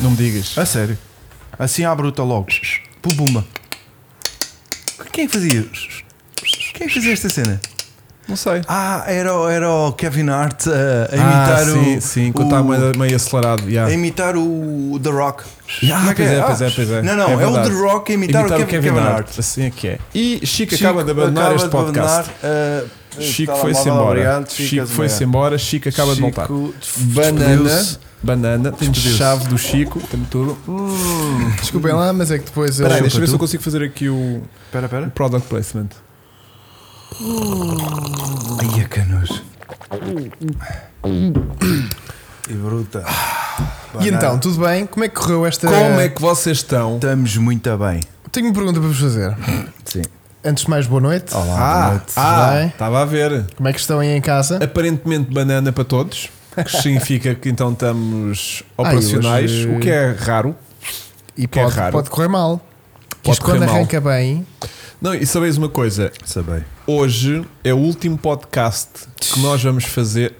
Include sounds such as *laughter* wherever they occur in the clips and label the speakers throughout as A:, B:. A: Não me digas.
B: A sério. Assim à bruta logo. Pubuma. Quem é fazia? Quem é fazia esta cena?
A: Não sei.
B: Ah, era, o- era o Kevin Hart uh, a
A: Ah,
B: imitar
A: sim,
B: o.
A: sim,
B: o-
A: quando está meio, meio acelerado.
B: a
A: Yeah.
B: imitar o The Rock.
A: Ah, pois é, pois é, pois é.
B: Não, não, é, o
A: verdade.
B: The Rock a imitar, o Kevin, Kevin Hart.
A: Assim é que é. E Chico,
B: Chico
A: acaba de abandonar
B: acaba
A: este
B: de abandonar,
A: podcast.
B: eh,
A: Chico
B: telemóvel,
A: foi-se embora.
B: obrigado,
A: Chico
B: ficas
A: foi-se
B: bem.
A: embora. Chico acaba de voltar.
B: Chico
A: Banana.
B: despediu-se.
A: Banana. Temos
B: Despediu-se.
A: chave do Chico. Temos tudo.
C: Desculpem lá, mas é que depois eu.
A: Espera aí, deixa eu ver se eu
C: tu.
A: consigo fazer aqui o,
B: Espera,
A: o
B: espera.
A: product placement.
B: Ai, a canos. E bruta.
C: E então, tudo bem? Como é que correu esta.
A: Como é que vocês estão?
B: Estamos muito bem.
C: Tenho uma pergunta para vos fazer.
B: Sim.
C: Antes de mais, boa noite.
B: Olá, boa noite.
C: ah.
A: Estava a ver.
C: Como é que estão aí em casa?
A: Aparentemente banana para todos, que significa que então estamos operacionais,
C: hoje-
A: o que é raro.
C: E
A: que é
C: pode,
A: raro.
C: pode correr mal.
A: Pode
C: Isto
A: correr
C: quando
A: mal.
C: arranca bem.
A: Não, e sabeis uma coisa,
B: Sabei.
A: hoje é o último podcast que nós vamos
C: *laughs*
A: fazer.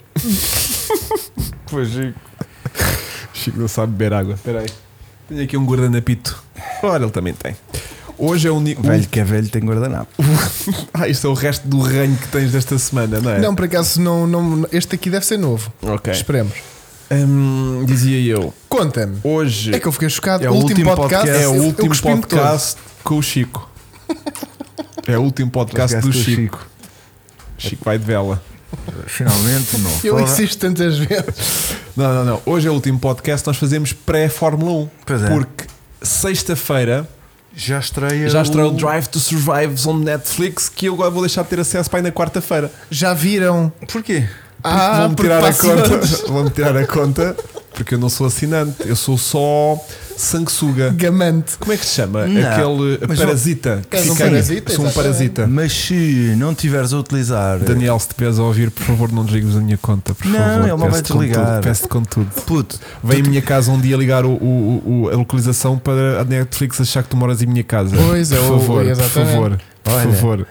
A: Pois Chico. Chico não sabe beber água. Espera aí. Tenho aqui um guardanapito. Ora, ele também tem. Hoje é o único.
B: Velho que é velho tem guardanapo.
A: Ah, isto é o resto do ranho que tens desta semana, não é?
C: Não, por acaso, não, não, este aqui deve ser novo.
A: Ok.
C: Esperemos.
A: Hum, dizia eu,
C: Conta-me.
A: hoje
C: É que eu fiquei chocado.
B: É
C: o último podcast,
A: é o
C: eu- eu
A: último
C: cuspi-me todo.
A: podcast com o Chico. É o último podcast do
B: Podcast com o
A: Chico. Chico vai de vela.
B: Finalmente, não.
C: Eu é
B: Fala.
C: insisto tantas vezes.
A: Não, não, não. Hoje é o último podcast. Nós fazemos pré-Fórmula 1.
B: Pois é.
A: Porque sexta-feira
B: Já estreia.
A: já estreou o Drive to Survive on Netflix. Que eu agora vou deixar de ter acesso para ir na quarta-feira.
C: Já viram?
B: Porquê?
C: Ah,
A: Vão-me
C: porque
A: tirar a
C: passa
A: conta. *laughs*
C: hoje.
A: Vão-me tirar a conta. Porque eu não sou assinante. Eu sou só sanguessuga.
C: Gamante.
A: Como é que se chama?
B: Não.
A: Aquele
B: Mas eu-
A: parasita. que
C: És um
A: fica aí.
C: parasita,
A: Sou um
C: exatamente.
A: parasita.
B: Mas se não tiveres a utilizar.
A: Daniel, se estiveres a ouvir, por favor, não desligues a minha conta, por
B: Não,
A: favor.
B: ele não vai
A: Peço-te com
B: desligar.
A: tudo, Peço-te com tudo.
B: Puto,
A: Vem à minha casa um dia ligar o, o- o- a localização para a Netflix achar que tu moras em minha casa.
C: Pois é,
A: por
C: ou-
A: favor, por
C: exatamente.
A: favor, por
B: Olha.
A: favor.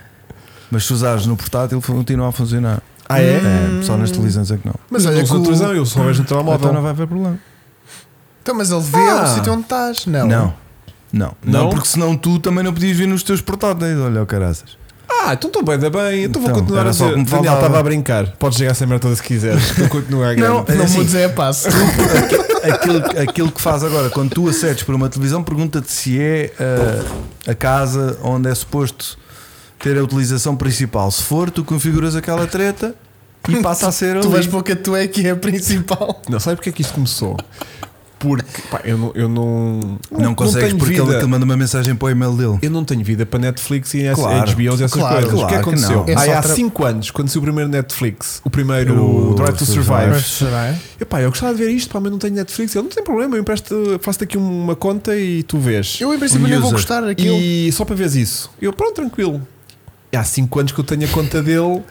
B: mas se usares no portátil, continua a funcionar.
A: Ah, é?
B: só nas televisões é que não.
C: Mas olha,
A: não
C: que
A: sou
C: o-
A: televisão, eu só vejo no telemóvel.
B: Então não vai haver problema.
C: Então, mas ele vê
A: Ah.
C: o sítio onde estás. Não. é?
B: Não. Não.
A: Não?
B: Não, porque senão tu também não podias vir nos teus portáteis. Olha, o caraças.
A: Ah, então estou bem, da bem. Então, vou
B: Então,
A: continuar
B: era
A: a
B: só
A: ser.
B: que me
A: Daniel,
B: faltava.
A: estava a brincar. Podes chegar essa merda toda se quiseres. que Eu continuo
B: *laughs*
A: a ganhar.
C: Não,
B: É
C: não
B: assim.
C: mudes é a passo.
B: Aquilo, aquilo que faz agora, quando tu acedes por uma televisão, pergunta-te se é ah, a casa onde é suposto ter a utilização principal. Se for, tu configuras aquela treta e passa a ser
C: Tu
B: ali.
C: vais para o que tu é que é a principal.
A: Não, sabe porque é que isto começou? Porque pá, eu não. Eu não,
B: Não consegues
A: tenho
B: porque
A: vida.
B: ele, ele manda uma mensagem para o e-mail dele.
A: Eu não tenho vida para Netflix e
B: Claro,
A: HBOs e essas
C: claro,
A: coisas. o que
B: claro que
A: aconteceu?
B: não.
C: É
A: Aí
C: só
A: há
C: tra-
A: 5 anos, quando saiu o primeiro Netflix, o primeiro
B: O
A: Drive to
B: Survive.
A: Survive,
C: Mas será?
A: epá, eu gostava de ver isto, pá, mas não tenho Netflix. Ele não tem problema, eu empresto, faço-te aqui uma conta e tu vês.
C: Eu, em princípio, nem vou
B: User.
C: gostar daquilo.
A: e só para veres isso. Eu, pronto, tranquilo. E há 5 anos que eu tenho a conta dele.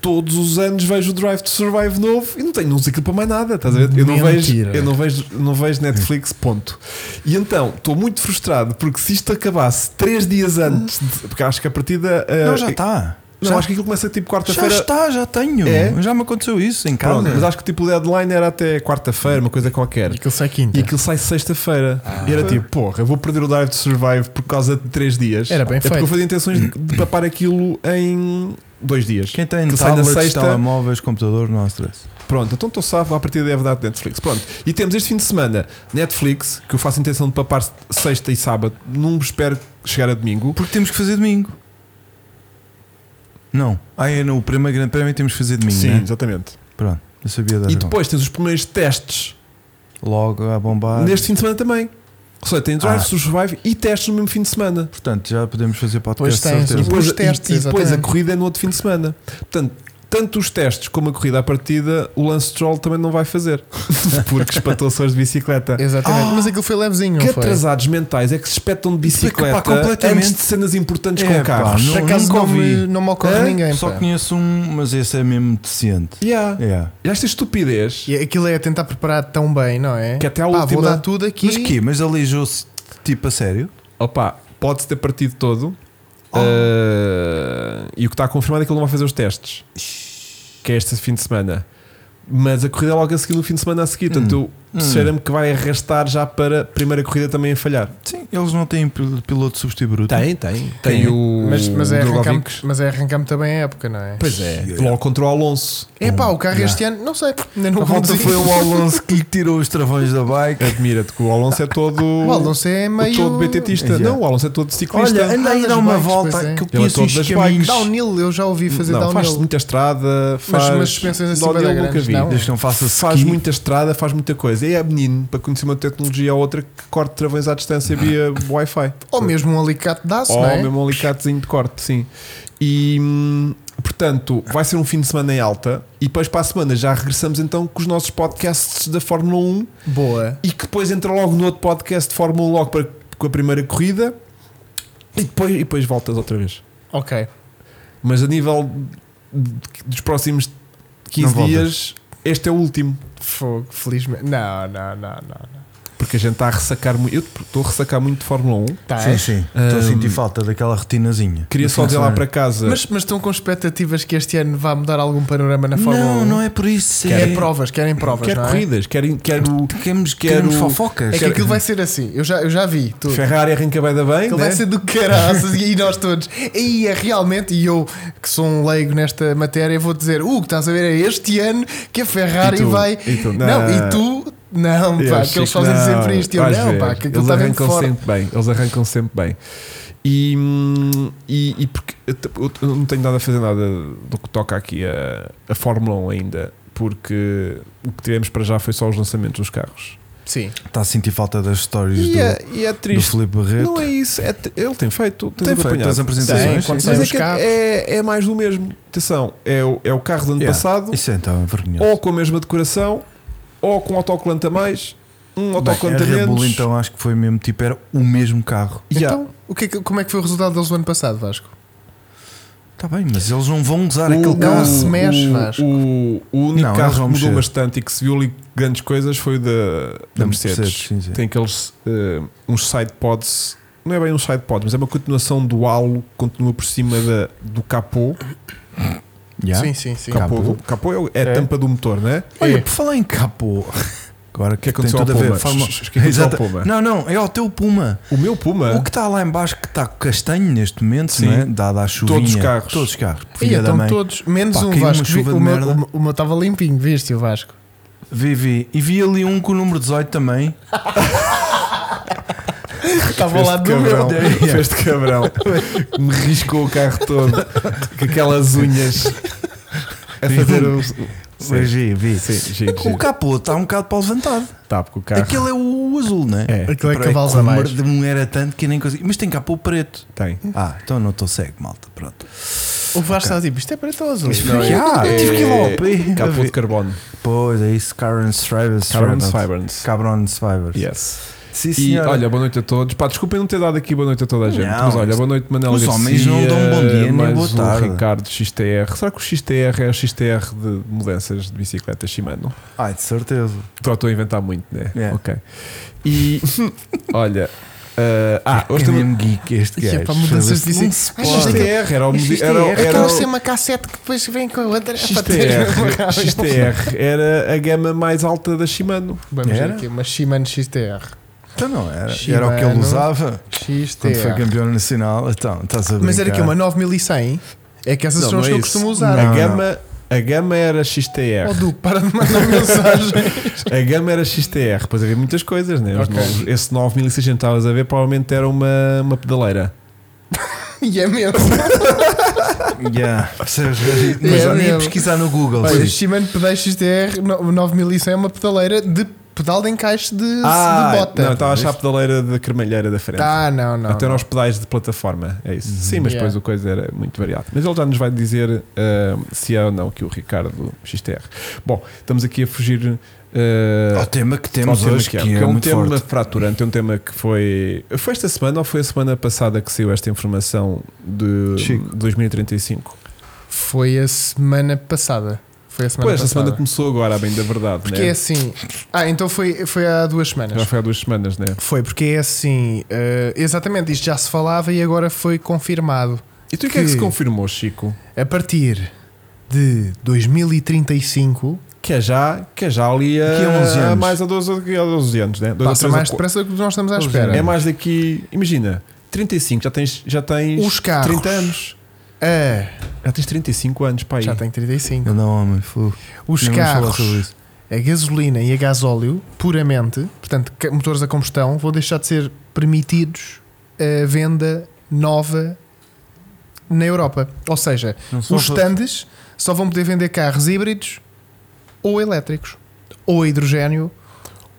A: Todos os anos vejo o Drive to Survive novo e não tenho não uso aquilo para mais nada, estás a ver? Eu não vejo,
C: Mentira.
A: eu não vejo, não vejo Netflix, ponto. E então, estou muito frustrado porque se isto acabasse 3 dias antes, de- porque acho que a partida. ah,
B: não, já está.
A: Não,
B: já,
A: acho que aquilo começa tipo
B: já
A: quarta-feira.
B: está, né? já tenho.
A: É?
B: Já me aconteceu isso em casa.
A: Pronto, mas acho que tipo o deadline era até quarta-feira, uma coisa qualquer.
C: Aquilo sai quinta.
A: E aquilo sai sexta-feira.
B: Ah.
A: E era tipo, porra, eu vou perder o Drive to Survive por causa de 3 dias.
C: Era bem
A: é porque
C: feito.
A: eu fazia intenções de, de papar aquilo em 2 dias.
B: Quem tem
A: Que sai na
B: tablets,
A: sexta.
B: telemóveis, computador, não há stress.
A: Pronto, então estou salvo à partida deve dar de Netflix. Pronto. E temos este fim de semana Netflix, que eu faço intenção de papar sexta e sábado, não espero chegar a domingo.
B: Porque temos que fazer domingo. Não. Ah, é no primeiro grande prémio temos que fazer domingo,
A: Sim,
B: né? Tá
A: exatamente.
B: Pronto, eu sabia dar
A: E
B: a conta.
A: depois tens os primeiros testes
B: Logo a bombar.
A: neste fim de semana também. Ou seja, tem Drive
B: Ah.
A: to Survive e testes no mesmo fim de semana.
B: Portanto, já podemos fazer
C: Pois
B: podcast.
C: tem,
B: de
A: E
B: certeza.
A: depois,
C: Os testes,
A: e- e depois a
C: exatamente.
A: corrida é no outro fim de semana. Portanto, tanto os testes como a corrida à partida, o Lance Stroll também não vai fazer. *laughs* Porque espatou-se hoje de bicicleta.
C: Exatamente. Mas aquilo foi levezinho,
A: Que
C: não foi?
A: atrasados mentais é que se espetam de bicicleta
B: Pá, completamente.
A: antes de cenas importantes
B: É,
A: com
B: pá,
A: carros.
B: não-
C: Por acaso
B: Nunca
C: não me,
B: ouvi.
C: não me ocorre
A: Hã?
C: ninguém.
B: Só
C: pá.
B: conheço um, mas esse é mesmo deficiente.
A: Yeah.
B: É.
A: E esta estupidez
C: E aquilo é tentar preparar tão bem, não é?
A: que até à
C: Pá,
A: última.
C: vou dar tudo aqui.
B: Mas quê? Mas alijou-se tipo a sério?
A: Opa, pode-se ter partido todo. Uh, e o que está confirmado é que ele não vai fazer os testes. Que é este fim de semana. Mas a corrida é logo a seguir no fim de semana a seguir. Portanto, eu cheira-me que vai arrastar já para a primeira corrida também a falhar.
B: Sim, eles não têm pil- piloto substituto.
A: tem. Tem,
B: Tem.
A: o.
C: Mas, mas é
A: Drogovic.
C: arrancar-me mas é arrancar também a época, não é?
A: Pois é. Logo contra o Alonso.
C: É pá, o carro este ano, não sei. Ainda
B: A
C: não
B: volta
C: conduzi.
B: foi o Alonso que lhe tirou os travões da bike.
A: Admira-te que o Alonso é todo.
C: O Alonso é
A: o
C: meio.
A: todo BTTista.
B: Yeah.
A: Não, o Alonso é todo ciclista.
B: Olha, anda aí
C: Ah,
B: dá
C: das
B: uma
C: bikes,
B: volta
C: pois é.
B: que eu
A: Ele é
B: conheço
A: todo
B: os
A: das
B: caminhos.
C: Downhill, eu já ouvi fazer
A: não, faz
C: downhill.
A: muita estrada,
C: Mas,
A: faz.
C: mas suspensões acima
A: downhill
C: da
A: nunca
C: grande,
A: vi.
C: não.
B: Desde que não faça
A: Faz
B: ski.
A: muita estrada, faz muita coisa. E é menino, para conhecer uma tecnologia ou outra, que corte travões à distância via Wi-Fi.
C: Ah. Ou mesmo um alicate de aço,
A: Ou
C: não é?
A: mesmo um alicatezinho de corte, sim. E hum, portanto, vai ser um fim de semana em alta. E depois para a semana já regressamos então com os nossos podcasts da Fórmula 1
C: Boa.
A: e que depois entra logo no outro podcast de Fórmula 1 logo para, com a primeira corrida e depois, e depois voltas outra vez.
C: Ok.
A: Mas a nível de- dos próximos
B: Não
A: 15
B: voltas.
A: dias, este é o último.
C: Fogo, felizmente. Não, não, não, não. não.
A: Porque a gente está a ressacar muito. Eu estou a ressacar muito de Fórmula 1.
C: Tá,
B: Sim,
C: é?
B: sim. Um, Estou a
A: Ahm,
B: sentir falta daquela retinazinha.
A: Queria
B: Do
A: só
B: fim de
A: dizer lá
B: semana.
A: para casa.
C: Mas, mas estão com expectativas que este ano vá mudar algum panorama na Fórmula 1?
B: Não, não é por isso.
C: É provas, querem provas,
A: quer
C: não é?
A: corridas, quer, quer o
B: Queremos,
A: Quero-
B: queremos fofocas.
C: É que aquilo vai ser assim. Eu já, eu já vi tudo.
A: Ferrari arranca bem da bem.
C: Aquilo
A: né?
C: vai ser do caraças e nós todos. E é realmente, e eu que sou um leigo nesta matéria, vou dizer: uh, que estás a ver? É este ano que a Ferrari
A: E tu?
C: vai.
A: E tu?
C: Não,
A: Não.
C: e tu. Não,
A: Eu
C: pá,
A: acho
C: que eles
A: que
C: fazem
A: não,
C: sempre isto. E Eu,
A: vais
C: não,
A: ver.
C: pá, que aquilo
A: eles
C: está mesmo
A: arrancam
C: fora.
A: sempre bem. Eles arrancam sempre bem. E, hum, e, e porque eu te- eu eu não tenho nada a fazer nada do que toca aqui a, a Fórmula 1 ainda, porque o que tivemos para já foi só os lançamentos dos carros.
C: Sim.
B: Está a sentir falta das histórias
A: E
B: do,
A: é, e é
B: do
A: triste.
B: Felipe Barreto.
A: Não é isso, é t- ele tem feito, tem,
B: Tem
A: feito
B: feito as
C: Sim,
B: apresentações.
C: quando
A: Mas
C: saem
A: é,
C: os
A: que é,
C: carros.
A: é, mais do mesmo. Atenção, é o, é o carro do ano
B: Yeah.
A: passado,
B: Isso é então é vergonhoso.
A: ou com a mesma decoração, ou com autocolante a mais, um
B: Bem,
A: autocolante
B: a
A: a
B: Red Bull
A: menos.
B: então acho que foi mesmo tipo, era o mesmo carro.
A: Yeah.
C: Então, o que é que- como é que foi o resultado deles do ano passado, Vasco?
B: Está Tá bem, mas eles não vão usar
A: O-
B: aquele
A: o-
C: não
B: carro.
C: se mexe, Vasco.
A: O, o único
B: Não, eles
A: carro
B: vão
A: que mudou
B: mexer.
A: bastante e que se viu ali grandes coisas foi o da, da
B: Da
A: Mercedes.
B: Mercedes, sim, sim.
A: Tem aqueles eh, uns side pods, não é bem um side pod, mas é uma continuação do halo que continua por cima da, do capô.
B: Yeah.
C: Sim, sim, sim.
A: Capô,
B: Capô.
A: do- capô é, o- é a
C: É.
A: tampa do motor, não é?
B: Olha,
C: É.
B: por falar em capô. *laughs* Agora
A: que
B: que, tem
A: aconteceu
B: tudo a
A: ao
B: ver.
A: Puma?
B: Fórmula-
A: Sh- sh- que aconteceu ao
B: Exato.
A: Puma?
B: Não, não, é ao teu Puma.
A: O meu Puma.
B: O que está lá em baixo que está castanho neste momento,
A: Sim.
B: não é? dada a chuvinha.
A: Todos os carros.
B: Todos os carros.
C: E
B: Filha da
C: então
B: mãe.
C: todos, menos
B: Pá,
C: um
B: caiu uma
C: Vasco. Vi-
B: chuva de
C: o, meu,
B: merda.
C: o meu- o meu estava limpinho, viste o Vasco?
B: Vi, vi. E vi ali um com o número 18 também.
C: Estava ao lado do meu.
A: cabrão, *laughs* fez de cabrão. Me riscou o carro todo com aquelas unhas a fazer o.
B: Mas
A: Sim,
B: vi, vi.
A: sim, giro,
B: O
A: giro.
B: capô está um bocado para levantar.
A: Tá, porque o carro.
B: Aquele é o azul, não é?
A: É,
C: Aquilo é
B: Peraí,
C: cavalos
B: que
C: a
B: o
C: mais.
B: número de um era tanto que eu nem consegui. Mas tem capô preto.
A: tem.
B: Ah, então não estou cego, malta. Pronto.
C: O Vasco está tipo, isto é para tão azul.
B: Mas foi- Ah,
A: é-
B: tive que ir lá ao pé.
A: Capô de carbono.
B: Pois é isso, Karen Strivers.
A: Carbon Fibers.
B: Cabron Survivors.
A: Yes.
B: Sim,
A: E
B: senhora.
A: olha, boa noite a todos. Pá, desculpem não ter dado aqui boa noite a toda a gente.
B: Não,
A: mas olha,
B: isto-
A: boa noite, Manel
B: os
A: Garcia.
B: homens não dão bom dia nem
A: mais
B: boa tarde.
A: O Ricardo XTR. Será que o XTR é o XTR de mudanças de bicicleta Shimano?
B: Ai, de certeza.
A: Estou estou a inventar muito, né?
B: É.
A: Ok. E *laughs* olha. eh, ah, hoje
B: é
A: também.
B: mesmo geek este
C: Ih,
B: gajo.
C: é para mudanças de
B: Foda-se, é? não
C: bicicleta.
B: se
C: Ai,
B: pode.
C: gente,
A: XTR era o modi-
B: XTR,
A: era, o- era,
C: Aquela
A: o-
C: ser uma cassete que depois vem com a outra é para *laughs* ter uma
A: XTR,
C: rádio.
A: XTR era a gama mais alta da Shimano.
C: Vamos ver
B: Era?
C: aqui, uma Shimano XTR.
B: Então não era.
C: Shimano.
B: Era o que ele usava quando foi
C: XTR.
B: campeão nacional. Então, estás a
C: Mas era
B: brincar.
C: que uma 9100? É que essas
A: Não,
C: são
A: não
C: as
A: é
C: que eu
A: isso.
C: costumo usar.
B: Não.
A: a, gama, a gama era XTR.
C: Oh, Duque, para de
A: *laughs*
C: mandar *laughs* mensagem.
A: A gama era XTR, pois havia muitas coisas, né? Os
C: Ok.
A: novos- esse 9600 que estavas a ver provavelmente era uma, uma pedaleira.
C: e é mesmo.
A: *laughs*
B: Yeah, percebes? Mas
C: Yeah,
B: eu ia
C: mesmo.
B: pesquisar no Google.
C: Olha,
B: sim.
C: Shimano Pedais XTR no- 9100 é uma pedaleira de pedal de encaixe de, de bota.
A: Ah, não, estava a achar a pedaleira da cremalheira da frente.
C: Ah, não, não.
A: Até
C: não.
A: nós pedais de plataforma, é isso. Sim, mas
C: Yeah.
A: depois o coisa era muito variado. Mas ele já nos vai dizer ah, se é ou não que o Ricardo XTR. Bom, estamos aqui a fugir. ah,
B: Ao tema que
A: ao
B: temos
A: tema
B: hoje, que
A: há,
B: é,
A: porque é um
B: muito
A: tema
B: forte.
A: fraturante, é um tema que foi. Foi esta semana ou foi a semana passada que saiu esta informação de
B: Chico.
A: 2035?
C: Foi a semana passada. Foi a semana
A: Pois, esta
C: passada.
A: semana começou agora, a bem da verdade,
C: Porque é
A: né?
C: assim. Ah, então foi, foi há duas semanas.
A: Já foi há duas semanas, né?
C: Foi, porque é assim. eh, exatamente, isto já se falava e agora foi confirmado.
A: E tu o que é que
C: Que-
A: se confirmou, Chico?
C: A partir de 2035,
A: que é já, que é já ali
B: Daqui a 11
A: a, a
B: anos.
A: mais a 12, a 12 anos, né? Dois a
C: Passa
A: três a
C: mais
A: qu-
C: depressa do que nós estamos à espera.
A: é mais daqui, imagina, 35, já tens, já tens
C: Os carros.
A: 30 anos.
C: É,
A: Já tens 35 anos para aí.
C: já tenho 35.
B: Não, homem, fogo.
C: Os
B: Nem vamos falar
C: carros,
B: sobre isso.
C: a gasolina e a gasóleo, puramente, portanto, ca- motores a combustão, vão deixar de ser permitidos a venda nova na Europa. Ou seja,
B: Não são
C: os
B: só-
C: stands só vão poder vender carros híbridos ou elétricos, ou a hidrogênio,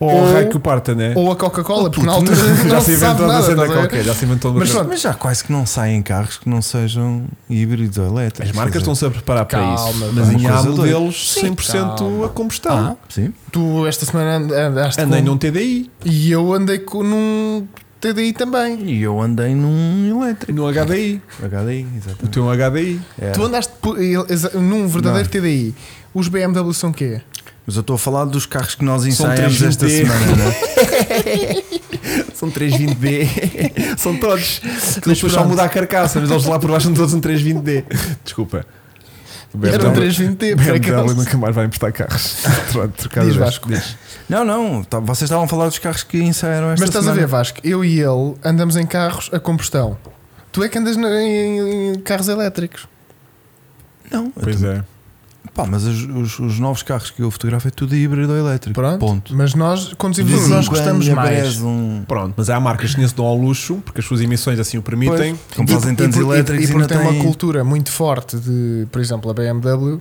A: Ou,
C: Ou-
A: o Oh, raio que o parta, né?
C: ou a Coca-Cola, porque
B: puto,
C: um- na altura
A: *laughs* já
C: não
A: se
C: se sabe
A: inventou uma
C: nada.
A: cena
C: estás a ver?
A: qualquer, já se inventou uma
C: Mas
A: coisa.
C: pronto,
B: Mas já quase que não saem carros que não sejam híbridos ou elétricos.
A: As marcas
B: quer dizer.
A: estão-se a preparar para
C: Calma,
A: isso.
C: pá.
A: Mas
B: Uma
A: ainda há
B: coisa doida.
A: modelos 100%
C: calma.
A: a combustão.
B: Ah, sim.
C: tu esta semana and- andaste
A: Andei
C: com-
A: num TDI,
C: e eu andei com, num TDI também.
B: E eu andei num elétrico.
A: num HDI.
B: HDI,
A: O
B: exatamente.
A: teu é um HDI.
B: É.
C: Tu andaste por- exa- num verdadeiro TDI. Os BMW são quê?
B: Mas eu estou a falar dos carros que nós
A: São
B: ensaiamos
A: 3D.
B: esta semana,
C: *laughs*
B: não é?
A: São 320D. *laughs* São todos. Eles depois só
C: pronto.
A: muda a carcaça, mas eles lá por baixo são todos um 320D. Desculpa. O
C: Era um *laughs* 320T, por
A: BMW
C: acaso.
A: nunca mais vai emprestar carros.
C: *laughs*
A: Pronto, trocar
C: Diz
A: o resto.
C: Vasco.
A: Diz.
B: Não, não. tá- vocês estavam a falar dos carros que ensaiaram esta
C: Mas estás a
B: semana.
C: ver, Vasco, eu e ele andamos em carros a combustão. Tu é que andas na- em, em carros elétricos.
B: Não,
A: Pois é.
B: Pá, mas os, os- os novos carros que eu fotografo é tudo híbrido ou elétrico.
C: Pronto.
B: Ponto.
C: Mas nós conduzimos o
B: De
C: que
B: vez
C: nós
B: em quando
C: gostamos mais.
B: aparece Um...
A: Pronto, mas há marcas que nem se dão ao luxo, porque as suas emissões assim o permitem.
B: Pois, como fazem tantos
C: por-
B: elétricos
C: tipo, e
B: e,
C: porque
B: não
C: tem uma
B: têm...
C: cultura muito forte de, por exemplo, a BMW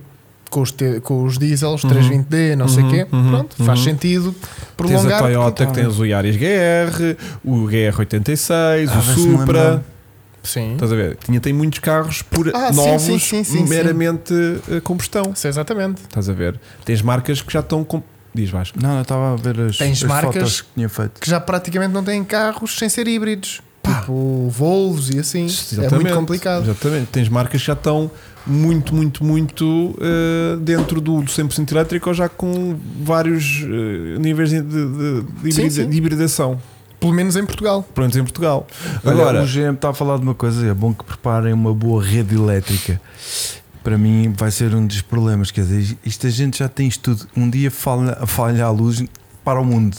C: com os, te- com os diesels 320D, não sei o
A: Uhum,
C: quê.
A: uhum,
C: Pronto, faz
A: uhum.
C: sentido
A: Tens a
C: prolongar. é
A: Toyota que
B: porque-
A: tem os Yaris GR, o GR86,
B: Ah,
A: o
B: vai-se-me
C: é
A: Supra.
B: lembrar.
C: Sim.
A: Estás a ver? Tinha, tem muitos carros por
C: Ah, sim,
A: novos,
C: sim, sim, sim,
A: meramente eh, combustão.
C: Sim, exatamente.
A: Estás a ver? Tens marcas que já estão com. Diz Vasco.
B: Não, eu estava a ver as,
C: Tens
B: as
C: marcas-
B: fotos que tinha feito.
C: que já praticamente não têm carros sem ser híbridos. Tipo Volvos e assim. É muito complicado.
A: Exatamente. Tens marcas que já estão muito, muito, muito eh, dentro do 100% elétrico ou já com vários eh, níveis de, de- de
C: Sim,
A: hibrida-
C: sim.
A: de hibridação.
C: Pelo menos em Portugal.
A: Pelo menos em Portugal.
B: Agora,
A: Agora,
B: o GM está a falar de uma coisa, é bom que preparem uma boa rede elétrica. Para mim vai ser um dos problemas, quer dizer, isto a gente já tem isto tudo. Um dia falha, falha a luz para o mundo.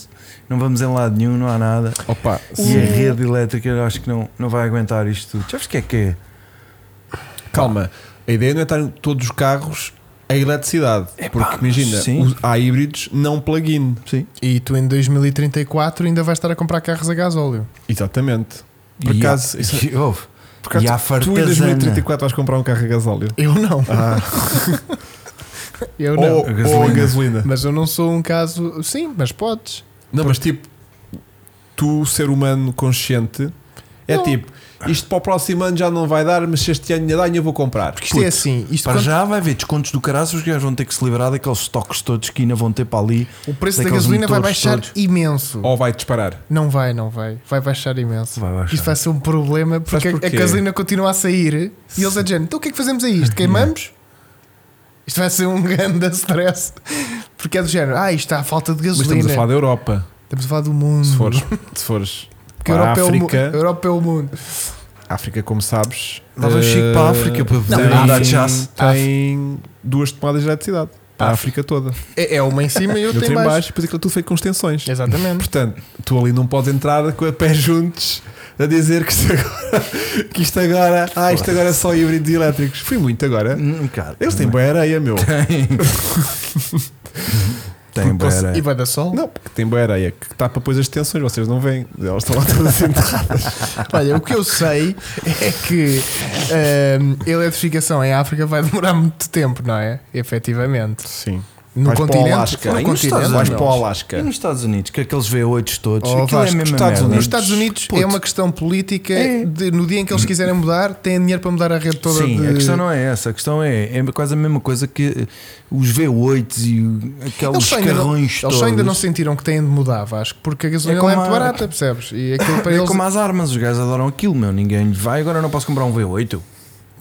B: Não vamos em lado nenhum, não há nada.
A: opa,
B: E a rede elétrica eu acho que não, não vai aguentar isto tudo. Já vês o que é que é?
A: Calma, a ideia não é estar em todos os carros a eletricidade. porque imagina,
B: sim.
A: os- há híbridos não plug-in.
B: Sim.
C: E tu em 2034 ainda vais estar a comprar carros a gasóleo.
A: Exatamente. Por acaso,
B: há,
A: isso- é-
B: *laughs* e, ouve,
A: por acaso
B: e há
A: tu em
B: fartazana.
A: 2034 vais comprar um carro a gasóleo.
C: Eu não. eu não.
A: ou,
B: A
A: gasolina. ou a gasolina.
C: Mas eu não sou um caso. Sim, mas podes.
A: Não, mas tipo, tu, ser humano consciente, é
C: Não.
A: tipo, isto para o próximo ano já não vai dar, mas se este ano ainda dá, eu vou comprar.
C: Porque isto é assim. Isto
B: Para
C: quando-
B: já vai haver descontos do caraças, os gajos vão ter que se livrar daqueles estoques todos que ainda vão ter para ali.
C: O preço da
B: daqueles
C: gasolina vai
B: motores
C: baixar
B: todos.
C: imenso.
A: Ou vai disparar.
C: Não vai, não vai. Vai baixar imenso.
B: Vai baixar.
C: Isto vai ser um problema porque a-
A: porquê?
C: a gasolina continua a sair e eles a dizer: então o que é que fazemos a isto? Queimamos? Isto vai ser um *laughs* grande stress. Porque é do género: ah, isto está a falta de
A: Mas estamos
C: gasolina.
A: a falar da Europa.
C: do mundo.
A: Se
C: *laughs*
A: fores, se fores
C: Porque a
A: para a
C: Europa, é o mu- a
A: África,
C: Europa é o mundo.
A: África, como sabes, eh,
B: Lá vai o Chico para a África para poder
A: tem-
B: dar jazz.
A: Tem duas tomadas de eletricidade para a África toda.
C: É, é uma em cima e
A: Eu
B: *laughs*
C: outra
A: tenho
C: em
A: embaixo,
C: baixo.
A: depois aquilo tudo feito com extensões.
C: Exatamente.
A: Portanto, tu ali não podes entrar com a pé juntos a dizer que isto agora, que isto agora, ah, isto agora é só híbridos e elétricos. Fui muito agora.
B: Hum, cara,
A: Eles têm boa areia, meu. é.
B: *laughs* Tem beira.
C: E vai dar sol?
A: Não, porque tem boa areia que tapa depois as tensões, vocês não veem. Elas estão lá *laughs* todas enterradas.
C: Olha, o que eu sei é que hum, a eletrificação em África vai demorar muito tempo, não é? Efetivamente.
A: Sim.
C: No
A: vais
C: continente,
A: para o Alasca.
C: no
A: Aí
C: continente,
A: Estados Vais
C: não.
A: para o
B: E
A: Alasca.
B: nos Estados Unidos, que é aqueles V8s todos,
A: Oh,
B: aquilo é
A: Vasco,
B: a mesma
A: Estados
B: merda.
C: Nos
A: Unidos.
C: Estados Unidos
B: Puto.
C: é uma questão política
B: É.
C: de no dia em que eles quiserem mudar, têm dinheiro para mudar a rede toda.
B: Sim,
C: de...
B: a questão não é essa, a questão é, é quase a mesma coisa que os V8s e o-
C: eles
B: aqueles
C: só, ainda não,
B: carrões
C: eles
B: todos.
C: só ainda não sentiram que têm de mudar, Vasco, porque a gasolina
B: É como
C: é muito
B: a-
C: barata, percebes? E aquilo para
B: É
C: eles.
B: como as armas, os gajos adoram aquilo, meu. Ninguém lhe vai, agora eu não posso comprar um V8.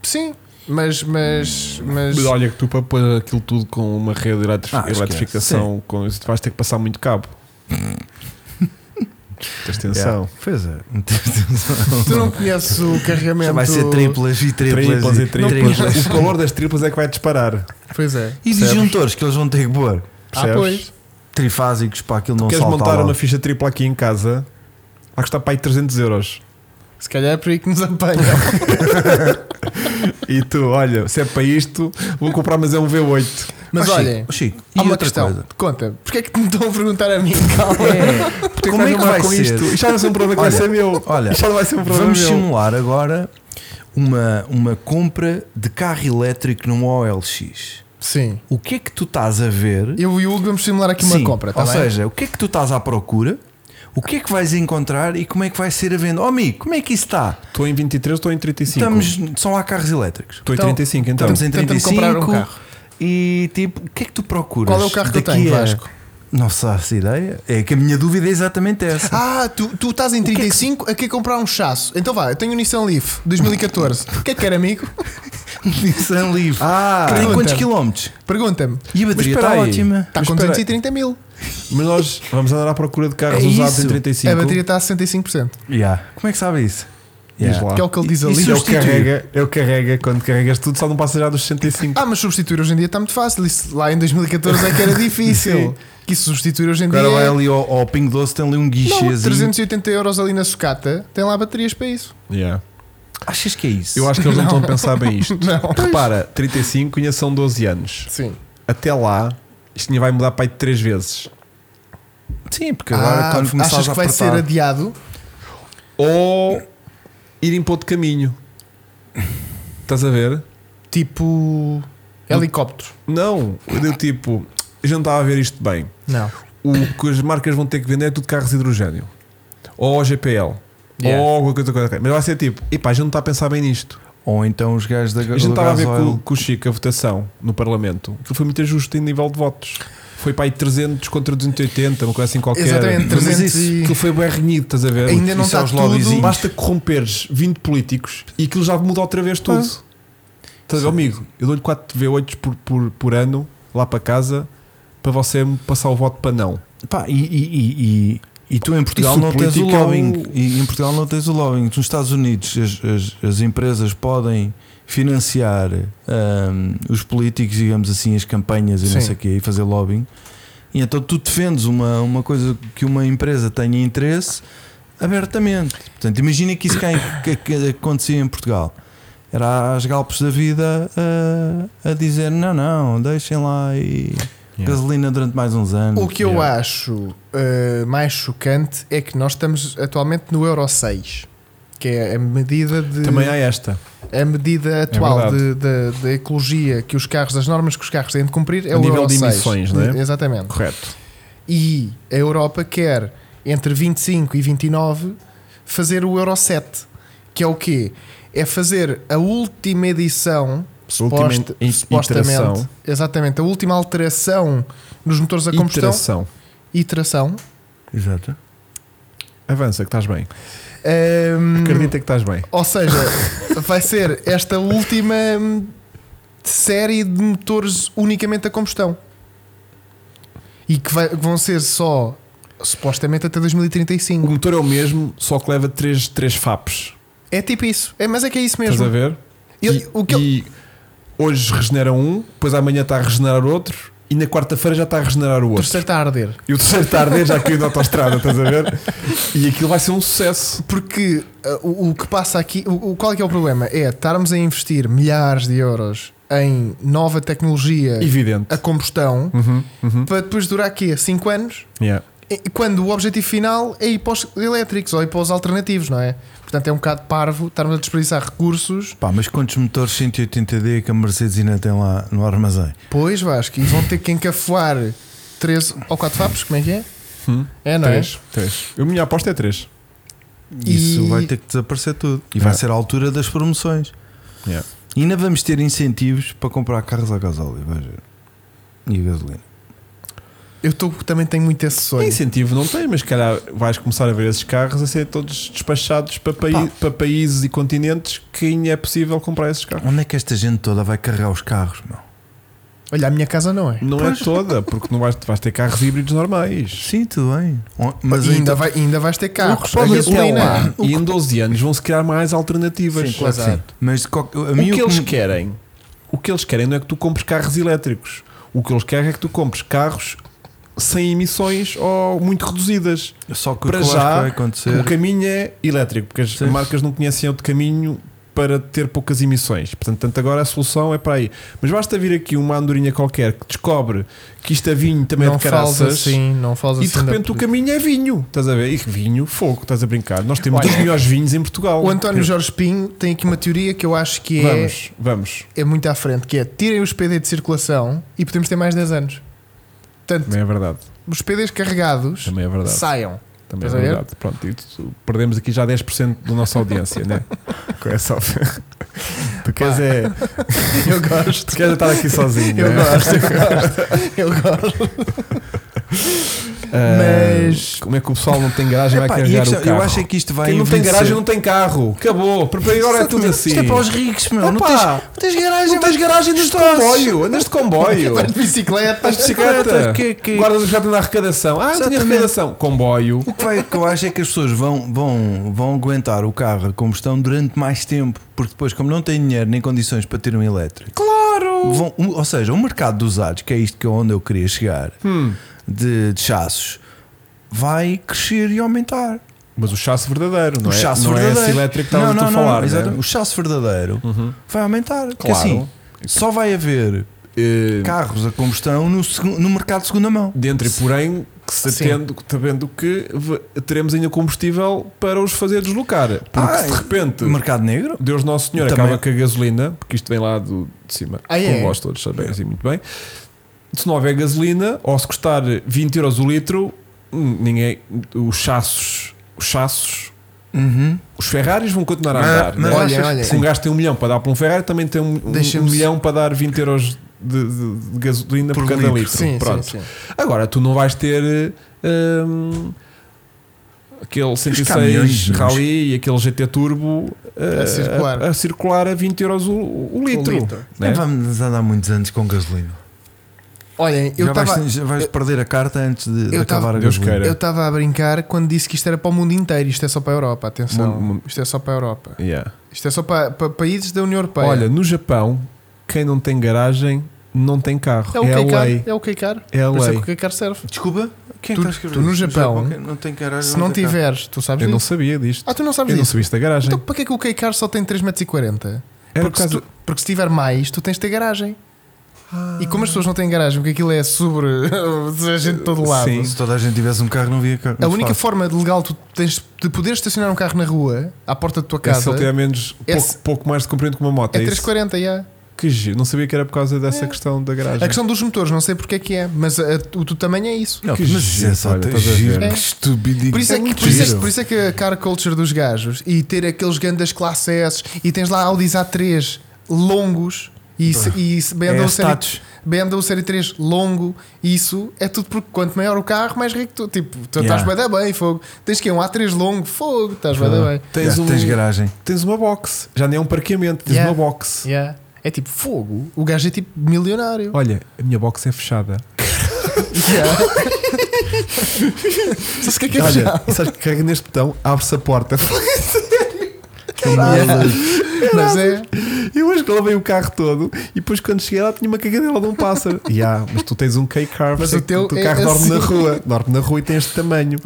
C: Sim, mas. mas, mas...
A: Mas olha que tu para pôr aquilo tudo com uma rede de eletri-
B: Ah, esquece.
A: eletrificação, com isso, tu vais ter que passar muito cabo. Tens tensão.
B: Pois
A: *laughs*
B: é.
C: Tu não conheces o carregamento.
B: Já vai ser triplas e triplas.
A: Triplas e
B: triplas.
A: *laughs* triplas. O calor das triplas é que vai disparar.
C: Pois é.
B: E um- dos
C: percebes?
B: juntores que eles vão ter que pôr.
C: Ah,
A: Percebes?
C: pois.
B: Trifásicos para aquilo não
A: Queres
B: salta
A: montar
B: lá.
A: uma ficha tripla aqui em casa? Vai custar para aí 300 euros.
C: Se calhar é por aí que nos apanham.
A: E tu, olha, se é para isto, vou comprar, mas é um V8.
C: Mas
B: Oh, Chico,
C: olhem,
B: oh, Chico,
C: há
B: e
C: uma
B: outra
C: questão.
B: coisa?
C: Conta, porquê é que me estão a perguntar
B: *laughs*
C: a mim? Calma.
A: Porque
B: Como é que vai
A: com
B: ser?
A: isto? Isto já não é um problema que vai
B: Olha,
A: ser meu.
B: olha,
A: Isto já não vai ser
C: é
A: um problema
B: Vamos
A: meu.
B: simular agora uma, uma compra de carro elétrico num OLX.
C: Sim.
B: O que é que tu estás a ver?
C: Eu e o Hugo vamos simular aqui uma
B: Sim,
C: compra, tá
B: Ou
C: bem?
B: seja, o que é que tu estás à procura? O que é que vais encontrar e como é que vai ser a venda? Oh, amigo, como é que isso está?
A: Estou em 23, estou em 35.
B: Estamos, são lá carros elétricos.
A: Estou em
C: Então,
A: 35, então.
B: Estamos em
C: Tenta-me
B: 35
C: comprar um carro.
B: e tipo, o que é que tu procuras?
C: Qual é o carro que eu
B: Daqui
C: tenho,
B: a- *laughs*
C: Vasco?
B: Não faço ideia. É que a minha dúvida é exatamente
C: *laughs*
B: essa.
C: Ah, tu, tu estás em
B: que é que-
C: 35 a querer comprar um chasso. Então vá, eu tenho um Nissan Leaf 2014. O que é que quer, amigo? é um
B: Nissan Livre.
A: Ah,
B: que tem quantos
C: Pergunta-me.
B: quilómetros?
C: Pergunta-me.
B: Então, E a bateria está
A: espera aí.
B: ótima.
C: Está Tá com
A: Mas espera aí.
C: 230 mil.
A: mas nós vamos andar à procura de carros
B: É
A: usados
B: isso.
A: em 35.
C: A bateria está a 65%.
B: Yeah. Como é que sabe isso?
A: Diz
B: Yeah.
A: lá.
C: Que é o que ele diz
B: E-
C: ali.
B: isso
A: Eu
B: substituir.
A: carrega, eu carrega, quando carregas tudo, só não passa já dos 65.
C: Ah, mas substituir hoje em dia está muito fácil. Isso lá em 2014 é que
B: *laughs*
C: era difícil.
A: Sim.
C: que isso substituir hoje em
B: Agora vai
C: dia.
B: ali ao, ao Pingo Doce, tem ali um
C: é... Não,
B: guichezinho.
C: 380 euros ali na sucata. Tem lá baterias para isso.
A: Yeah.
B: Achas que é isso?
A: Eu acho que eles não estão a pensar bem isto.
C: *laughs* Não.
A: Repara, 35 ainda são 12 anos.
C: Sim.
A: Até lá, isto ainda vai mudar para aí 3 vezes.
B: Sim, porque agora
C: Ah,
B: quando começares
C: achas
B: a
C: que vai ser
B: apertar-
C: adiado?
A: Ou irem para outro caminho. Estás a ver?
C: Tipo. Helicóptero.
A: Não, eu digo tipo, eu já não estava a ver isto bem.
C: Não.
A: O que as marcas vão ter que vender é tudo carros de hidrogênio. Ou GPL.
C: Yeah.
A: Ou alguma coisa, coisa. Mas vai ser tipo, epá, a gente não está a pensar bem nisto.
B: Ou então os gajos da
A: A gente
B: do
A: estava a ver com,
B: gasoil.
A: com o Chico a votação no Parlamento. Aquilo foi muito ajusto em nível de votos. Foi para aí 300 contra 280, uma coisa assim qualquer.
C: Exatamente,
A: Mas
C: 300
A: isso,
C: e-
A: Aquilo foi bem renhido, estás a ver?
C: Ainda não
B: isso é
C: está
B: os
C: tudo.
B: lobbyzinhos.
A: Basta corromperes 20 políticos e aquilo já muda outra vez tudo.
C: Ah.
A: Estás a ver, amigo? Eu dou-lhe 4 V8 por, por, por ano lá para casa para você me passar o voto para não.
B: Pá, e, e- e- e- e tu em Portugal
A: Isso,
B: não tens o
A: política é o-
B: lobbying. E em Portugal não tens o lobbying. Nos Estados Unidos as, as- as empresas podem financiar hum, os políticos, digamos assim, as campanhas e não
C: Sim.
B: sei o quê, e fazer lobbying. E então tu defendes uma, uma coisa que uma empresa tenha interesse abertamente. Portanto, imagina que isso cá em- que, que acontecia em Portugal. Era as galpos da vida eh, a, a dizer: não, não, deixem lá e
A: Yeah.
B: gasolina durante mais uns anos.
C: O que eu acho uh, mais chocante é que nós estamos atualmente no Euro 6, que é a medida de
A: Também há esta.
C: a
B: É
C: medida atual
A: verdade.
C: de- da da ecologia que os carros, as normas que os carros têm de cumprir é o
A: Nível
C: Euro
A: de
C: 6.
A: emissões, não é?
C: Exatamente.
A: Correto.
C: E a Europa quer entre 25 e 29 fazer o Euro 7, que é o quê? É fazer a última edição
A: Última
C: suposta-
A: i-
C: supostamente,
A: iteração.
C: exatamente, a última alteração nos motores a combustão
A: Iteração.
C: iteração.
B: Exato.
A: Avança, que estás bem.
C: Ahm,
A: Acredita que estás bem.
C: ou seja, vai ser esta última hum, série de motores unicamente a combustão e que, vai- que vão ser só supostamente até
A: O
C: 2035.
A: motor é o mesmo, só que leva 3, três FAPs.
C: É tipo isso, é, mas é que é isso
A: Estás a
C: mesmo.
A: ver?
C: Ele-
A: e,
C: o que ele-
A: e hoje regenera um, depois amanhã está a regenerar outro, e na quarta-feira já está a regenerar o
C: O
A: outro.
C: terceiro está a arder.
A: E o terceiro está a arder já caiu na autostrada, estás a ver? E aquilo vai ser um sucesso.
C: Porque uh, o, o que passa aqui, o, o- qual é que é o problema? É estarmos a investir milhares de euros em nova tecnologia
A: Evidente.
C: a combustão
A: Uhum, uhum.
C: para depois durar quê? 5 anos?
A: Yeah.
C: E- quando o objetivo final é ir para os elétricos ou ir para os alternativos, não é? Portanto, é um bocado parvo estarmos a desperdiçar recursos,
B: Pá, mas quantos motores 180D é que a Mercedes ainda tem lá no armazém?
C: pois Vasco, e vão ter que encafuar 13 ou 4 FAPs, como é que é?
A: Hum,
C: é, não é?
A: 3. 3. A minha aposta é 3.
B: Isso
C: E-
B: vai ter que desaparecer tudo. E vai
A: É.
B: ser a altura das promoções.
A: Yeah.
B: E ainda vamos ter incentivos para comprar carros a gasóleo, vais ver. E a gasolina.
C: Eu tô, também tenho muito esse sonho.
A: Incentivo não tem, mas se calhar vais começar a ver esses carros a ser todos despachados para, pai-
C: Pá.
A: para países e continentes que ainda é possível comprar esses carros.
B: Onde é que esta gente toda vai carregar os carros, meu?
C: Olha, a minha casa não é.
A: Não é toda, porque não vais, vais ter carros híbridos normais.
B: Sim, tudo bem. On- Mas
C: E ainda,
B: então-
C: vai, ainda vais ter carros.
A: Mas
C: a
B: é
A: até
C: gasolina.
A: lá, e em 12 anos vão-se criar mais alternativas.
B: Sim, claro que sim.
C: Exato.
B: Mas de qualquer- a
A: O
B: mim
A: que
B: o que
A: eles
B: me-
A: querem, o que eles querem não é que tu compres carros elétricos. O que eles querem é que tu compres carros sem emissões ou muito reduzidas.
B: Só que o
A: Para
B: que eu acho
A: já,
B: que vai acontecer.
A: O caminho é elétrico, porque as
B: Sim.
A: marcas não conhecem outro caminho para ter poucas emissões. Portanto, tanto agora a solução é para aí. Mas basta vir aqui uma andorinha qualquer que descobre que isto é vinho também é
C: não
A: de
C: fales
A: caraças.
C: assim, não fales
A: E de
C: assim. da-
A: repente o caminho é vinho, estás a ver? E vinho, fogo, estás a brincar. Nós temos
C: Olha,
A: os melhores vinhos em Portugal.
C: O António Jorge Pinho tem aqui uma teoria que eu acho que é,
A: é- Vamos, vamos.
C: é muito à frente, que é tirem os PD de circulação e podemos ter mais 10 anos. Portanto,
A: Também é verdade.
C: os PDs carregados
A: Também é verdade.
C: saiam.
A: Também é
C: Estás a ver?
A: verdade. Pronto, e tu- perdemos aqui já 10% da nossa audiência, né? *laughs* Com essa oferta. Tu queres é.
C: *laughs* Eu gosto.
A: Tu queres estar aqui sozinho.
C: Eu
A: né?
C: gosto, eu
A: *laughs*
C: gosto, eu gosto.
A: Ah,
C: Mas-
A: Como é que o pessoal não tem garagem vai
B: Epá,
A: carregar
B: e a
A: o
B: questão-
A: carro?
B: eu acho é que isto vai
A: Quem não tem
B: envelhecer.
A: garagem não tem carro. Acabou. Porque agora é tudo assim.
B: Isto é para os ricos, meu. Não
A: Epá,
B: tens, não tens garagem.
A: não tens garagem, andas de comboio. Andas de comboio.
C: Vais de bicicleta.
A: Estás de bicicleta.
B: Bicicleta, que- que-
A: Guardas o jato na arrecadação. Ah, não tinha
B: Exatamente.
A: arrecadação. Comboio.
B: O que, vai, o que eu acho é que as pessoas vão, vão, vão aguentar o carro a combustão durante mais tempo, porque depois, como não têm dinheiro nem condições para ter um elétrico,
A: Claro.
B: vão- um- ou seja, o mercado dos usados, que é isto que é onde eu queria chegar,
A: Hum.
B: de, de chassos, vai crescer e aumentar.
A: Mas o chasse verdadeiro, não
B: o
A: é?
B: chasso
A: não
B: verdadeiro.
A: é esse elétrico que
B: não,
A: estavas
B: não,
A: tu a
B: não,
A: falar. né?
B: exatamente. O chasso verdadeiro
A: Uhum.
B: vai aumentar. Porque
A: Claro.
B: assim, só vai haver
A: Eh,
B: carros a combustão no, segu- no mercado de segunda mão.
A: Dentro e porém, que se
C: Sim.
A: tendo, sabendo que v- teremos ainda combustível para os fazer deslocar. Porque
B: Ah,
A: se de repente
B: Mercado negro?
A: Deus Nosso Senhor
B: Também.
A: acaba com a gasolina, porque isto vem lá do, de cima,
C: Ah, é?
A: como vós todos sabem assim muito bem. Se não houver gasolina, ou se custar 20 euros o litro, hum, ninguém. Os chassos, os chassos,
B: Uhum.
A: os Ferraris vão continuar a
B: Mas-
A: andar.
B: mas
A: né?
B: olha,
C: Olha,
A: Se um gajo tem um milhão para dar para um Ferrari, também tem um, um- um
C: Deixa-me-
A: milhão para dar 20 euros de, de- de gasolina por,
B: Por
A: cada
B: litro.
A: um litro.
C: Sim,
A: Pronto.
C: sim, sim.
A: Agora, tu não vais ter eh, hum, aquele 106
B: caminhões, mas-
A: Rally e aquele GT Turbo eh,
C: A circular.
A: a, a circular a 20 euros o, o litro.
C: litro. É
A: né?
B: Nem vamos andar muitos anos com gasolina.
C: Olhem, eu
B: Já vais,
C: estava.
B: já vais perder a carta antes de, de
C: eu
B: acabar
C: tava-
B: a
A: Deus
B: gasolina.
A: queira.
C: Eu estava a brincar quando disse que isto era para o mundo inteiro. Isto é só para a Europa, atenção.
A: Mundo- mundo-
C: Isto é só para a Europa.
A: Yeah.
C: Isto é só para, para países da União Europeia.
A: Olha, no Japão, quem não tem garagem não tem carro.
C: é
A: É, a lei.
C: o Keicar. É o Keicar.
A: É a
C: Por isso é que
A: lei.
C: o Keicar serve.
B: Desculpa,
A: é
B: quem
C: Tu-
A: tá
B: está a escrever
C: tu no
B: isso?
C: Japão,
B: Japão, não tem garagem.
A: um
C: Se não
B: tem carro.
C: tiveres, tu sabes
A: Eu não
C: disso.
A: sabia disto.
C: é Ah, tu não sabes
A: Eu não
C: disso.
A: sabia isto da garagem.
C: Então para é que o Keicar só tem 3,40m?
A: Era por
C: Porque, se
A: causa.
C: tu- porque se tiver mais, tu tens de ter garagem. E como as pessoas não têm garagem, porque aquilo é sobre *laughs* a gente de todo lado.
A: Sim.
B: Se toda a gente tivesse um carro, não via carro.
C: A
B: Não
C: única
B: fácil.
C: forma de legal tu tens de poder estacionar um carro na rua, à porta da tua
A: É se
C: casa,
A: ele tiver menos,
C: É
A: pouco,
C: se-
A: pouco mais de comprido que uma moto.
C: é
A: É isso?
C: 3,40. Yeah.
A: Que giro. Não sabia que era por causa dessa questão da garagem.
C: A questão dos motores, não sei porque é que é, mas a- o do tamanho é isso.
B: Não,
A: Que
B: mas isso
A: giro,
B: é só
A: olha,
B: ter-
A: estás a ver?
B: giro,
C: É.
B: que estupidez.
C: Por isso é, que,
B: muito
C: por, isso é,
B: giro.
C: por isso é que a car culture dos gajos e ter aqueles grandes classe S e tens lá Audis A3 longos e, se- e se- BMW,
B: É
C: série,
B: status.
C: BMW série 3 longo, isso é tudo porque quanto maior o carro, mais rico tu. Tipo, tu
B: Yeah.
C: estás bem da bem, fogo. Tens que é um A3 longo, fogo, estás bem da bem.
A: Tens,
B: Já
A: um-
B: tens garagem.
A: tens uma box. Já nem é um parqueamento, tens
C: Yeah.
A: uma box.
C: Yeah. É tipo fogo. O gajo é tipo milionário.
A: Olha, a minha box é fechada.
C: Yeah. Sabes o que é que é já?
A: Olha, sabes que carrega neste botão, abre-se a
C: *laughs*
A: porta.
C: Mas é.
A: Eu acho que lavei o carro todo e depois quando cheguei lá tinha uma cagadela de um
C: *laughs*
A: pássaro. E há, mas tu tens um K-Car,
C: Mas
A: por isso
C: o
A: é que
C: teu
A: o teu
C: é
A: carro dorme
C: assim.
A: na rua. Dorme na rua e tem este tamanho.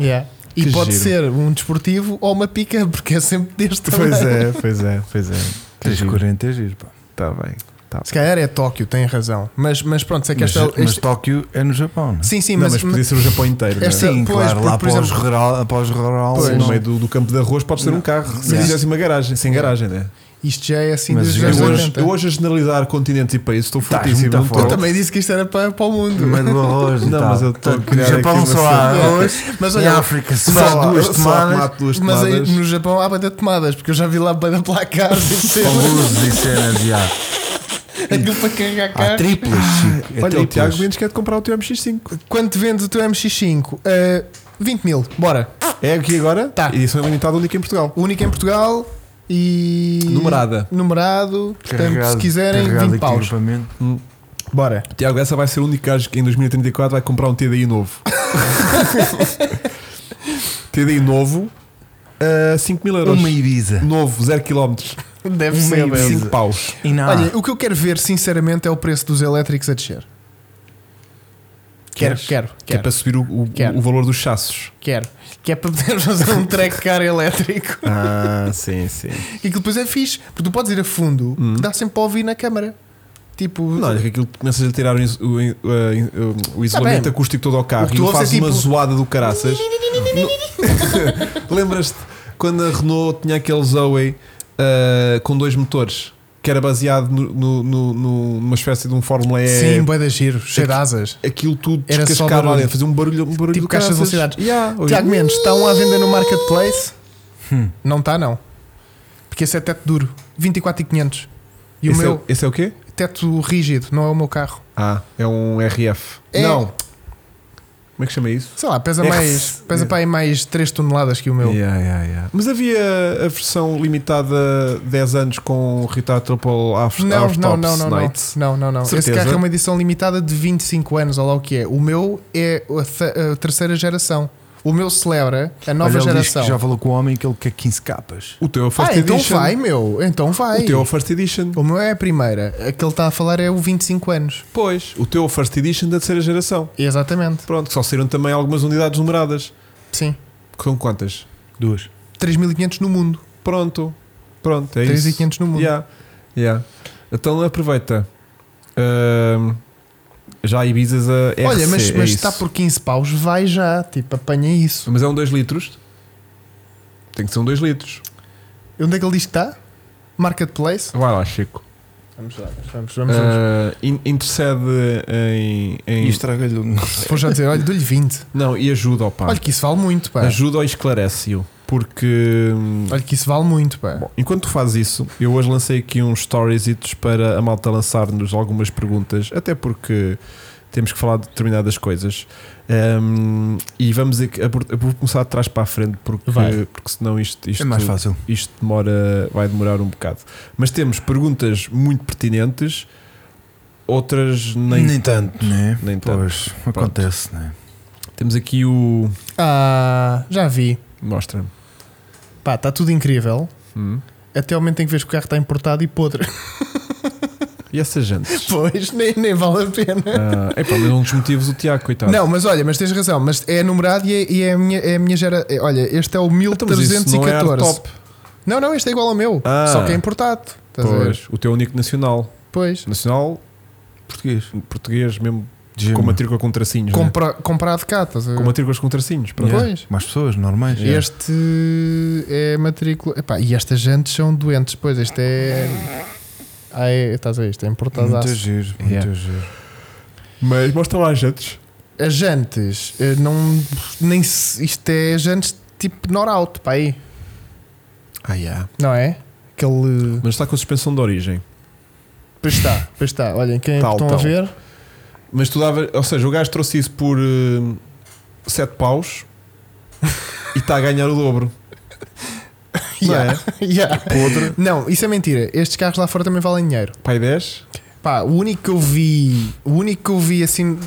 C: E
A: Que
C: pode
A: giro.
C: ser um desportivo ou uma pica, porque é sempre deste tamanho.
A: Pois é, pois é, pois é.
B: Tens
A: giro.
B: 40 é giro, pá.
A: Está bem. Tá.
C: Se calhar é Tóquio, tem razão. Mas, mas pronto, sei que
B: Mas,
C: esta.
B: mas
C: este-
B: Tóquio é no Japão, não é?
C: sim, sim,
A: Não, mas,
C: mas.
A: podia ser o Japão inteiro. não é?
C: Esta-
B: Sim,
C: pois,
B: claro,
C: porque,
B: lá
C: por
B: para os
C: exemplo-
B: rural, após rural
C: Pois.
A: no
B: não.
A: meio do, do campo de arroz podes ter um carro se
C: Não.
A: fizesse uma garagem, sem garagem, né?
C: Isto já é assim
B: Mas
C: dos
B: eu
C: anos
A: Eu hoje,
C: 80.
A: eu hoje a generalizar continentes e países
C: Tá,
A: estou
B: Estás
A: fortíssimo. Então,
B: muito
A: não estou?
B: fora.
C: Eu também disse que isto era para, para o mundo.
B: no meio do arroz. e
A: Não,
B: tal.
A: mas eu estou a
B: Portanto,
A: criar
B: No Japão
A: aqui uma
B: só há
A: cena.
B: arroz.
C: Mas
B: Em
C: olha,
B: África só
A: Só
B: há duas
A: só
B: tomadas.
A: tomate, duas
C: mas aí
A: tomadas.
C: no Japão há banda de tomadas, porque eu já vi lá
A: *laughs*
C: banda placar
B: Com
C: aquilo
B: luzes e cenas, já.
C: para carregar
B: Há
C: carros.
B: triplas, Chico. É
A: Olha,
C: Então,
A: o
B: triplas.
A: Tiago Mendes quer comprar o teu MX5.
C: Quando te vendes o teu MX5? Ah, 20 mil, bora.
A: É aqui agora?
C: Tá.
A: Edição limitada única em Portugal.
C: Única em Portugal e.
A: Numerada.
C: Numerado. Portanto, se quiserem,
B: carregado
C: 20
B: aqui
C: paus.
B: o equipamento.
C: Bora.
A: Tiago, essa vai ser o único gajo que em 2034 vai comprar um TDI novo.
C: *laughs*
A: TDI novo a 5 mil
C: Um
A: euros.
B: Uma Ibiza.
A: Novo, 0 km.
C: Deve
B: Um
C: ser,
B: meio
C: deve
B: de-
C: ser.
A: 5 paus.
B: E não.
C: é Olha, o que eu quero ver, sinceramente, é o preço dos elétricos a descer. Quero,
A: Queres?
C: quero,
A: Que é
C: quero,
A: para subir o, o-
C: Quero.
A: o valor dos chassos.
C: quero. Que é para podermos
A: *laughs*
C: fazer um track car elétrico.
A: Ah, sim, sim.
C: E que depois é fixe, porque tu podes ir a fundo, que dá sempre para ouvir na câmara. Tipo,
A: Hum. Não, olha que aquilo que começas a tirar o, is- o, in- o, eh, in- o- o isolamento
C: Tá bem.
A: acústico todo ao
C: O
A: carro
C: que
A: e
C: tu ouves
A: fazes
C: é
A: uma
C: tipo-
A: zoada do caraças. No- *laughs* Lembras-te quando a Renault tinha aquele Zoe eh, com dois motores que era baseado no- no- no- no- numa espécie de um Fórmula E?
C: sim, boi da giro, cheio
A: é
C: de asas.
A: Aquilo tudo
C: Era só
A: descascava lá
C: barulho.
A: dentro, fazia um barulho, um barulho
C: Tipo
A: do
C: caixa de
A: caraças.
C: velocidades.
A: Yeah, ouvi-
C: Tiago Mendes, está um à venda no Marketplace?
A: Hum.
C: Não está, não. Porque esse é teto duro, 24,500. E o
A: esse,
C: meu
A: é, esse é o quê?
C: teto rígido, não é o meu carro.
A: Ah, é um RF.
C: É.
A: Não. Como é que chama isso?
C: Sei lá, pesa
A: É.
C: mais, pesa para aí mais 3 toneladas que o meu.
A: Yeah, yeah, yeah. Mas havia a versão limitada 10 anos com Rita Triple After
C: Não,
A: After
C: não,
A: Tops
C: não, não, não,
A: Nights.
C: não, não, não. Esse
A: Certeza?
C: carro é uma edição limitada de 25 anos, olha lá o que é. O meu é a, th- a terceira geração. O meu celebra a nova
B: Olha, ele diz que
C: geração.
B: já falou com o homem que ele quer 15 capas.
A: O teu é o First
C: Ah, então
A: Edition.
C: vai, meu. Então vai.
A: O teu é o First Edition.
C: O meu é a primeira. Aquele que está a falar é o 25 anos.
A: Pois, o teu é o First Edition da terceira geração.
C: Exatamente.
A: Pronto, só saíram também algumas unidades numeradas.
C: Sim.
A: Que São quantas?
B: Duas.
C: 3.500 no mundo.
A: Pronto, pronto, é isso.
C: 3.500 no mundo.
A: Yeah, yeah. Então aproveita. Ahm, já Ibizas a RC,
C: Olha, mas,
A: é
C: mas
A: isso.
C: está por 15 paus, vai já. Tipo, apanha isso.
A: Mas é um 2 litros. Tem que ser um 2 litros.
C: Onde é que ele diz que está? Marketplace?
A: Então Vai lá, Chico.
C: Vamos lá, vamos, vamos. vamos.
A: Ah, in- intercede em. em-
B: E estraga-lhe o.
C: Vou já dizer, olha, dou-lhe 20.
A: Não, e ajuda ao pá.
C: Olha que isso vale muito, pá.
A: ajuda ou esclarece-o. Porque. hum,
C: Olha que isso vale muito, pá.
A: bom, enquanto tu fazes isso, eu hoje lancei aqui uns stories para a malta lançar-nos algumas perguntas, até porque temos que falar de determinadas coisas. Hum, e vamos. aqui- abor- Eu vou começar de trás para a frente, porque,
C: Vai.
A: porque senão isto, isto
B: É mais fácil.
A: isto demora, vai demorar um bocado. Mas temos perguntas muito pertinentes, outras nem,
B: Nem tanto, né?
A: nem tanto.
B: Pois, acontece, né?
A: Temos aqui o.
C: Ah, já vi.
A: Mostra-me.
C: Pá, está tudo incrível.
A: Hum.
C: Até ao momento em que vês que o carro está importado e podre. *laughs*
A: E essas jantes?
C: Pois, nem, nem vale a pena.
A: Ah, epá, mas um dos motivos o Tiago, coitado.
C: Não, mas olha, mas tens razão. Mas é numerado e é, e é a minha, é a minha gera. é, Olha, este é o
A: Então, mas isso não é
C: 1314.
A: top.
C: Não, não, este é igual ao meu.
A: Ah.
C: Só que é importado. Estás a ver?
A: Pois, o teu único nacional.
C: Pois.
A: Nacional
B: Português.
A: português, mesmo
B: Gema.
A: com matrícula com tracinhos. né?
C: Compra, comprado cá, estás a ver?
A: Com matrículas com tracinhos. pronto.
C: Yeah.
B: né? Yeah. Mais pessoas, normais.
C: Este é matrícula. Epá, e estas gentes são doentes, pois. Este é. Ah, é, estás a ver? Isto é importado.
B: Muito giro, muito
A: Yeah.
B: giro.
A: Mas mostra lá as jantes.
C: As jantes, eh, não, nem se- isto é jantes tipo Norauto, pá aí,
A: Ah, yeah.
C: não é? Aquele.
A: Mas está com a suspensão de origem.
C: Pois está, pois está. Olhem, quem é que
A: Tal,
C: estão a
A: tal.
C: ver?
A: Mas tu dava, ou seja, o gajo trouxe isso por 7 paus e está a ganhar o dobro. Não é?
C: Yeah, *laughs* yeah.
A: Podre,
C: Não, isso é mentira. Estes carros lá fora também valem dinheiro.
A: pai 10.
C: Pá, o único que eu vi. O único que eu vi assim.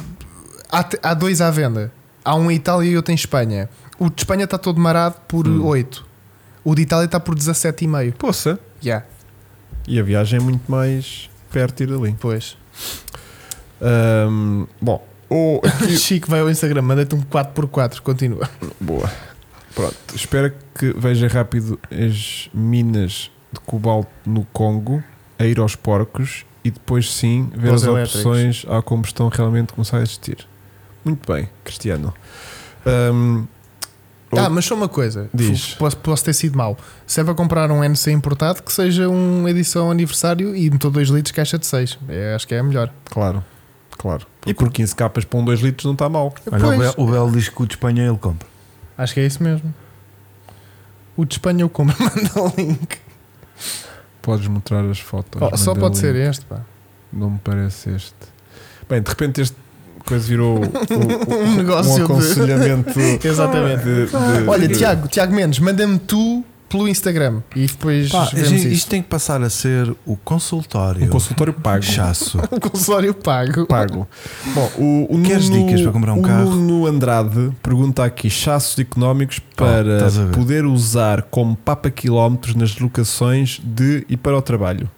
C: Há, há dois à venda. Há um em Itália e outro em Espanha. O de Espanha está todo marado por 8. O de Itália está por 17,5.
A: Poça.
C: Yeah,
A: E a viagem é muito mais perto de ir ali.
C: pois.
A: Ahm, bom, ou aqui-
C: *laughs* Chico vai ao Instagram, manda-te um 4x4. Continua.
A: *laughs* Boa. Pronto, espero que veja rápido as minas de cobalto no Congo a ir aos porcos e depois sim ver
C: Aos
A: as
C: elétricos.
A: opções à combustão realmente começar a existir. Muito bem, Cristiano. Ahm,
C: Ah,
A: Ou-
C: mas só uma coisa.
A: Diz.
C: Posso, posso ter sido mau. Se é para comprar um NC importado, que seja uma edição aniversário e meter 2 litros caixa de 6. acho que é a melhor.
A: Claro, claro. E por 15 capas para um 2 litros não está mal.
B: Olha, o
C: Pois.
B: Bel, o Bel diz que o de Espanha ele compra.
C: Acho que é isso mesmo. O de Espanha eu compro, *laughs* manda o link.
A: Podes mostrar as fotos.
B: Então,
C: Oh, só
A: manda
C: pode
A: ali.
C: ser este, pá.
A: Não me parece este. Bem, de repente este coisa virou um, um-
C: Um negócio
A: um
C: *laughs*
A: aconselhamento. de-
C: Exatamente.
A: de-
C: Olha,
A: de-
C: Tiago, Tiago Mendes, manda-me tu pelo Instagram e depois
B: Pá, é
C: vemos
B: isto,
C: isto.
B: isto tem que passar a ser o consultório.
A: Um consultório pago.
B: Chasso.
C: Um consultório pago.
A: Pago. Bom, o, o
B: Queres
A: Nuno-
B: dicas para comprar um
A: o
B: carro? Oh,
A: Nuno Andrade pergunta aqui chassos económicos para
B: estás a ver.
A: poder usar como papa quilómetros nas locações de e para o trabalho.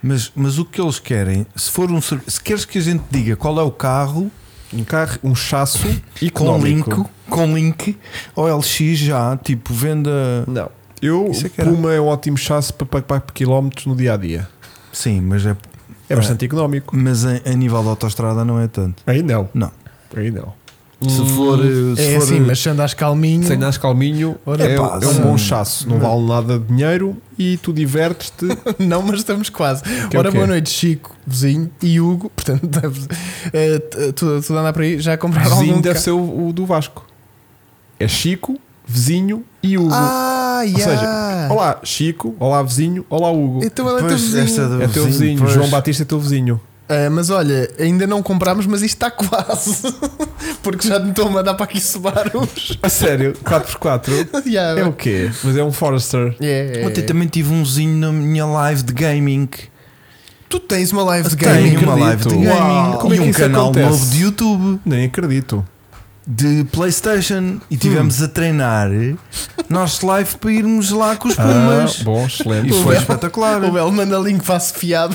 B: Mas, mas o que eles querem, se for um ser- se queres que a gente diga qual é o carro,
A: Um carro, um chasso
B: Com um
A: económico.
B: link, com link, OLX já, tipo, venda.
A: Não. Eu,
B: Isso é que era.
A: Puma é um ótimo chasso para pagar por quilómetros no dia a dia.
B: Sim, mas, é,
A: É bastante económico.
B: mas a, a nível de autostrada não é tanto.
A: Aí não.
B: Não.
A: Aí não.
B: Se
A: Hum,
B: for. eh, Se
C: É
B: for
C: assim, mas se andas calminho.
A: Sem nas calminho,
C: Ora,
A: é,
B: pá,
A: é um
B: sim.
A: bom chasso. Não é? vale nada de dinheiro e tu divertes-te.
B: *laughs*
C: *laughs* Não, mas estamos quase.
A: Que é o
C: Ora,
A: quê?
C: boa noite, Chico, vizinho e Hugo. Portanto, *laughs* estamos, eh, t- tudo, tudo anda por aí. Já compraram
A: Vizinho
C: algum
A: deve
C: ca-
A: ser o, o do Vasco. É Chico, vizinho e Hugo.
C: Ah,
A: Ou seja,
C: yeah.
A: Olá, Chico. Olá, vizinho. Olá, Hugo.
C: Então ela é teu
B: Pois,
C: vizinho.
B: esta do
A: É teu vizinho.
B: pois.
A: João Batista é teu
B: *laughs*
A: vizinho.
C: Ah, mas olha, ainda não comprámos, mas isto está quase. *laughs* Porque já me estão a mandar para aqui Subarus.
A: A sério, 4x4
C: *laughs* yeah.
A: é o quê? Mas é um Forester.
C: É, é.
B: Ontem também tive um vizinho na minha live de gaming.
C: Tu tens uma live de
A: Tenho,
C: gaming.
B: Tenho uma
A: acredito.
B: live de gaming
A: Uau. Como é
B: e
A: que
B: um
A: isso
B: canal
A: acontece?
B: novo de YouTube
A: Nem acredito.
B: de PlayStation e
A: Hum.
B: tivemos a treinar nós live para irmos lá com os Pumas.
A: Ah, bom, excelente.
B: e foi
C: Bel.
B: espetacular.
C: O Bel manda link para fiado.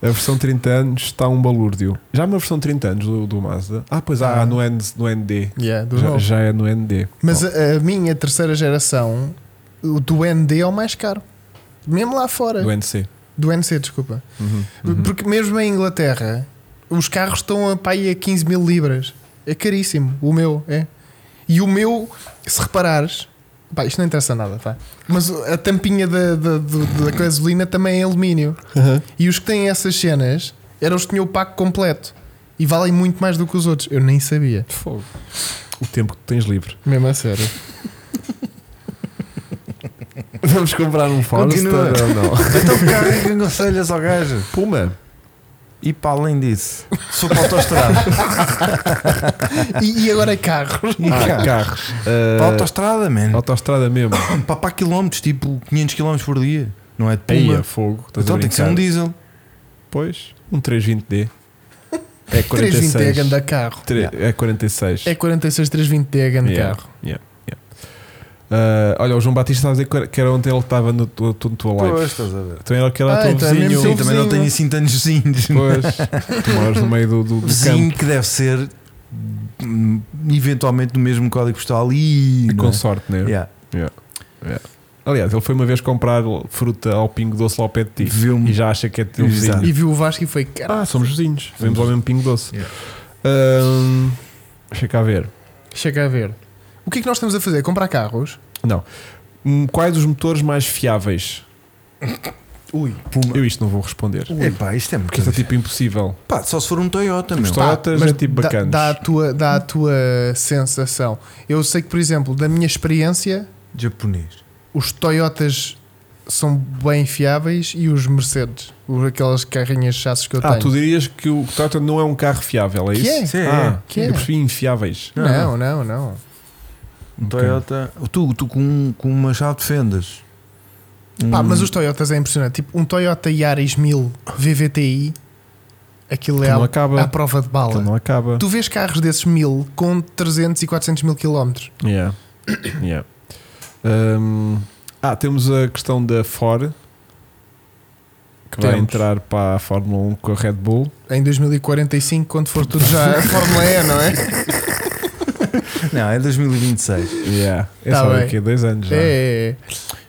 A: A versão 30 anos está um balúrdio. Já uma versão 30 anos do, do Mazda. Ah, pois há
C: Ah.
A: no, N, no ND.
C: *laughs* Yeah, do
A: Já,
C: novo.
A: já é no ND.
C: Mas
A: Bom,
C: a, a minha terceira geração, o do ND é o mais caro. Mesmo lá fora.
A: do
C: Do,
A: NC.
C: NC, desculpa.
A: Uhum, uhum.
C: Porque mesmo em Inglaterra, os carros estão a, pá, aí a 15 mil libras. É caríssimo. O meu, é. E o meu, se reparares. Pá, isto não interessa nada, pá. Mas a tampinha da, da, do- da gasolina também é alumínio. E os que têm essas cenas eram os que tinham o pack completo. E valem muito mais do que os outros. Eu nem sabia.
A: Fogo. O tempo que tens livre. *laughs*
C: Mesmo a sério.
A: Vamos comprar um Forester
B: Continua.
A: ou não?
B: Então carrega que aconselhas ao gajo.
A: Puma.
B: E para além disso, sou para
A: *laughs*
B: a autostrada.
C: E, e agora é carro. *laughs*
A: Ah,
B: carros.
A: carros.
B: para a
A: Ah,
B: autostrada, man.
A: autostrada mesmo.
B: Para, para quilómetros, tipo 500 km por dia. Não é de
A: Aí é
B: Puma.
A: fogo. Estás a
B: Então tem que ser um
A: brincar.
B: diesel.
A: Pois, um 320D. É 46.
C: 320 é ganda carro.
A: Tre- É 46.
C: É 46 320 é ganda
A: Yeah,
C: carro.
A: yeah, yeah. Ah, olha, o João Batista estava a dizer que era- que era ontem ele que estava no tu- tu- na tua live.
B: estás a ver.
A: Então era que era
C: Ah,
A: teu
C: então é
A: vizinho.
C: mesmo
B: Sim,
C: Teu
B: também não
C: vizinho.
B: tenho assim tantos vizinhos.
A: Pois, tu moras no meio do, do, do
B: Vizinho
A: campo.
B: que deve ser hum, eventualmente do mesmo código postal e.
A: E
B: não é?
A: com sorte, né?
B: Yeah.
A: Aliás, ele foi uma vez comprar fruta ao Pingo Doce lá ao pé de ti.
B: Viu-me.
A: Tipo, E já acha que é teu
B: Exato.
A: vizinho.
C: E viu o Vasco e foi cara.
A: Ah, somos vizinhos. Vemos ao mesmo Pingo Doce.
B: Yeah.
A: Ahm, deixa cá ver.
C: Chega a ver. O que é que nós estamos a fazer? Comprar carros?
A: Hum, Quais os motores mais fiáveis?
C: Ui.
B: Puma.
A: Eu isto não vou responder.
B: Epá, isto é muito
A: Porque isto é tipo impossível.
B: Pá, só se for um Toyota, meu.
A: Gostou? Toyotas é tipo
C: dá-
A: bacanas.
C: Dá, a tua, dá a tua sensação. Eu sei que, por exemplo, da minha experiência,
B: Japonês.
C: os Toyotas são bem fiáveis e os Mercedes, os- aquelas carrinhas de chassos que eu
A: Ah,
C: tenho.
A: tu dirias que o Toyota não é um carro fiável, é
C: Que
A: isso?
C: é?
B: Sim, é.
A: Ah,
C: Que é?
A: eu percebi infiáveis.
C: Não, não, não.
B: Um Toyota. Tu, tu com, um, com uma chave de fendas.
C: Pá,
B: Um-
A: Hum.
C: mas os Toyotas é impressionante. Tipo, um Toyota Yaris 1000 VVTi, aquilo é
A: Que não
C: à-
A: acaba.
C: à prova de
A: Aquilo
C: bala.
A: não acaba.
C: Tu vês carros desses 1000 com 300 e 400 mil quilómetros.
A: Yeah. *coughs* Yeah. Hum, ah, temos a questão da Ford que vai
B: Temos.
A: entrar para a Fórmula 1 com a Red Bull.
C: Em 2045, quando for tudo já a Fórmula E, não é?
B: *laughs* Não, é 2026.
A: Yeah. É
C: Tá
A: só
C: bem.
A: daqui a dois anos já.
C: É, é,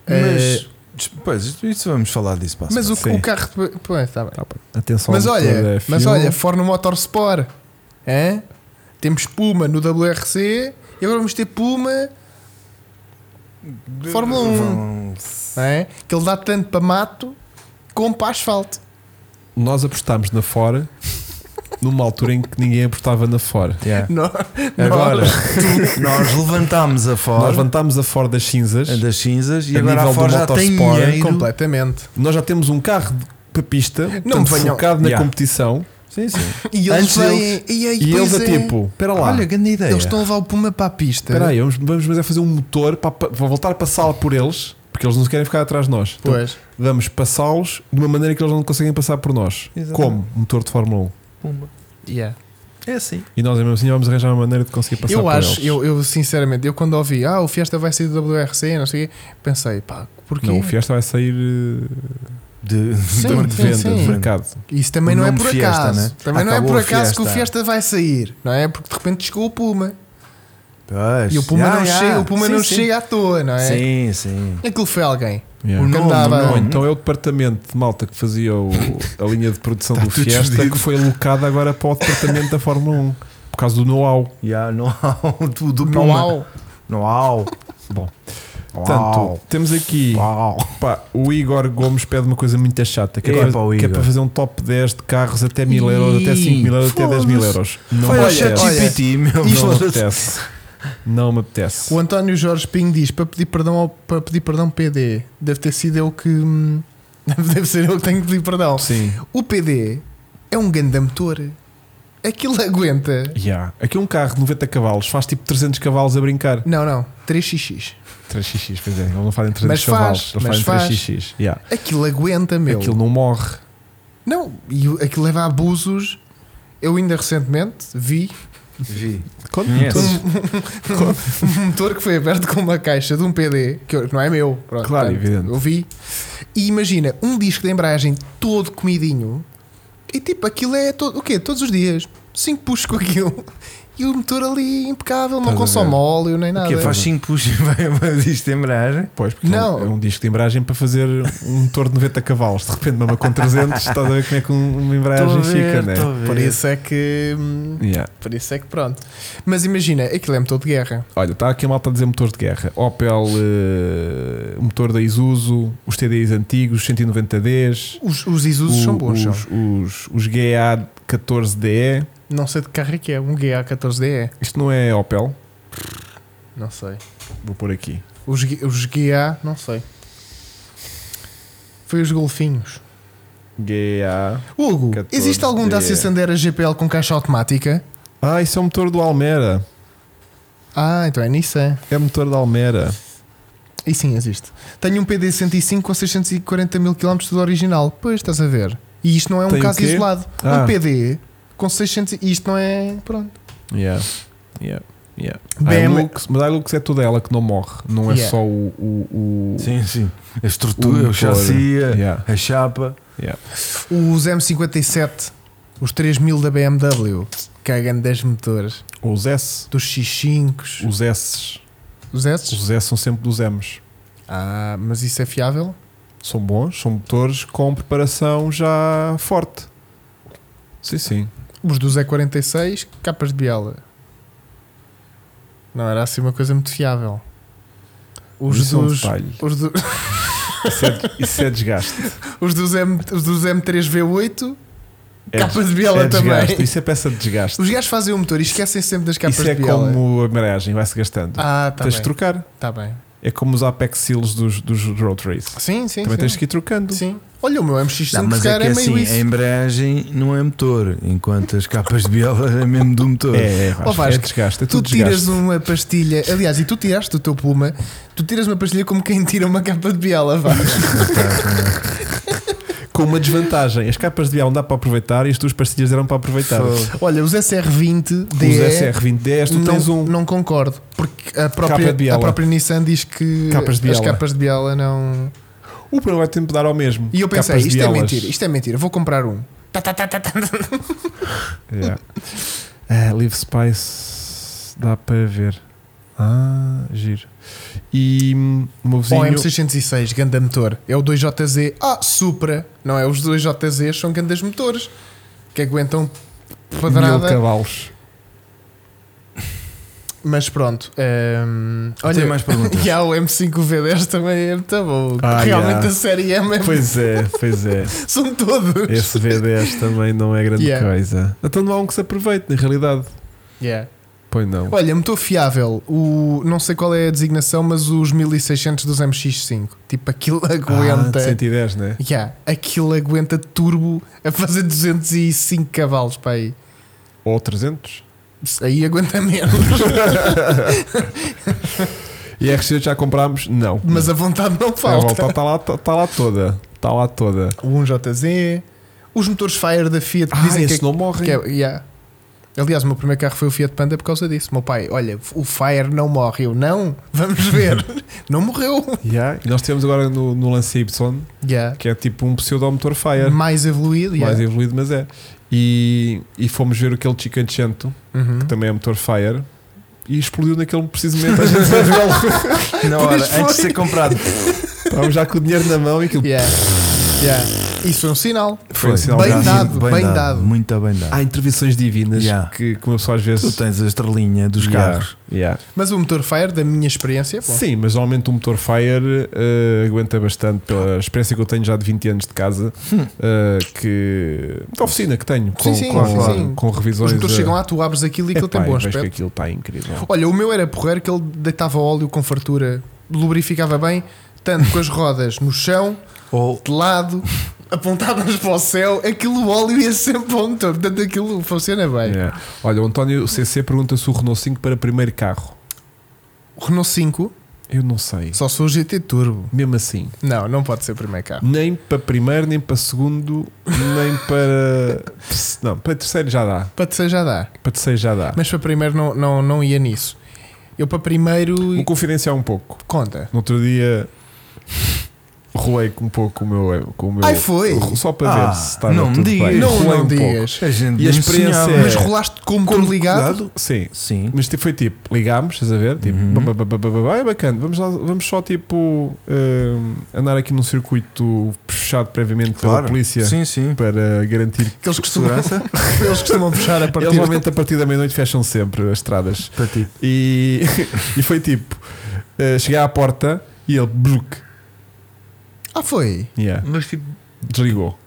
C: é.
B: Mas. Pois, isto- isto vamos falar disso para a
C: Mas o,
A: Sim.
C: o carro. de- Pô, tá bem.
A: Tá é bem. Atenção
C: Mas
A: ao motor
C: olha,
A: da
C: mas
A: F1.
C: olha, Ford no Motorsport, hã? temos Puma no WRC e agora vamos ter Puma,
B: semana.
C: Fórmula 1.
B: Vão-
C: não é? que ele dá tanto para mato como para asfalto. *laughs*
A: nós apostámos na Ford numa altura em que ninguém apostava na Ford.
B: Yeah.
C: Nó- *laughs*
B: Agora,
C: nós-
B: nós levantámos a
A: Nós
B: Ford é
A: levantámos a Ford das cinzas.
B: das cinzas e
A: A
B: agora
A: nível
B: a
A: do
B: Ford já tem
A: motorsport,
B: dinheiro.
C: completamente.
A: Nós já temos um carro de- para pista, portanto,
C: venham-
A: focado na
B: Yeah.
A: competição.
B: Sim, sim.
C: E
B: Antes
C: eles vêm.
B: deles-
C: E, aí,
A: E eles
C: pois
A: a
C: é,
A: tipo, espera lá,
B: Olha, grande ideia.
C: Eles estão a levar o Puma para a pista.
A: espera aí, vamos, vamos mas é fazer um motor para, para voltar a passá-lo por eles, porque eles não querem ficar atrás de nós. Então,
C: Pois.
A: vamos passá-los de uma maneira que eles não conseguem passar por nós.
B: Exatamente.
A: Como? Um Motor de Fórmula 1.
B: Pumba.
C: Yeah.
B: É assim.
A: E nós, mesmo assim, vamos arranjar uma maneira de conseguir passar
C: Eu
A: por
C: acho,
A: eles.
C: eu, eu sinceramente, eu quando ouvi, ah, o Fiesta vai sair do WRC, não sei o quê, pensei, pá, porquê?
A: Não, o Fiesta vai sair eh,
B: de,
C: Sim,
B: de
C: sim,
B: venda,
C: sim.
B: de
A: mercado.
C: Isso também
B: O
C: não é
B: nome
C: por
B: Fiesta,
C: acaso.
B: né?
C: Também não é
B: Acabou
C: por
B: o
C: acaso que o
B: Fiesta.
C: Fiesta vai sair, não é? Porque de repente chegou o Puma.
B: Pois.
C: E o Puma
B: Ya,
C: não,
B: ya.
C: chega, o Puma
B: Sim,
C: não
B: sim.
C: chega à toa, não é?
B: Sim, sim.
C: Aquilo foi alguém.
A: Yeah.
B: O
C: Que
B: nome,
C: andava-
B: o
A: Ou
B: nome.
A: então é o departamento de malta que fazia o- a linha de produção
B: Tá
A: do
B: tudo
A: Fiesta
B: fedido.
A: que foi alocada agora para o departamento da Fórmula 1 por causa do know-how.
B: Ya, não há *laughs* do, do Puma.
C: Não há.
B: Não há.
A: Bom,
B: Uau.
A: portanto, temos aqui
B: Uau.
A: pá, o Igor Gomes pede uma coisa muito chata que,
B: É
A: agora-
B: pá, o
A: que é
B: Igor.
A: para fazer um top 10 de carros até 1000 euros, até
B: Ih,
A: 5 mil euros, até 10 mil euros. Não
B: Foi
A: me
B: ao
A: apetece.
B: ChatGPT, meu.
A: Não me
B: Isto-
A: apetece. Não me apetece.
C: O António Jorge Pinho diz para pedir perdão ao, para pedir perdão PD. Deve ter sido eu que *laughs* hum, deve ser eu que tenho que pedir perdão.
A: Sim.
C: O PD é um ganda motor. Aquilo aguenta.
A: Yeah. Aqui um carro de 90 cavalos faz tipo 300 cavalos a brincar.
C: Não, não. 3xx.
A: 3xx, pois é, eles não fazem 300
C: Mas faz,
A: cavalos, eles
C: mas
A: fazem
C: faz.
A: 3xx. Yeah.
C: Aquilo aguenta, meu.
A: Aquilo não morre.
C: Não, e o- aquilo leva a abusos. Eu ainda recentemente vi
B: Vi.
A: Conta-me tudo.
C: um motor que foi aberto com uma caixa de um PD, que eu- não é meu, pronto,
A: Claro, evidente.
C: Eu vi. E imagina, um disco de embreagem todo comidinho, e tipo, aquilo é todo, o quê? Todos os dias. Cinco puxos com aquilo. E o motor ali impecável, não
A: Estás a
C: consome
A: ver?
C: óleo nem nada.
B: Que faz 5 push e vai *laughs* vai disto de embreagem.
A: Pois, porque
C: Não.
A: não. é um disco de embreagem para fazer um motor de 90 cavalos. De repente, mesmo com 300, estás a ver como é que um- uma
B: Estou a
A: embreagem
B: ver,
A: fica,
B: estou
A: né?
B: a ver.
C: Por isso é que. hum,
A: Yeah.
C: Por isso é que pronto. Mas imagina, aquilo é motor de guerra.
A: Olha, está aqui a malta a dizer motor de guerra. Opel, eh, motor da Isuzu, os TDIs antigos, 190Ds,
C: Os, os Isuzu
A: o-
C: são bons, são.
A: os, os, os GA 14DE.
C: Não sei de que carro é que é, um GA14DE,
A: Isto não é Opel,
C: não sei.
A: vou pôr aqui.
C: Os, gui- os guiá, não sei. Foi os golfinhos.
A: GA.
C: Hugo,
A: 14
C: existe algum
A: de-
C: Dacia Sandero GPL com caixa automática?
A: Ah, isso é o motor do Almera.
C: Ah, então é Nissan.
A: É motor da Almera.
C: E sim, existe. Tenho um PD 105 com 640 mil km do original. Pois, estás a ver. E isto não é um
A: Tem o
C: caso
A: quê?
C: isolado. Um
A: Ah.
C: PD com 600... e Isto não é... Pronto.
A: Yeah. Yeah. Yeah.
C: BM
A: A Hilux- mas a Hilux é toda ela que não morre, não é
C: Yeah.
A: só o. o, o-
B: Sim, sim. A
A: O
B: estrutura, o,
A: motor.
B: chassi, a-
A: Yeah.
B: a chapa.
A: Yeah.
C: Os M57, os 3000 da BMW, cagando 10 motores.
A: Os S.
C: Dos X5,
A: Os S.
C: os S.
A: Os S são sempre dos M's.
C: Ah, mas isso é fiável?
A: São bons, são motores com preparação já forte. Sim, sim.
C: Os do Zé 46, capas de biela. Não era assim uma coisa muito fiável. Os
A: Isso é um
C: dos.
A: detalhe.
C: os, do- *laughs*
A: Isso é, isso é desgaste.
C: os dos M, os dos M3V8,
A: É,
C: *laughs* capas de biela
A: é
C: também.
A: desgaste. Isso é peça de desgaste.
C: Os gajos fazem o motor e esquecem sempre das capas
A: Isso é
C: de biela.
A: como a embreagem, vai-se gastando.
C: Ah, tá
A: tens
C: bem.
A: de trocar.
C: Tá bem.
A: É como os Apex Seals dos, dos Road Race.
C: Sim, sim.
A: Também
C: sim.
A: tens que ir trocando.
C: Sim. Olha, o meu MX5
B: Não,
C: se
B: mas é
C: calhar
B: que
C: é,
B: é
C: meio
B: assim, a
C: isso.
B: embreagem não é motor, enquanto as capas de biela é mesmo do motor.
A: É, é, Vasco,
C: Ó, Vasco,
A: é desgaste. É
C: Tu
A: tudo
C: tiras
A: desgaste.
C: uma pastilha, aliás, e tu tiraste o teu puma, tu tiras uma pastilha como quem tira uma capa de biela, vá.
A: Com uma desvantagem. As capas de biel não dá para aproveitar e as tuas pastilhas eram para aproveitar.
B: Fogo.
C: Olha, os SR20 DE,
A: Os SR2010, tu
C: não,
A: tens um.
C: não concordo, porque
A: Capa
C: a
A: de
C: própria,
A: biela.
C: a própria Nissan diz que
A: Capas de
C: as
A: biela.
C: capas de biela não.
A: O problema é vai sempre dar ao mesmo.
C: E eu pensei,
A: Capas de
C: isto é
A: bielas.
C: mentira, isto é mentira, vou comprar um.
A: Yeah. Ah, Live Spice dá para ver. Ah, giro. E hum, o meu
C: Ou
A: vizinho.
C: M606, ganda motor, é o 2JZ, ah, Supra, não é? Os 2JZ são grandes motores que aguentam
A: Mil
C: padrada,
A: cavalos.
C: mas pronto. hum,
B: Tem
C: olha,
A: *laughs*
B: mais perguntas.
C: e há o M5V10 também é muito bom.
A: Ah,
C: Realmente
A: yeah.
C: a série M é-
A: Pois é, pois é.
C: *laughs* são todos.
A: Esse V10 também não é grande
C: Yeah.
A: coisa. Então não há um que se aproveite, na realidade.
C: Yeah.
A: Pois não.
C: Olha, motor fiável, o, não sei qual é a designação, mas os 1600 dos MX5, tipo aquilo aguenta.
A: Ah, 110, né?
C: Yeah, aquilo aguenta turbo a fazer 205 cavalos para aí.
A: Ou
C: *laughs*
A: 300?
C: Isso aí aguenta menos,
A: *laughs* E a RC já comprámos? Não.
C: mas a vontade não
A: A
C: falta.
A: volta está lá, tá lá toda. Está lá toda.
C: O 1JZ, os motores Fire da Fiat que
A: Ah,
C: dizem
A: esse
C: que, é
A: não morre.
C: que é, yeah. Aliás, o meu primeiro carro foi o Fiat Panda por causa disso. O meu pai, olha, o Fire não morre. Eu, não, vamos
A: *laughs*
C: ver. não morreu.
A: Yeah. E nós temos agora no, no lance Y,
C: Yeah.
A: que é tipo um pseudo-motor Fire,
C: Mais evoluído.
A: mais
C: yeah.
A: evoluído, mas é. E, e fomos ver aquele Chicken Cento,
C: Uhum.
A: que também é motor Fire, e explodiu naquele preciso
C: *laughs*
A: momento. A gente foi vê-lo.
B: Na hora,
C: Pois foi.
B: antes de ser comprado.
A: Estávamos já com o dinheiro na mão e aquilo.
C: Yeah. Yeah. Isso foi um sinal.
A: Foi um sinal
C: Bem
A: grande.
C: dado, bem dado.
B: Muito bem dado.
A: Há intervenções divinas
B: Yeah.
A: que, que uma pessoa às vezes.
B: tu tens a estrelinha dos
A: Yeah.
B: carros.
A: Yeah.
C: Mas o motor Fire, da minha experiência, bom,
A: Sim, mas normalmente o motor Fire eh, aguenta bastante
C: Ah.
A: pela experiência que eu tenho já de 20 anos de casa, eh, que da oficina que tenho, com,
C: Hum. sim,
A: com,
C: sim, sim.
A: com revisões.
C: os motores
A: eh,
C: chegam lá, tu abres aquilo e aquilo
A: epá,
C: tem bom
A: e vejo que
C: aspecto.
A: aquilo está incrível.
C: Olha, o meu era porreiro que ele deitava óleo com fartura, lubrificava bem, tanto com as rodas no chão,
B: Ou
C: de lado, apontadas para o céu, aquilo o óleo ia sempre para o motor, portanto aquilo funciona bem.
A: Yeah. É. Olha, o António CC pergunta se o Renault 5 para primeiro carro.
C: O Renault 5,
A: Eu não sei.
C: só sou o GT Turbo.
A: Mesmo assim,
C: Não, não pode ser o primeiro carro.
A: nem para primeiro, nem para segundo, nem para. *laughs* Não, para terceiro já dá.
C: Para terceiro já dá,
A: Para terceiro já dá.
C: mas para primeiro não, não, não ia nisso. Eu para primeiro.
A: Vou confidenciar um pouco.
C: Conta.
A: No outro dia rolei com um pouco com o meu. Com o meu
C: Ai, foi?
A: Só para
B: Ah,
A: ver se estava
B: não me
A: tudo
B: digas.
A: bem.
C: Não,
A: Rolei
C: não
A: um pouco.
C: digas.
B: a gente
A: E a
B: não
A: experiência
B: sonhava.
A: é-
C: Mas rolaste com o motor ligado?
A: Sim.
B: Sim.
A: Mas tipo, foi tipo, ligámos, estás a ver? Tipo,
B: Uhum.
A: ba- ba- ba- ba- ba- ba- é bacana, vamos, lá, vamos só tipo hum, andar aqui num circuito fechado previamente pela polícia
B: Sim, sim.
A: para garantir que
C: Que eles costumam,
B: Segurança
C: eles costumam puxar a partir
A: eles normalmente a partir da meia-noite fecham sempre as estradas.
B: para ti.
A: E, *laughs* e foi tipo, eh, cheguei à porta e ele bruk,
C: Ah, foi.
A: yeah,
B: Mas tipo.
A: desligou.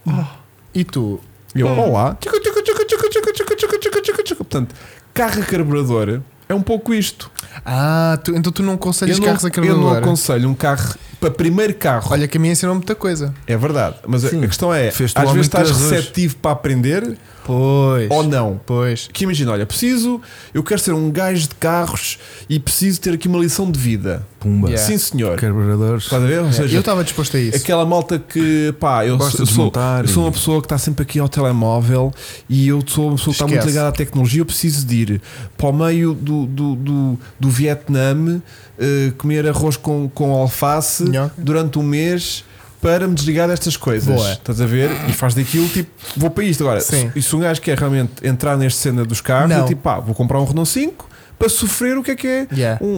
C: E tu?
A: E eu, olá. Tchucu, tchucu, tchucu, tchucu, tchucu, tchucu, tchucu, tchucu, tchucu, tchucu. Portanto, carro a carburador é um pouco isto.
C: Ah, tu- então tu não aconselhas carros a
A: não, eu não
C: carburador?
A: aconselho um carro para primeiro carro.
C: Olha que a mim ensinou muita coisa.
A: É verdade, mas a-
B: Sim.
A: a questão é: às
B: Fez-te
A: vezes
B: o
C: um
B: homem
A: estás
B: das dores.
A: receptivo para aprender
C: Pois.
A: ou não.
C: Pois.
A: Que imagina, olha, preciso, eu quero ser um gajo de carros e preciso ter aqui uma lição de vida.
B: Pumba.
C: Yeah.
A: Sim, senhor.
B: Carburadores.
A: Estás a ver? Ou seja,
C: É, Eu estava disposto a isso.
A: Aquela malta que, pá, eu
B: Gosta de
A: sou,
B: montar
A: eu sou
B: e-
A: uma pessoa que está sempre aqui ao telemóvel e eu sou uma pessoa que está muito
C: Esquece.
A: ligada à tecnologia. Eu preciso de ir para o meio do, do, do, do Vietnã eh, comer arroz com, com alface
C: Nhoca.
A: durante um mês. Para me desligar destas coisas,
C: Boa.
A: estás a ver? E faz daquilo tipo, vou para isto agora.
C: Sim.
A: E se um gajo quer realmente entrar nesta cena dos carros,
C: Não.
A: eu tipo, pá, vou comprar um Renault 5 para sofrer o que é que é
C: Yeah.
A: um- um-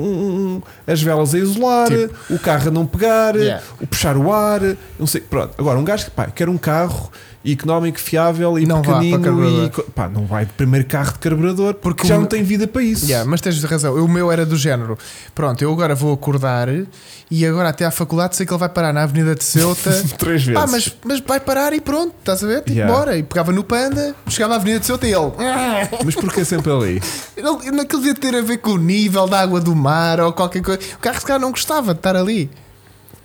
A: um- as velas a isolar,
C: Tipo.
A: o carro a não pegar,
C: Yeah.
A: o puxar o ar, não sei. Pronto, agora um gajo que pá, quer um carro económico, fiável e
C: Não vá para
A: pequenino
C: carburador.
A: e co- pá, não vai de primeiro carro de carburador porque
C: Porque
A: já
C: o-
A: não tem vida para isso.
C: Yeah, mas tens razão, o meu era do género. Pronto, eu agora vou acordar e agora até à faculdade sei que ele vai parar na Avenida de *laughs* Ceuta.
A: Três vezes.
C: Pá, Ah, mas, mas vai parar e pronto, estás a ver? Tipo,
A: Yeah.
C: bora. E pegava no Panda, chegava à Avenida de Ceuta e ele.
A: Mas porquê sempre ali?
C: Ele- Naquilo devia ter a ver com o nível da água do mar ou qualquer coisa. O carro, se calhar, não gostava de estar ali.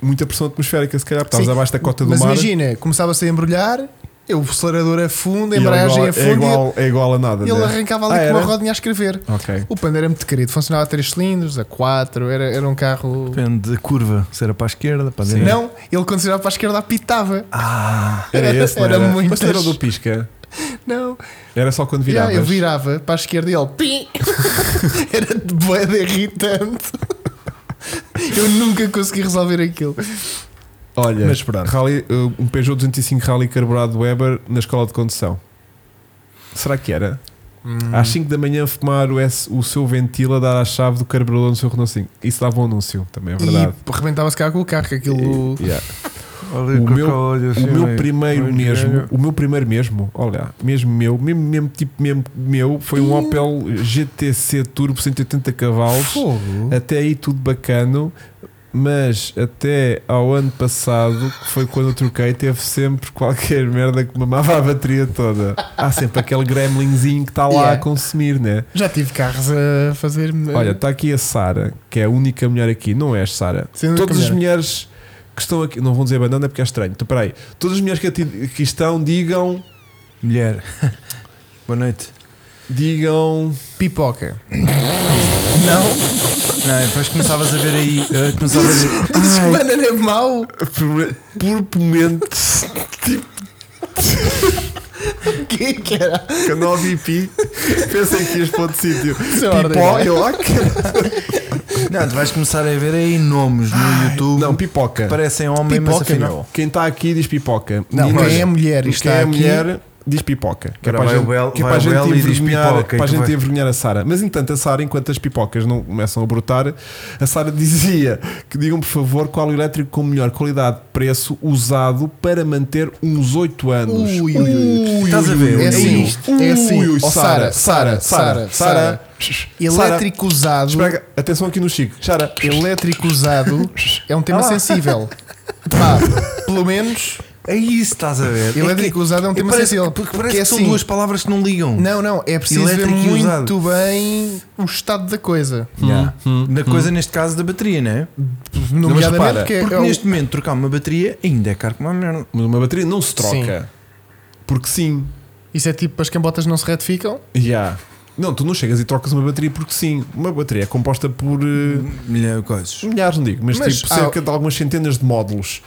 A: Muita pressão atmosférica, se calhar, porque estás
C: Sim,
A: abaixo da cota do
C: Mas
A: mar.
C: imagina, começava-se a embrulhar, eu, o acelerador afunda,
A: e
C: a
A: é
C: embreagem
A: igual-
C: afunda
A: é igual, é igual a nada.
C: e ele
A: né?
C: arrancava ali
A: Ah,
C: com
A: era? Ah.
C: uma rodinha a escrever. *laughs*
A: Ok.
C: O Panda era muito querido, funcionava a 3 cilindros, a 4, era, era um carro.
B: Depende da curva. Se era para a esquerda, para a direita.
C: Não, ele quando se virava para a esquerda apitava.
B: Ah,
A: Era esse, não
C: Era
A: era?
C: muitas.
A: Mas era o do pisca.
C: Não,
A: Era só quando
C: Yeah,
A: viravas.
C: eu virava para a esquerda e ele
A: *laughs*
C: pim! era de boeda irritante. eu nunca consegui resolver aquilo.
A: Olha,
C: Mas pronto.
A: Rally, uh, um Peugeot 205 Rally carburado Weber na escola de condução. Será que era?
C: Hum.
A: Às 5 da manhã fumar o, S- o seu ventila, dar a chave do carburador no seu Renault 5. Isso dava um anúncio, também é verdade.
C: E rebentava-se cá com o carro, que aquilo.
A: E- yeah.
B: olha
A: O
B: que
A: meu-
B: olho assim,
A: o meu
B: meio-
A: primeiro
B: meio
A: mesmo,
B: velho.
A: o meu primeiro mesmo, olha, mesmo meu, mesmo, mesmo tipo mesmo meu, foi um Opel GTC Turbo 180 cavalos.
C: Fogo.
A: Até aí tudo bacano, mas até ao ano passado, que foi quando eu troquei, teve sempre qualquer *laughs* merda que mamava a bateria toda. Há sempre aquele gremlinzinho que está lá
C: Yeah. É.
A: a consumir, né?
C: Já tive carros a fazer. eh,
A: Olha, está aqui a Sara, que é a única mulher aqui, não és Sara?
C: Sim, a única
A: Todas as
C: mulher.
A: mulheres que estão aqui, não vão dizer banana porque é estranho, então peraí, todas as mulheres que aqui que estão, digam,
B: Mulher. *laughs* Boa noite.
A: digam,
C: pipoca.
B: Não? Não, é e depois começavas a ver aí. ah, começavas a ver.
C: *laughs* Dizes que banana é mau. *laughs*
A: por, por momento, tipo,
C: O que é que era?
A: Quando ouvi pi, pensei que ias para outro sítio.
C: Isso é ordem, não
A: Pipó,
C: é?
A: eu ah, caralho.
B: Não, tu vais começar a ver aí nomes no YouTube.
A: Não, pipoca.
B: que parecem homem, mas
A: Pipoca
B: afinal.
A: não. Quem está aqui diz pipoca.
C: Não,
A: Meninas,
C: quem é mulher e está
A: quem é
C: aqui-
A: mulher diz pipoca. Que é para a
B: Agora vai
A: gente,
B: o Bel-
A: que é
B: vai
A: para a gente
B: o Bel e diz
A: envergonhar,
B: pipoca,
A: para a
B: e tu
A: gente
B: vai-
A: envergonhar a Sara. Mas entanto, a Sara, enquanto as pipocas não começam a brotar, a Sara *laughs* dizia que digam por favor qual elétrico com melhor qualidade de preço usado para manter uns 8 anos.
C: Ui, ui, ui.
B: Estás a ver?
C: É assim,
A: Ui,
C: é assim.
A: ui,
C: Ó,
A: Sara, Sara, Sara, Sara.
C: Elétrico usado.
A: Espera, atenção aqui no Chico. Sara.
C: Elétrico usado é um tema
B: Ah.
C: sensível. Pá, pelo menos.
B: É isso, estás a ver?
C: Elétrico usado é um tema
B: parece,
C: sensível.
B: Porque parece
C: Que
B: que,
C: é
B: são
C: assim.
B: duas palavras que não ligam.
C: Não, não, é preciso ver
B: Elétrico e
C: muito
B: usado.
C: bem o estado da coisa.
B: Hum,
A: Yeah.
B: Na coisa, neste caso, da bateria, não é?
C: Nomeadamente,
A: repara,
C: porque
B: Porque
C: é o-
B: neste momento, trocar uma bateria ainda é caro como uma merda.
A: Mas uma bateria não se troca. Porque sim.
C: isso é tipo as cambotas não se retificam.
A: Yeah. Não, tu não chegas e trocas uma bateria porque sim. Uma bateria é composta por eh,
B: Milhão de coisas.
A: milhares, não digo, mas,
C: Mas
A: tipo
C: há-
A: cerca de algumas centenas de módulos.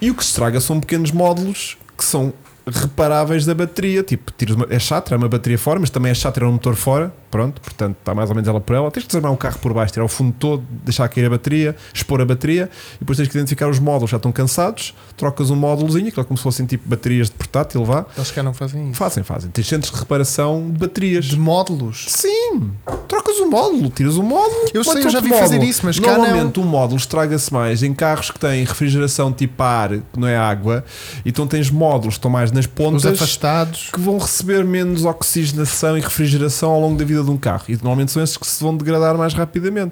A: E o que se estraga são pequenos módulos que são reparáveis da bateria. Tipo, tiras uma, é chato, é uma bateria fora, mas também é chato tirar um motor fora. Pronto, portanto está mais ou menos ela por ela. Tens que desarmar o carro por baixo, tirar o fundo todo, deixar cair a bateria, expor a bateria e depois tens que identificar os módulos. Já estão cansados, trocas um módulozinho, aquilo é como se fossem tipo baterias de portátil, vá.
C: Eles cá não fazem isso.
A: Fazem, fazem. Tens centros de reparação de baterias.
C: De módulos.
A: Sim, trocas o módulo, tiras o módulo.
C: Eu sei,
A: botas
C: eu já vi
A: outro
C: fazer
A: módulo.
C: isso, mas cá não.
A: Normalmente o módulo estraga-se mais em carros que têm refrigeração tipo ar, que não é água, então tens módulos que estão mais nas
C: Os
A: pontas
C: afastados.
A: que vão receber menos oxigenação e refrigeração ao longo da vida de um carro. E normalmente são esses que se vão degradar mais rapidamente.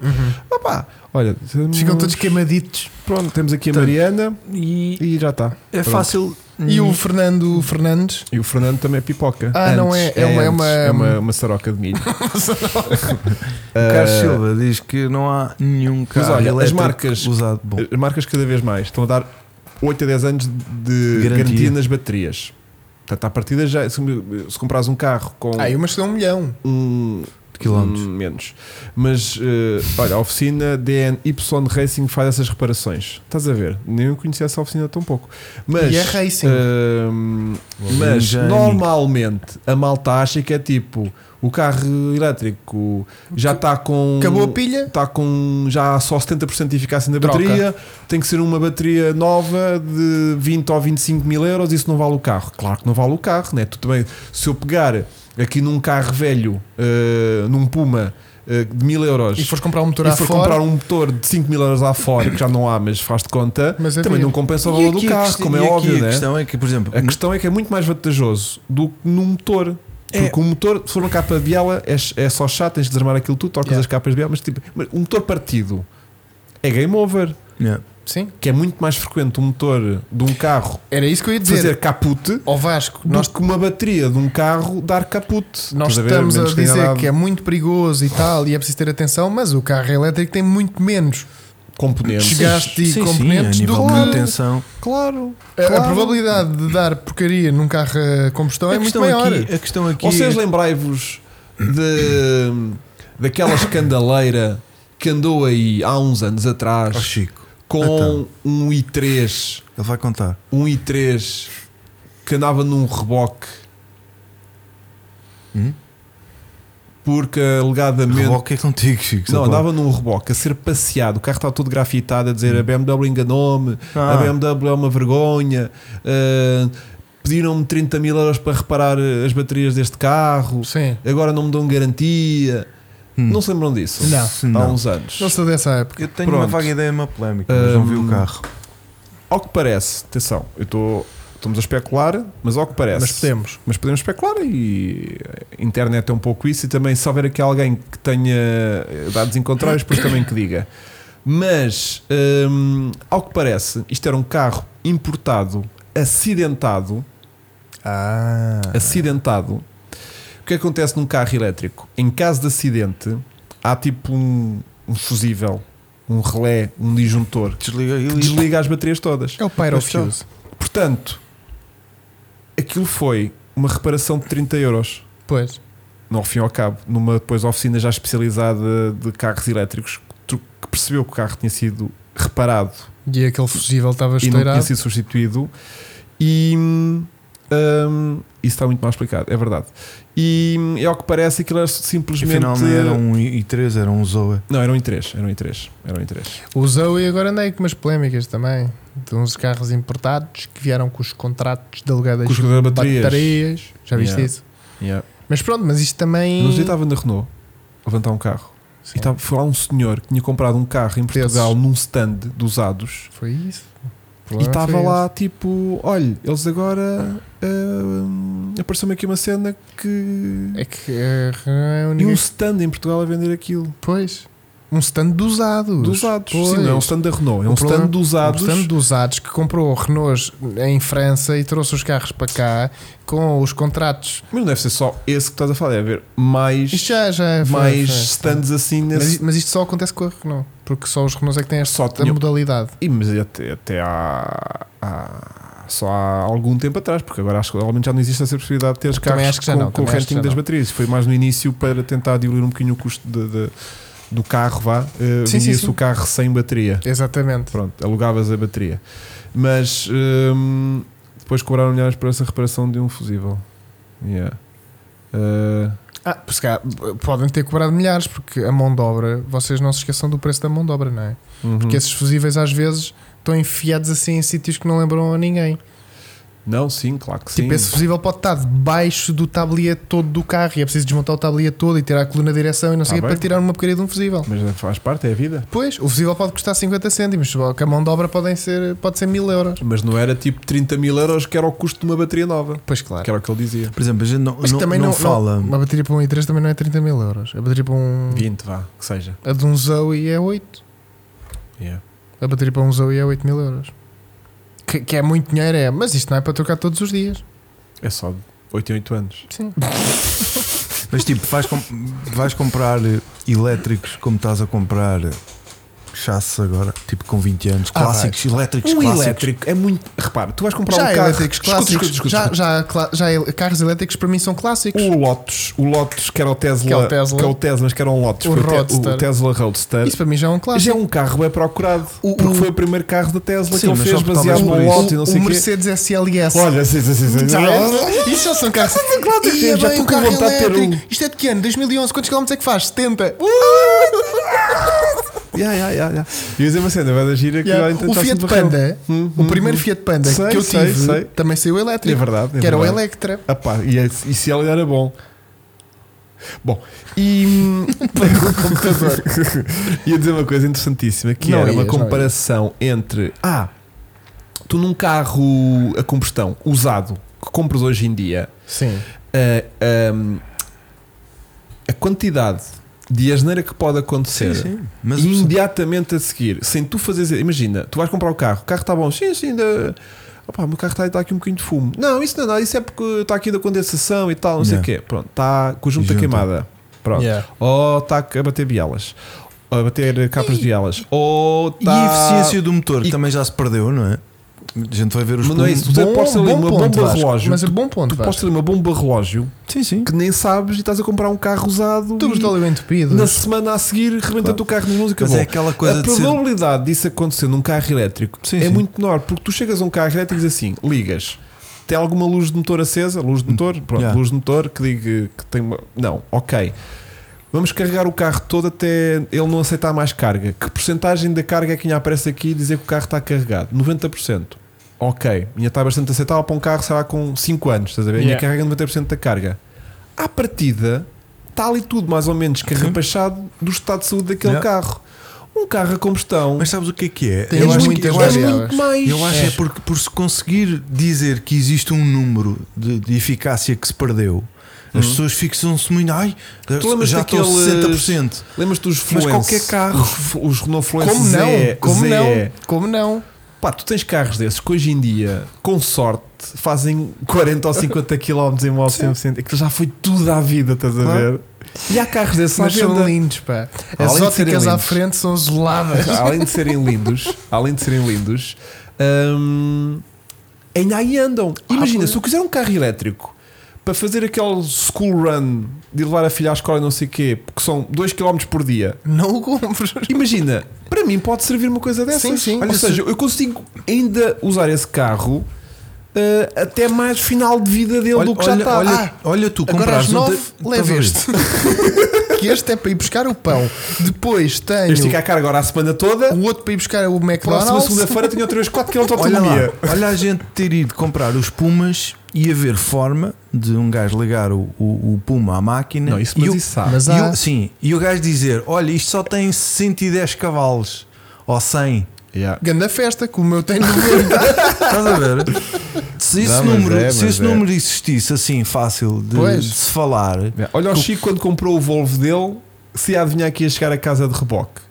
A: Opá, olha, temos-
C: Uhum. Ficam todos queimaditos.
A: pronto, temos aqui a
B: Tem.
A: Mariana
B: E
A: e já está.
B: é
A: Pronto.
B: fácil.
C: E o Fernando Fernandes.
A: E o Fernando também é pipoca.
C: Ah, não é- é uma- é
A: antes,
C: uma-
A: é uma, uma saroca de milho. Ah,
B: Carlos Silva diz que não há nenhum carro
A: Eh, olha, as
B: elétrico
A: marcas- Eh,
B: usado bom.
A: As marcas cada vez mais estão a dar 8 a 10 anos de
B: Garantia.
A: garantia, nas baterias. Portanto, à partida já, se, se comprares um carro com
C: *laughs* Ah, e umas que dão um milhão.
A: um,
B: quilómetros.
A: um menos. Mas eh, olha, a oficina DNY Racing faz essas reparações. Estás a ver? Nem eu conhecia essa oficina tão pouco. Mas,
C: E é racing. é
A: ehm, mas
B: Mecânico.
A: normalmente a malta acha que é tipo o carro elétrico já está com
C: Acabou a pilha?
A: está Tá com já só 70% de eficácia na
C: Troca.
A: bateria, tem que ser uma bateria nova de 20 ou 25 mil euros, isso não vale o carro. Claro que não vale o carro, né? Tu também, se eu pegar aqui num carro velho, eh, num Puma, eh, de mil euros.
C: E fores comprar um motor
A: e
C: à
A: for
C: fora.
A: comprar um motor de 5 mil euros à fora, que já não há, mas faz de conta,
C: Mas havia.
A: também não compensa o
B: é E
A: valor do
B: aqui a
A: carro,
B: questão-
A: como é
B: e aqui
A: óbvio,
B: A
A: né?
B: questão é que, por exemplo,
A: A questão é que é muito mais vantajoso do que num motor.
B: É.
A: Porque o motor, se for uma capa de biela, é, é só chato, tens de desarmar aquilo tudo, trocas
C: Yeah.
A: as capas de biela, mas tipo, mas um motor partido é game over.
B: Yeah.
C: Sim.
A: Que é muito mais frequente um motor de um carro
C: Era isso que eu ia dizer.
A: fazer caput
C: Ó Vasco,
A: do
C: nós,
A: que uma bateria de um carro dar caput.
C: nós
A: Estás ver?
C: estamos a
A: Menos que tenha
C: dizer
A: dado
C: que é muito perigoso e tal, e é preciso ter atenção, mas o carro elétrico tem muito menos
A: componentes.
C: desgaste e
B: Sim, sim,
C: componentes
B: a nível
C: do
B: de
C: que-
B: manutenção.
A: Claro,
C: A- A,
A: claro.
C: probabilidade de dar porcaria num carro a combustão é
B: a,
C: muito
B: questão
C: maior.
B: aqui, a questão aqui
A: Vocês
B: é-
A: lembrai-vos de, daquela escandaleira que andou aí há uns anos atrás
B: Oh, Chico,
A: com
B: Então.
A: um i3,
B: ele vai contar.
A: um i3 que andava num reboque
B: Hum?
A: porque alegadamente
B: Reboque é contigo, Chico.
A: não,
B: sei lá.
A: andava num reboque a ser passeado, o carro estava todo grafitado a dizer a BMW enganou-me,
B: Hum. Ah.
A: a BMW é uma vergonha, ah, pediram-me 30 mil euros para reparar eh, as baterias deste carro,
C: Sim.
A: agora não me dão garantia.
B: Hum.
A: Não se lembram disso?
C: Não.
A: Há
B: Não. um-
A: uns anos.
C: Não sou dessa época.
B: Eu tenho uma
A: Pronto.
B: vaga ideia, uma polémica, mas não vi o
A: Hum,
B: carro.
A: Ao que parece, atenção, eu estou. Estamos a especular, mas ao que parece.
C: Mas podemos.
A: Mas podemos especular e a internet é um pouco isso. E também, se houver aqui alguém que tenha eh, dados encontrários, depois também que diga. Mas, hum, ao que parece, isto era um carro importado, acidentado.
C: Ah.
A: Acidentado. O que acontece num carro elétrico? Em caso de acidente, há tipo um, um fusível, um relé, um disjuntor
B: Desliga
A: que
B: ele.
A: desliga as baterias todas. então,
C: É o Pyrofuse.
A: Portanto, aquilo foi uma reparação de 30 euros.
C: Pois.
A: No fim ao cabo, numa depois oficina já especializada de carros elétricos, que tru- que percebeu que o carro tinha sido reparado
C: E aquele fusível
A: e
C: estava
A: não tinha
C: esteirado.
A: sido substituído. E hum, Hum, isso está muito mal explicado, é verdade. E hum, é ao que parece aquilo era simplesmente.
B: Afinal, não era um i3, era um Zoe.
A: Não, eram em três, eram em três, eram em três.
C: O Zoe agora andei com umas polémicas também. De uns carros importados que vieram com os contratos de aluguel das
A: Com os contratos de baterias.
C: baterias. Já viste
A: Yeah.
C: isso? Mas pronto, mas isto também.
A: No dia estava na Renault a levantar um carro.
C: Sim,
A: E estava, foi lá um senhor que tinha comprado um carro em Portugal num stand de usados
C: Foi isso.
A: e
C: O problema
A: estava
C: foi
A: lá tipo: olha, eles agora. hum, Apareceu-me aqui uma cena que.
C: esse. É que a Renault é a
A: E
C: única.
A: um stand em Portugal a vender aquilo.
C: Pois. Um stand de usados.
A: Dos usados.
C: Pois.
A: Sim, não é um stand da Renault, é
C: O
A: um
C: problema-
A: stand dos usados.
C: Um stand de usados que comprou Renault em França e trouxe os carros para cá com os contratos.
A: Mas não deve ser só esse que estás a falar, deve haver mais,
C: Isto já, já foi-
A: mais
C: foi.
A: stands assim
C: Mas,
A: nesse.
C: mas isto só acontece com a Renault, porque só os Renaults é que têm esta
A: Só tinham-
C: modalidade.
A: Ih, Mas, é até, até há, há- Só há algum tempo atrás, porque agora acho que realmente já não existe essa possibilidade de teres
C: Também
A: carros
C: acho que já
A: com,
C: não,
A: com o
C: também acho que
A: renting
C: já
A: das
C: não.
A: baterias. Foi mais no início para tentar diluir um bocadinho o custo de- de- do carro, vá. eh,
C: Sim, sim,
A: Vendia-se
C: sim.
A: o carro sem bateria.
C: Exatamente.
A: Pronto, alugavas a bateria. Mas hum, depois cobraram milhares por essa reparação de um fusível. Yeah. Uh,
C: Ah, por se calhar, podem ter cobrado milhares, porque a mão de obra, vocês não se esqueçam do preço da mão de obra, não é?
A: uhum.
C: Porque esses fusíveis às vezes estão enfiados assim em sítios que não lembram a ninguém.
A: Não, sim, claro que
C: Tipo,
A: sim.
C: esse fusível pode estar debaixo do tablier todo do carro e é preciso desmontar o tablier todo e tirar a coluna de direção e não sei
A: Tá
C: o quê
A: bem.
C: para tirar uma porcaria de um fusível.
A: Mas faz parte, é a vida.
C: Pois, o fusível pode custar 50 cêntimos, só que a mão de obra podem ser, pode ser 1000 euros.
A: Mas não era tipo 30 mil euros que era o custo de uma bateria nova.
C: Pois claro.
A: Que é era o que ele dizia.
B: Por exemplo, a gente não,
C: Mas
B: não,
C: também
B: não
C: não,
B: fala.
C: não- uma bateria para um i3 também não é 30 mil euros. A bateria para um.
A: 20, vá, que seja.
C: A de um Zoe é 8.
A: Yeah.
C: A bateria para um Zoe é 8 mil euros. Que, que é muito dinheiro, é. Mas isto não é para trocar todos os dias.
A: É só 8 em 8 anos.
C: Sim.
B: Mas tipo, vais, com- vais comprar elétricos como estás a comprar chassis agora, tipo com 20 anos,
C: Ah,
B: clássicos, elétricos,
A: Um
B: clássicos.
A: elétrico é muito. Repara, tu vais comprar
C: Já
A: um
C: há
A: carro.
C: elétricos
A: Escuta,
C: clássicos.
A: escuta, escuta,
C: já,
A: escuta.
C: Já, há cla- já há ele- carros elétricos para mim são clássicos.
A: O Lotus, o Lotus que era o Tesla,
C: Que é o Tesla.
A: que é o Tesla, mas que era um Lotus,
C: O
A: foi o, Te-
C: Roadster.
A: o Tesla Roadster.
C: Isso para mim já é um
A: já é
C: clássico.
A: um carro bem procurado,
C: O-
A: porque
C: o-
A: foi o primeiro carro da Tesla
B: Sim,
A: que ele
B: mas
A: fez
B: só por
A: baseado
B: talvez
A: no
C: um
B: por isso.
A: Lotus e não sei
C: o
A: o quê.
C: Mercedes SLS.
A: Olha, sim, sim, sim, sim.
C: Já é- Isso já são carros.
A: clássicos.
C: Ih,
A: Eu já
C: bem,
A: estou com
C: um carro
A: vontade de ter
C: elétrico.
A: um.
C: Isto é de que ano? 2011. Quantos quilómetros é que faz? 70. Uh!
A: Ya, ya, ya, ya. E dizer uma cena, vai da gira que
C: Yeah.
A: vai tentar
C: O Fiat
A: sempre barril.
C: Panda,
A: Hum,
C: o
A: hum,
C: primeiro
A: hum.
C: Fiat Panda
A: Sei,
C: que eu
A: sei,
C: tive,
A: sei.
C: também saiu
A: É
C: elétrico.
A: verdade, é
C: que era o
A: verdade.
C: Electra.
A: Ah pá, e, esse- e se ele era bom? Bom, e. *laughs* hum, ia dizer uma coisa interessantíssima que
C: Não
A: era uma
C: ias, não
A: comparação entre. Ah, tu num carro a combustão usado que compras hoje em dia,
C: Sim.
A: a, hum, a quantidade de asneira que pode acontecer.
B: Sim, sim. Mas
A: e imediatamente a seguir, sem tu fazeres. Imagina, tu vais comprar o carro, o carro está bom, sim, sim, ainda. Opa, o meu carro está está aqui um bocadinho de fumo. Não, isso não é nada, isso é porque está aqui da condensação e tal, não sei o
B: Yeah.
A: quê. Pronto, está conjunto da
B: Junta.
A: queimada. Pronto.
C: Yeah.
A: Ou está a bater bielas, ou a bater capas de bielas, ou tá-
B: e a
A: está.
B: eficiência do motor que
A: e-
B: também já se perdeu, não é? A gente vai ver os
A: Mas não é
B: pulos.
A: isso, tu postes ali uma bomba
C: Vasco.
A: relógio.
C: Mas é bom ponto.
A: Tu
C: Vasco.
A: postas ali uma bomba relógio
B: Sim, sim.
A: que nem sabes e estás a comprar um carro usado.
C: Tubos
A: e
C: de óleo entupidos.
A: Na semana a seguir, rebenta
B: Claro.
A: o carro de música.
B: Mas
A: bom.
B: é aquela coisa
A: a
B: de ser-
A: probabilidade disso acontecer num carro elétrico
B: Sim,
A: é
B: sim.
A: muito menor, porque tu chegas a um carro elétrico e dizes assim: ligas, tem alguma luz de motor acesa? Luz de motor? Pronto,
B: yeah.
A: luz de motor que diga que tem uma. Não, ok. Vamos carregar o carro todo até ele não aceitar mais carga. Que porcentagem da carga é que ainda aparece aqui e dizer que o carro está carregado? 90%. Ok, ainda está bastante aceitável para um carro, sei lá, com 5 anos, estás a ver? Ainda
C: Yeah.
A: carrega 90% da carga. À partida, está ali tudo mais ou menos carrapachado do estado de saúde daquele
B: Yeah.
A: carro. Um carro a combustão
B: Mas sabes o que é que é?
C: Tem
B: eu
C: as
B: acho que,
C: muitas
B: eu
A: é
B: acho,
C: variáveis.
A: muito mais.
B: eu acho é porque por se conseguir dizer que existe um número de, de eficácia que se perdeu, as pessoas fixam-se muito. Ai,
A: Uhum. Tu lembras
B: já estão
A: daqueles-
B: 60%.
A: Lembras-te dos
B: Mas
A: Fluence?
B: qualquer carro.
A: Os, F- os Renault Fluence
C: Como não?
A: Zé,
C: Como
A: Zé.
C: não? Como não?
A: Pá, tu tens carros desses que hoje em dia, com sorte, fazem 40 ou 50 km
B: *laughs*
A: em moto 100%. Aquilo já foi tudo à vida, estás a
B: Claro.
A: ver? E há carros desses à
C: Mas são
A: venda.
C: lindos, pá.
A: Além
C: As
A: de serem
C: óticas à
A: lindos.
C: frente são
A: *laughs*
C: geladas.
A: além de serem lindos, além de serem lindos, hum, ainda aí andam. Imagina,
B: Ah,
C: pois.
A: se eu quiser um carro elétrico para fazer aquele school run de levar a filha à escola e não sei o quê, porque são 2km por dia,
C: Não o compro.
A: Imagina, para mim pode servir uma coisa dessas.
C: Sim, sim.
A: Ou
C: Olha,
A: seja, eu consigo ainda usar esse carro uh, eh, até mais final de vida dele do que é um já está.
B: olha,
A: Ah,
B: olha tu
C: Agora às
B: compraste
C: nove,
B: um
C: leva este. que este *laughs* é para ir buscar o pão. Depois tenho
A: este fica a carga agora a semana toda.
C: o outro para ir buscar o
A: Próxima
C: McDonald's.
A: segunda-feira tinha outra vez 4 km de
B: Olha lá,
A: autonomia.
B: olha a gente ter ido comprar os Pumas e haver forma de um gajo ligar o, o- o Puma à máquina
A: Não, isso,
B: e
A: mas
B: o,
A: isso sabe.
C: Mas
B: e
C: há-
B: o- sim, e o gajo dizer: Olha, isto só tem 110 cavalos ou 100.
A: Yeah.
C: Ganda festa, como
A: *laughs*
C: eu tenho de
B: Estás a ver? Se esse,
A: Não, mas
B: número,
A: é,
B: se
A: mas
B: esse
A: é.
B: número existisse assim, fácil de,
C: Pois.
B: de se falar,
A: Yeah. Olha o Chico quando comprou o Volvo dele, se ia adivinhar que ia chegar a casa de reboque.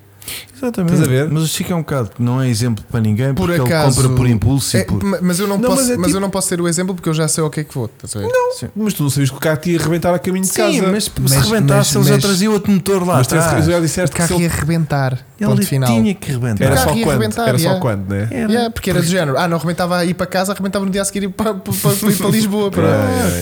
B: Exatamente.
A: Estás a ver?
B: Mas o Chico é um bocado que não é exemplo para ninguém
C: Por
B: porque
C: acaso-
B: ele compra por impulso
C: é,
B: e por.
C: ma- mas, eu não,
A: tipo, Não, mas
C: posso, mas,
A: é tipo-
C: eu não posso ser o exemplo porque eu já sei ao que é que vou. estás a ver? Não,
A: Mas tu não sabias que o carro te ia arrebentar a caminho de
B: Sim,
A: casa.
B: mas,
C: Mas-
B: se rebentasse,
C: mas-
B: eles
C: mas-
B: já traziam outro motor lá.
A: Mas tu
B: atrás.
A: já
C: este
A: disseste que se
C: carro
A: ele
C: ia arrebentar.
B: Ele
C: Ponto final.
B: tinha que rebentar.
A: Era
C: O
A: só
C: carro ia
A: quando?
C: arrebentar,
A: Era só
C: yeah.
A: quando, né?
B: Era.
C: Yeah, porque era do género. Ah, não arrebentava a ir para casa, arrebentava no dia a seguir e *laughs* para, para, para, para ir para Lisboa. pronto.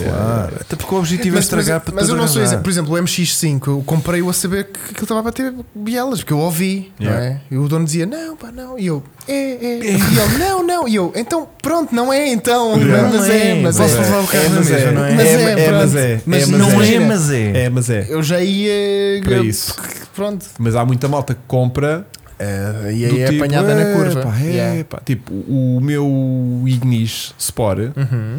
B: Claro. Até porque o objetivo é estragar para
C: mas eu
B: toda
C: não sou
B: a
C: exemplo. Por
B: gente.
C: exemplo, o MX5, eu comprei-o a saber que aquilo estava a bater bielas, porque eu ouvi,
A: Yeah.
C: não é? E o dono dizia, não, pá, não. E eu, é, é. E ele, não, não. E eu, então, pronto, não é, então.
A: Yeah.
C: Mas é, mas
B: Posso
C: é.
B: levar o carro
A: É,
B: na
A: mas
B: mesma,
A: é.
B: não é?
C: Mas
A: É,
C: é,
A: é,
C: pronto.
A: mas é.
C: Mas
A: É, mas
B: Não
A: é.
B: é, mas é.
A: É, mas é.
C: Eu já ia.
A: Para isso.
C: Pronto.
A: Mas há muita malta que compra
C: e
A: do
C: aí é
A: tipo,
C: apanhada
A: "É,
C: na curva.
A: pá, é,
C: Yeah.
A: pá." Tipo, o meu Ignis Sport,
C: Uhum.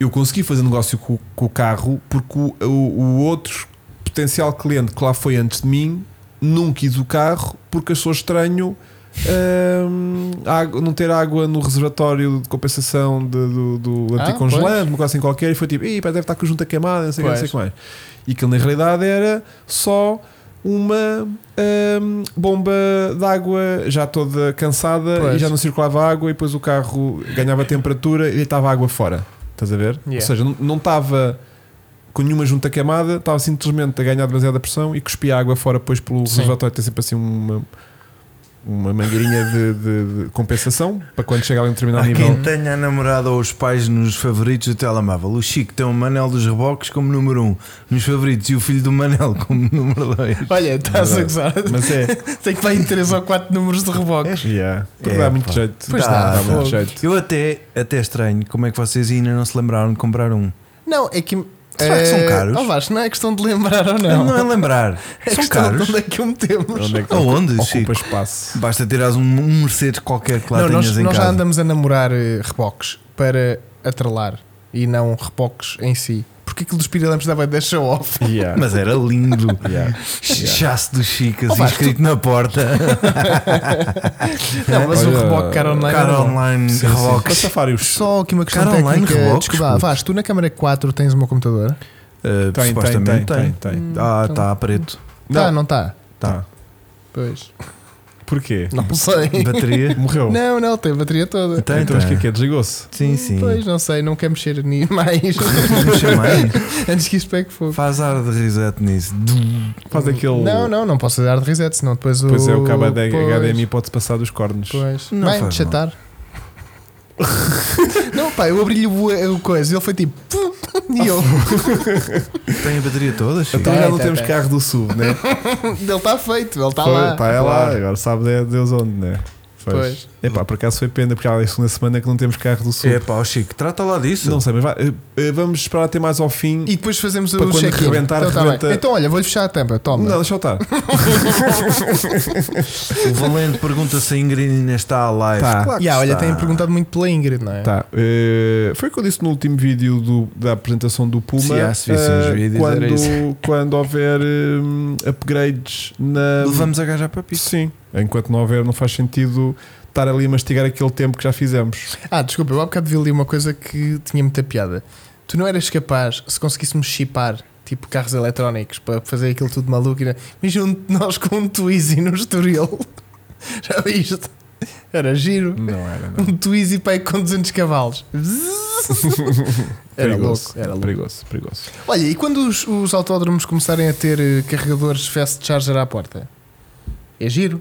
A: eu consegui fazer negócio com, com o carro porque o, o- o outro potencial cliente que lá foi antes de mim não quis o carro porque achou estranho hum, água- não ter água no reservatório de compensação de- do, do
C: Ah,
A: anticongelante, uma coisa assim qualquer, e foi tipo, "Ih, pá, deve estar com a junta queimada, não sei o que, não sei o que mais. E que na realidade era só uma hum, bomba de água já toda cansada e
C: Pois.
A: já não circulava água e depois o carro ganhava temperatura e deitava água fora. Estás a ver? Ou
C: Yeah.
A: seja, não- não estava com nenhuma junta queimada, estava simplesmente a ganhar demasiada pressão e cuspia a água fora depois pelo
C: Sim.
A: reservatório. Tem sempre assim uma, uma mangueirinha de, de- de compensação para quando chega a um determinado
B: Há
A: nível.
B: quem tenha a namorada ou os pais nos favoritos do telemóvel. O Chico tem o Manel dos Reboques como número 1 um, nos favoritos e o filho do Manel *laughs* como número 2.
C: Olha, estás a gozar. *laughs*
A: Mas é.
C: Tem que dar em 3 ou 4 números de reboque.
A: Yeah. Porque
B: É,
A: dá muito
B: pá.
A: jeito.
C: Pois
A: dá,
C: dá,
A: dá muito
C: fogo.
A: jeito.
B: Eu até, até estranho como é que vocês ainda não se lembraram de comprar um.
C: Não, é que.
B: Será que são caros?
C: Oh, Vasco, não é questão de lembrar ou
B: Não,
C: não.
B: é lembrar.
C: *laughs* É
B: São
C: questão de
B: caros.
C: onde é que o metemos.
A: Onde é que
B: Aonde,
A: ocupa
B: Chico?
A: espaço?
B: Basta tirares um, um Mercedes qualquer que lá
C: não,
B: tenhas
C: nós,
B: em
C: nós já
B: casa.
C: andamos a namorar eh, reboques para atrelar e não reboques em si. Porque aquilo dos pirilampos dava de show
B: *laughs*
C: off.
A: Yeah.
B: Mas era lindo.
A: *laughs* Yeah.
B: Chasse do Chico,
C: Oh,
B: assim,
C: pá,
B: escrito na porta.
C: Não, mas
A: Olha,
C: o reboque cara online. era
B: Cara
C: bom.
B: online,
A: Sim, sim.
B: reboque.
A: Para safários.
C: Só aqui uma questão
B: Cara online,
C: técnica.
B: reboques,
C: Desculpa,
B: puto.
C: Vasco, tu na câmara 4 tens uma computadora?
B: Uh,
A: Tem,
B: supostamente
A: tem,
B: tem.
A: tem, tem.
B: Ah,
C: Então.
B: está a preto.
C: Tá,
A: Não.
C: Hum, não está?
A: Tá.
C: Pois.
A: Porquê?
C: Não sei.
B: Bateria.
A: Morreu.
C: Não, não, tem a bateria toda.
B: Tem,
A: então, mas o que é
B: tem.
A: que é? Desligou-se.
B: Sim, sim.
C: Hum, Pois, não sei, não quer mexer nem mais.
B: Vamos chamar.
C: *laughs* Antes que isto pegue fogo.
B: Faz ar de reset nisso.
A: Faz aquele.
C: Não, não, não posso dar de reset, senão depois o.
A: Pois é, o cabo da
C: Pois.
A: HDMI pode passar dos cornos.
C: Pois.
B: Não
C: Vai,
B: faz
C: me chatar. *laughs* não, pá, eu abri-lhe o, o coisa e ele foi tipo. *laughs* "Pum", E eu. *laughs*
B: Tem a bateria toda, Chico?
A: Então já
C: Tá,
A: não
C: tá,
A: temos
C: tá.
A: carro do sul, né?
C: ele está feito, ele está
A: Foi,
C: lá.
A: Tá, é lá,
C: Claro.
A: agora sabe de- Deus onde, né?
C: Pois.
A: É pá, por acaso foi pena, porque já é a segunda semana que não temos carro do sul.
B: É pá, Chico, trata lá disso.
A: Não sei, mas vai, eh, eh, vamos esperar até mais ao fim.
C: E depois fazemos
A: Para
C: o
A: quando
C: check-in.
A: rebentar,
C: então, tá
A: rebenta.
C: bem. então, olha, vou-lhe fechar a tampa. Toma.
A: Não, deixa eu
C: *laughs*
A: estar.
B: O Valente pergunta se a Ingrid ainda está à live.
A: Tá.
B: Claro que
C: E ah, olha,
B: está.
C: têm perguntado muito pela Ingrid, não é?
A: Tá, eh, foi o que eu disse no último vídeo do- da apresentação do Puma.
B: Se há, se vissem
A: eh,
B: os vídeos, era
A: quando, *laughs* quando houver hum, upgrades na.
B: Levamos a gaja para a pista.
A: Sim, enquanto não houver, não faz sentido estar ali a mastigar aquele tempo que já fizemos.
C: Ah, desculpa, eu há bocado vi ali uma coisa que tinha muita piada. Tu não eras capaz, se conseguíssemos chipar tipo carros eletrónicos para fazer aquilo tudo maluco, e não- imagina um de nós com um Twizy no *laughs* Estoril. Já viste? Era giro.
A: Não era, não.
C: Um Twizy pai com 200
A: *laughs*
C: cavalos. Era
A: perigoso,
C: louco, era louco.
A: perigoso, perigoso.
C: Olha, e quando os, os autódromos começarem a ter eh, carregadores fast charger à porta? É giro.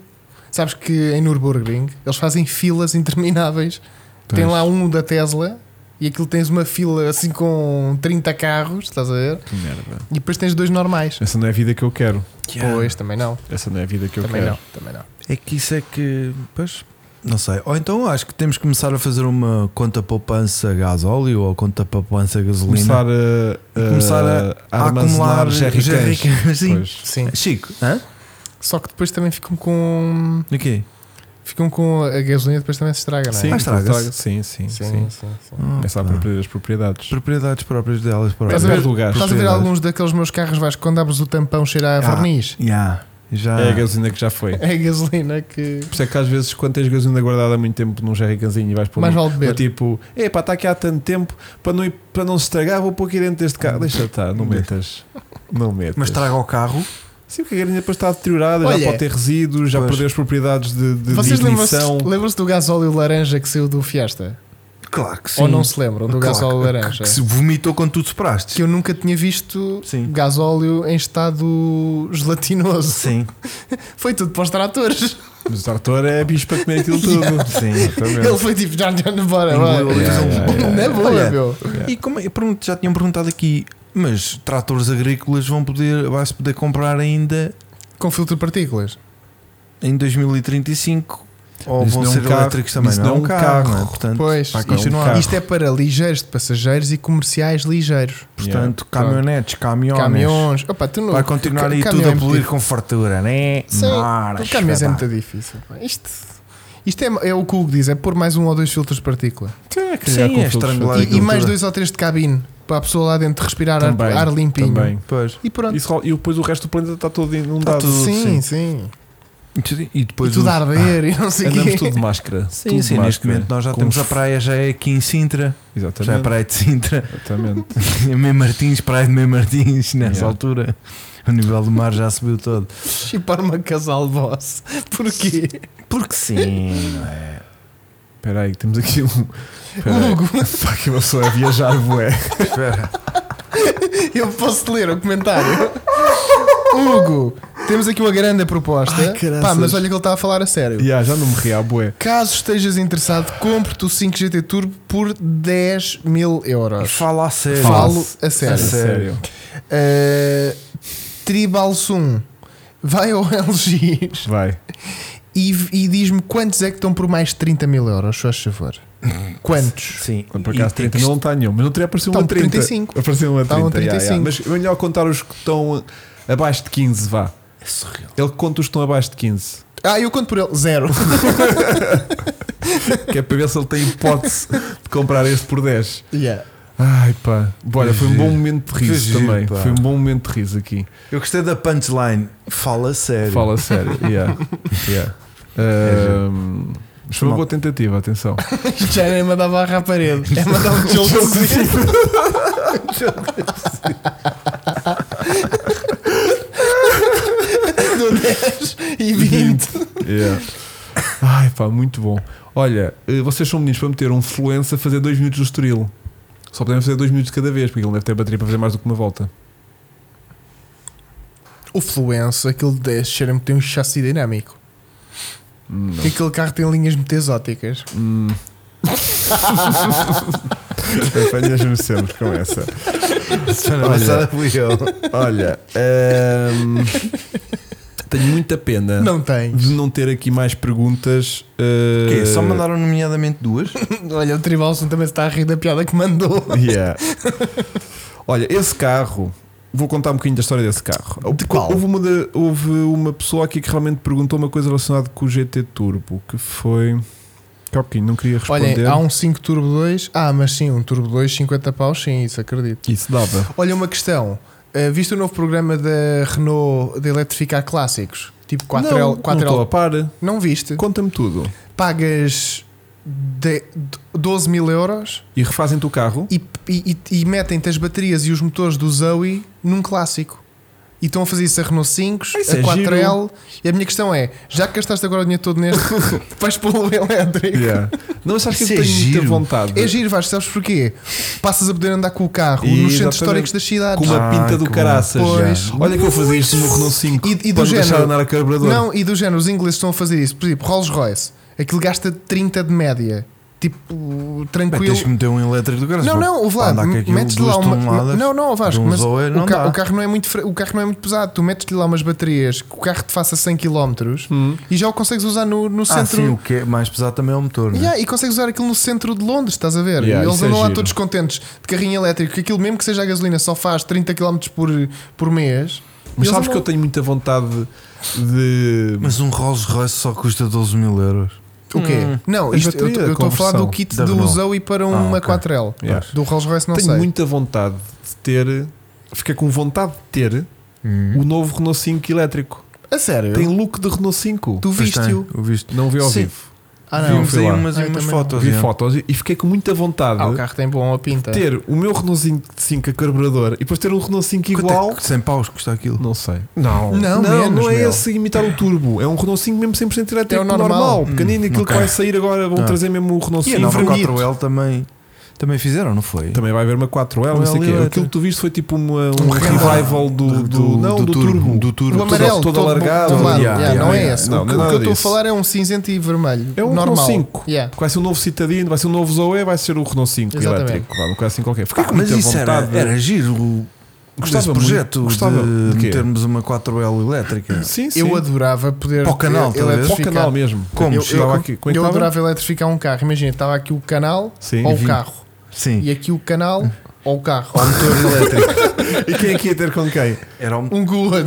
C: Sabes que em Nürburgring eles fazem filas intermináveis.
A: Então,
C: Tem
A: é
C: lá um da Tesla e aquilo tens uma fila assim com 30 carros, estás a ver?
A: Que merda.
C: E depois tens dois normais.
A: Essa não é a vida que eu quero.
C: Pois, também não.
A: Essa não é a vida que eu
C: também
A: quero.
C: não, também não.
B: É que isso é que. Pois. Não sei. Ou então acho que temos que começar a fazer uma conta poupança gás óleo ou conta poupança gasolina.
A: Começar a, a,
B: Começar a- a
A: armazenar
B: acumular
A: jerrycans.
B: jerrycans, sim.
A: Pois.
C: Sim.
B: Chico, hã?
C: Só que depois também ficam com.
B: O quê?
C: Ficam com a gasolina depois também se estraga, não é?
A: Sim,
B: Ah, estraga-se.
A: estraga- tipo, sim, sim,
C: sim,
A: sim.
C: sim. sim.
A: Começar a perder as propriedades.
B: Ah, tá. Propriedades próprias delas próprias.
C: Estás a ver,
A: Perde o gás. Ah.
C: estás a ver
B: Propriedades.
C: alguns daqueles meus carros vais quando abres o tampão cheira a
B: Ah.
C: verniz? *laughs*
B: Yeah, já.
A: É a gasolina que já foi.
C: É a gasolina que.
A: Por isso é que às vezes, quando tens gasolina guardada há muito tempo num jerrycanzinho e vais pôr
C: Mais
A: um,
C: vale beber.
A: do tipo, epá, está aqui há tanto tempo para não, ir- para não se estragar, vou pôr aqui dentro deste carro. Deixa estar, não metas. Não metas.
B: Mas traga o carro.
A: Sim, porque a galinha depois está deteriorada,
C: Olha.
A: já pode ter resíduos, já
B: Pois.
A: perdeu as propriedades de, de
C: Vocês lembram-se
A: ignição.
C: lembram-se do gasóleo laranja que saiu do Fiesta?
B: Claro que
C: Ou não se lembram do
B: Claro
C: gasóleo
B: que-
C: laranja? é.
B: Que se vomitou quando tu sopraste.
C: Que eu nunca tinha visto
B: Sim.
C: gasóleo em estado gelatinoso. *laughs*
B: Sim,
C: Foi tudo para os tratores.
A: Mas o trator é bicho para comer aquilo
B: *laughs*
C: *laughs*
A: tudo.
B: sim.
A: Exatamente.
C: Ele foi tipo, já, já, bora,
B: É. Engoliu
C: bora. *laughs*
B: ali
A: Yeah,
B: um-
A: yeah, yeah,
C: Não é boa,
B: Olha,
C: meu.
B: E como é, eu pergunto, já tinham perguntado aqui, mas tratores agrícolas vão poder, vai-se poder comprar ainda
C: Com filtro de partículas.
B: em 2035 ou
A: Isso
B: vão
A: não é um
B: ser
A: carro,
B: elétricos também?
A: isso
B: Não, é um carro, não é? portanto,
C: Pois,
B: vai
C: isto-
B: continuar.
C: Isto é para ligeiros de passageiros e comerciais ligeiros.
A: um
B: portanto, caminhonetes, caminhões,
C: Caminhões. Opa, tu não.
B: vai continuar aí
C: Caminhão
B: tudo
C: é
B: a
C: muito
B: poluir com fartura, né?
C: Sim,
B: Mara,
C: O caminho é
B: espetáculo.
C: muito difícil. pá. Isto, isto é, é o que o Hugo diz: é pôr mais um ou dois filtros de partícula.
A: É, que
B: Sim,
A: já com
B: é
A: filtros
B: estrangular
A: feitos.
C: E, e
B: aquilo
C: mais
B: tudo.
C: dois ou três de cabine para a pessoa lá dentro respirar ar-
A: Também,
C: ar, limpinho.
A: também.
B: Pois.
C: E pronto. Tá
A: Isso rola- E depois o resto do planeta está todo inundado.
B: Está tudo,
C: sim, sim,
B: sim. E
C: E
B: depois
C: tudo
B: o-
C: a arder e não sei o
A: Ah, Andamos
C: quê. *laughs*
A: tudo de máscara. tudo
B: Sim,
A: de
B: sim, neste
A: máscara.
B: momento nós já
A: Com
B: temos
A: os-
B: a praia, já é aqui em Sintra, já é a
A: Exatamente.
B: praia de Sintra, *laughs*
A: Exatamente.
B: Mem Martins, praia de Mem Martins, *laughs* nessa
A: Yeah.
B: altura. O nível do mar já subiu todo.
C: Chipar uma casal boss. Porquê?
A: *laughs*
B: Porque sim, não é?
A: Espera aí, temos aqui um.
B: *laughs*
A: Espera aí.
C: Hugo,
A: *laughs* Está aqui uma pessoa a viajar, bué.
B: Espera.
C: eu posso ler
A: *laughs*
C: o comentário. Hugo, temos aqui uma grande proposta.
A: Ai, caraças.
C: Pá, mas olha que ele está a falar a sério.
A: Ya, já não me ri, ah, bué.
C: Caso estejas interessado, compre-te o 5 GT Turbo por 10 mil
B: E
C: euros.
B: fala a sério.
C: Falo a
B: É
A: A
C: sério.
A: sério.
C: Uh, Tribal Sum, vai ao LG
A: Vai.
C: e, e diz-me quantos é que estão por mais de 30 mil euros, se faz favor. Quantos?
B: Sim.
A: Quando por
B: E
A: acaso
B: tem
A: 30
B: que-
A: não está nenhum, mas não teria aparecido
C: Estão
A: uma 30.
C: 35.
A: Apareceu um uma 30.
C: Estão
A: ya, ya.
C: 35.
A: Mas é melhor contar os que estão abaixo de 15, vá.
B: É surreal.
A: Ele conta os que estão abaixo de 15.
C: Ah, eu conto por ele, zero.
A: Que é para ver se ele tem hipótese de comprar este por 10.
C: Yeah.
A: Ai pá. Olha, foi um bom
B: Giro.
A: momento de
B: Que
A: riso
B: giro,
A: também.
B: pá.
A: Foi um bom momento de riso aqui.
B: Eu gostei da punchline. Fala a sério.
A: Fala sério.
B: *laughs*
A: Yeah. Yeah.
B: É
A: Ahm, mas foi uma
B: Mal.
A: boa tentativa, atenção.
C: Isto *laughs* Já nem mandava a parede. É mandar um jogo assim. *laughs* Do 10 e 20.
A: Uhum. Yeah. Ai pá, muito bom. Olha, eh, vocês são meninos para meter um fluença a fazer 2 minutos do estoril. Só podemos fazer 2 minutos cada vez, porque ele não deve ter bateria para fazer mais do que uma volta.
C: O Fluença, aquele 10 cheira-me que tem um chassi dinâmico. Que aquele carro tem linhas muito exóticas.
A: Hum. *laughs* Apanhas-me sempre com essa.
B: Semana
A: Olha.
B: passada fui é eu.
A: *laughs* Olha, ehm, tenho muita pena
C: Não tem.
A: de não ter aqui mais perguntas. eh,
B: Quê? Só mandaram nomeadamente
A: *laughs*
B: duas?
C: *laughs* Olha, o Tribalson também se está a rir da piada que mandou.
A: Yeah. Olha, esse carro. Vou contar um bocadinho da história desse carro.
C: De qual?
A: Houve uma, da- houve uma pessoa aqui que realmente perguntou uma coisa relacionada com o GT Turbo, que foi. Coquinho, não queria responder.
C: Olha, há um 5 Turbo 2. Ah, mas sim, um Turbo 2, 50 paus, sim, isso acredito.
A: Isso dava.
C: Olha, uma questão. Uh, viste o novo programa da Renault de eletrificar clássicos? Tipo 4L.
A: não, não estou a
C: 4L.
A: par.
C: Não, viste?
A: Conta-me tudo.
C: Pagas de- d- 12 mil euros
A: E refazem-te o
C: *laughs*
A: carro.
C: e, e, e- e metem-te as baterias e os motores do Zoe num clássico. E estão a fazer isso a Renault 5,
A: Ah, isso
C: a
A: é
C: 4L. E a minha questão é: já que gastaste agora o dinheiro
A: *laughs*
C: todo neste, vais pô-lo elétrico.
A: Yeah. Não, mas sabes que
B: Isso
A: eu
B: é
A: tenho muita
B: giro.
A: vontade.
C: É giro, Vasco, sabes porquê? Passas a poder andar com o carro
A: E
C: nos
A: exatamente.
C: centros históricos das
A: com
C: cidades.
A: uma
B: Ah,
A: pinta do
B: que bom.
A: caraças.
C: Pois.
A: já. Olha que eu fazia isto no Renault 5.
C: E- e do
A: para não deixar
C: género-
A: andar a carburador.
C: Não, e do género, os ingleses estão a fazer isso. Por exemplo, Rolls Royce, aquilo gasta 30 de média. tipo,
B: Bem, tens
C: tranquilo.
B: que meter um elétrico do caralho.
C: Não, não, o Vlad,
B: Andar com aquilo
C: metes
B: duas
C: lá uma.
B: toneladas,
C: Não, não, Vasco,
B: de um
C: mas
B: Zoe,
C: o,
B: não
C: ca-
B: dá.
C: o carro não é muito, fre- o carro não é muito pesado. Tu metes-lhe lá umas baterias que o carro te faça 100 km e já o consegues usar no, no
B: Hum. Ah,
C: centro.
B: sim, o que é mais pesado também é o motor. né?
C: Yeah, e consegues usar aquilo no centro de Londres, estás a ver?
A: Yeah,
C: e eles
A: isso é
C: andam lá
A: giro.
C: todos contentes de carrinho elétrico, que aquilo mesmo que seja a gasolina só faz 30 km por, por mês.
A: Mas
C: Eles
A: sabes
C: andam-
A: que eu tenho muita vontade de.
B: Mas um Rolls Royce só custa 12 mil euros.
C: O quê? não,
A: a
C: isto, eu
A: bateria, a
C: estou Hum. a falar do
A: conversão
C: kit
B: da
C: do
B: Renault.
C: Zoe para
B: Ah,
C: uma
B: ok.
C: 4L.
A: Yeah.
C: Do Rolls Royce não
A: tenho
C: sei.
A: muita vontade de ter. Fiquei com vontade de ter o novo Renault 5 elétrico.
C: A sério?
A: Tem look de Renault 5.
C: É? Tu
B: Pois tem, um
C: viste-o?
B: O visto.
A: Não vi ao
B: Sim.
A: vivo.
C: Ah, não.
B: Vimos
A: fui
B: aí
A: lá.
B: umas,
C: Ah, eu
B: umas
C: também não.
B: fotos.
A: Vi
B: é.
A: fotos e- e fiquei com muita vontade
C: Ah, o carro tem boa pinta.
A: de ter o meu Renault 5 a carburador e depois ter um Renault 5
B: Quanto
A: igual.
B: É que 100 paus custa aquilo.
A: Não sei. Não, não,
C: Não,
A: não,
C: menos,
A: é
C: meu.
A: esse imitar o turbo. É um Renault 5 mesmo 100% elétrico
C: É o normal.
A: normal. pequenino, aquele
B: ok.
A: que vai sair agora. Vão
B: Ah.
A: trazer mesmo o Renault
B: E a
A: 5.
B: nova
A: vermelho.
B: 4L também, também fizeram, não foi?
A: Também vai haver uma 4L,
B: Um
A: não sei o
B: L e
A: quê.
B: outra.
A: Aquilo que tu viste foi tipo uma- um,
C: Um
A: revival do, do, não, do, turbo.
B: Do turbo.
C: O amarelo,
A: todo
C: todo,
A: alargado.
C: bombado.
B: Yeah,
C: Yeah,
B: yeah,
C: não é
A: yeah.
C: esse.
A: Não,
C: o
A: não é
C: que, o que
A: nada
C: eu estou a
A: disso.
C: falar é um cinzento e vermelho.
A: É um
C: normal.
A: Renault 5.
C: Yeah.
A: Que vai ser um novo Citadino, vai ser um novo Zoe, vai ser o Renault 5
C: Exatamente.
A: elétrico. Vai, Uma coisa assim qualquer. Fiquei
B: Ah,
A: com
B: mas
A: muita
B: isso era,
A: vontade. de-
B: era giro.
A: Gostava
B: Gostava
A: muito.
B: projeto
A: Gostava.
B: de,
A: um De quê?
B: termos uma 4L elétrica.
A: *coughs* Sim, sim.
C: Eu adorava poder.
B: Para o canal,
C: eu- eu
B: talvez.
A: Para o
C: eletrificar-
A: canal mesmo.
B: Como?
A: Eu,
B: Chegava
A: eu,
B: aqui-
A: aqui, é
C: Eu adorava eletrificar um carro. Imagina, estava aqui o canal
A: Sim,
C: ou o
A: vinte.
C: carro.
B: Sim.
C: E aqui o
A: *laughs*
C: canal ou o carro.
B: Motor elétrico.
A: E quem é que ia ter com quem?
B: Era um.
C: Um com o outro.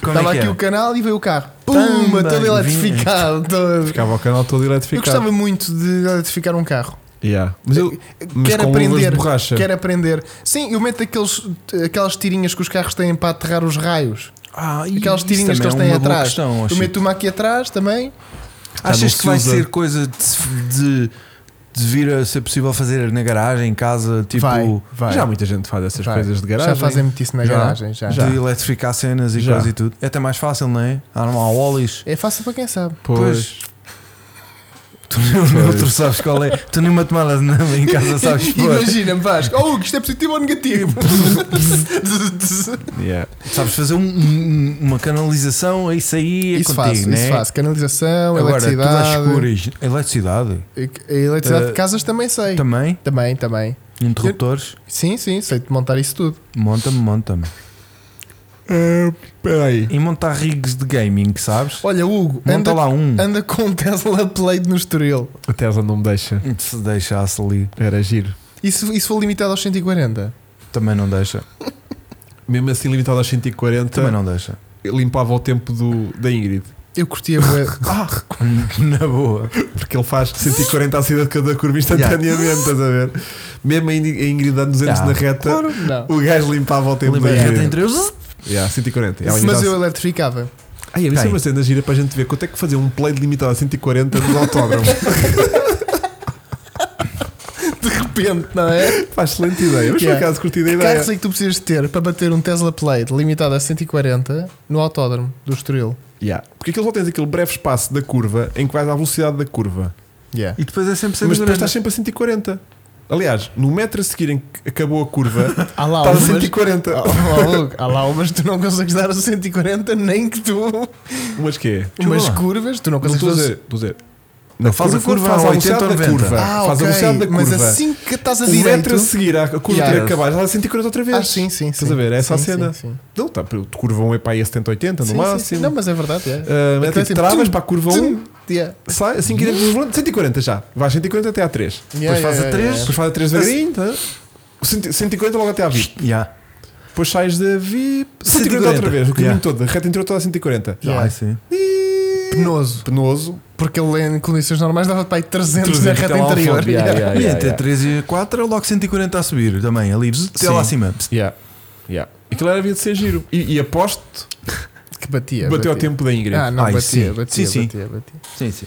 B: Como
C: Estava
B: é que
C: aqui
B: era?
C: o canal e veio o carro.
B: Também
C: Pumba, todo
B: vinha.
C: eletrificado. todo.
A: Ficava o canal todo
C: Eu
A: eletrificado.
C: gostava muito de eletrificar um carro.
A: Yeah. Mas eu mas
C: quero
A: com luvas
C: aprender.
A: de borracha.
C: Quero aprender. Sim, eu meto aqueles, aquelas tirinhas que os carros têm para aterrar os raios.
B: Ah, e
C: Aquelas
B: isso
C: tirinhas que
B: também é
C: eles têm
B: uma boa
C: atrás.
B: questão,
A: Oh,
C: eu
B: acho.
C: meto uma aqui atrás também.
A: não
B: Achas que
A: se
B: vai
A: usa.
B: ser coisa de, se- de, de vir a ser possível fazer na garagem, em casa, tipo
C: Vai, vai.
A: Já muita gente faz essas
C: Vai.
A: coisas de garagem.
C: Já fazem muito isso na
B: Já?
C: garagem. Já.
B: de eletrificar cenas e
A: Já.
B: coisas e tudo? É até mais fácil, não é? Há não há olhos.
C: É fácil para quem sabe.
A: Pois.
B: Tu nem o outro sabes qual é. Tu nem uma tomada de nada em
C: *laughs*
B: casa sabes pôr.
C: Imagina-me, Vasco. Oh, Hugo, isto é positivo ou negativo?
B: *laughs*
C: *laughs*
A: Yeah.
B: Sabes fazer um- um- uma canalização, isso aí é contigo,
C: isso faz,
B: né?
C: isso faz. Canalização,
B: Agora, tudo às
C: eletricidade.
B: escuras. Eletricidade?
C: A eletricidade
B: Eh,
C: de casas também sei.
B: Também?
C: Também, também.
B: Interruptores?
C: Sim, sim, sei de montar isso tudo.
B: Monta-me, monta-me. Eh,
A: Espera aí.
B: E montar rigs de gaming, sabes?
C: Olha, Hugo,
B: Monta
C: anda,
B: lá um.
C: anda com um Tesla Plate no Estoril.
A: A Tesla não me deixa.
B: Se deixasse ali,
A: Era giro.
C: Isso, isso foi limitado aos 140.
B: também não deixa.
A: Mesmo assim, limitado aos 140,
B: Também não deixa.
A: eu limpava o tempo do, da Ingrid.
C: Eu
B: *laughs*
C: curtia. bué.
B: Na boa.
A: Porque ele faz 140 a saída de cada curva instantaneamente, estás a ver? Mesmo a Ingrid a Ingrid dando 200
B: Yeah.
A: na reta,
C: não.
A: o gajo limpava o tempo
B: Lembra
A: da Ingrid.
B: entre eles?
A: Yeah, 140.
B: É
A: Yeah,
C: Mas
A: limitado-
C: eu eletrificava.
A: Ah, isso é
B: Quem?
A: uma cena gira para a gente ver quanto é que fazer um play limitado a 140 no autódromo.
C: *laughs* De repente, não
B: *laughs*
C: é?
A: Faz excelente ideia. Mas
C: Yeah.
A: por acaso curti da
C: Que
A: ideia.
C: carros é que tu precisas ter para bater um Tesla Plate limitado a 140 no autódromo do Estoril?
A: Yeah. Porque aquilo só tens aquele breve espaço da curva em que vais à velocidade da curva.
C: Yeah.
B: E depois é sempre sempre
A: mas depois
B: grande.
A: estás sempre né? a 140. Aliás, no metro a seguir em que acabou a curva,
C: *laughs* Há lá
A: estás a
C: umas-
A: 140.
C: Oh, oh, Hugo, Há lá umas que tu não consegues dar a 140, nem que tu.
A: Mas que é?
B: Deixa eu
C: Umas
B: lá.
C: curvas, tu não
A: Não
C: consegues
A: estou a
C: dar.
A: dizer. Estou a dizer. Não,
B: Faz a curva
A: faz
B: a
A: a velocidade
B: 80 ou
A: da
B: 90.
A: curva.
C: Ah,
A: faz
C: ok,
A: a velocidade da curva.
C: Mas assim que estás a
A: o
C: direito.
A: metro a seguir à curva
C: Yeah.
A: ter acabado, já dá 140 outra vez.
C: Ah, sim, sim.
A: Estás
C: sim.
A: a ver? É essa a
C: Sim,
A: cena.
C: Sim, sim.
A: Não, tá, o curva 1 é para aí a 70, 80 no
C: Sim, sim,
A: máximo.
C: sim. Não, mas é verdade. É.
A: Ah, mete
C: Aquilo é tipo,
A: travas
C: tum,
A: para a curva 1,
C: Tum, yeah.
A: sai, assim que iremos no volante, 140 já. Vai 140 até à 3.
C: Yeah,
B: faz
C: yeah,
B: a
C: yeah,
B: três.
C: yeah.
A: Depois faz a 3
C: assim.
A: devagarinho, tá? O cento- 150 logo até à VIP.
B: Já.
A: Depois sais da VIP. 140 outra
B: 140.
A: vez, o caminho
B: Yeah.
A: todo, a reta interior toda a 140.
C: Yeah.
B: Ah, sim.
A: E-
C: Penoso.
A: Penoso.
C: Porque ele em condições normais dava para aí 300 na
A: 300
C: reta
A: até tá lá ao
C: interior. *laughs*
A: fundo, yeah, yeah.
B: E entre 3 e 4 é logo 140 a subir também, ali, bzz, até lá acima. Pss,
A: Yeah. Yeah. Aquilo era havia de ser giro. E, e aposto
C: Que batia.
A: que bateu ao
C: batia.
A: tempo da Ingrid.
C: Ah, não,
B: Ai,
C: batia,
B: sim.
C: batia,
B: Sim, sim.
C: batia, batia.
B: Sim, sim.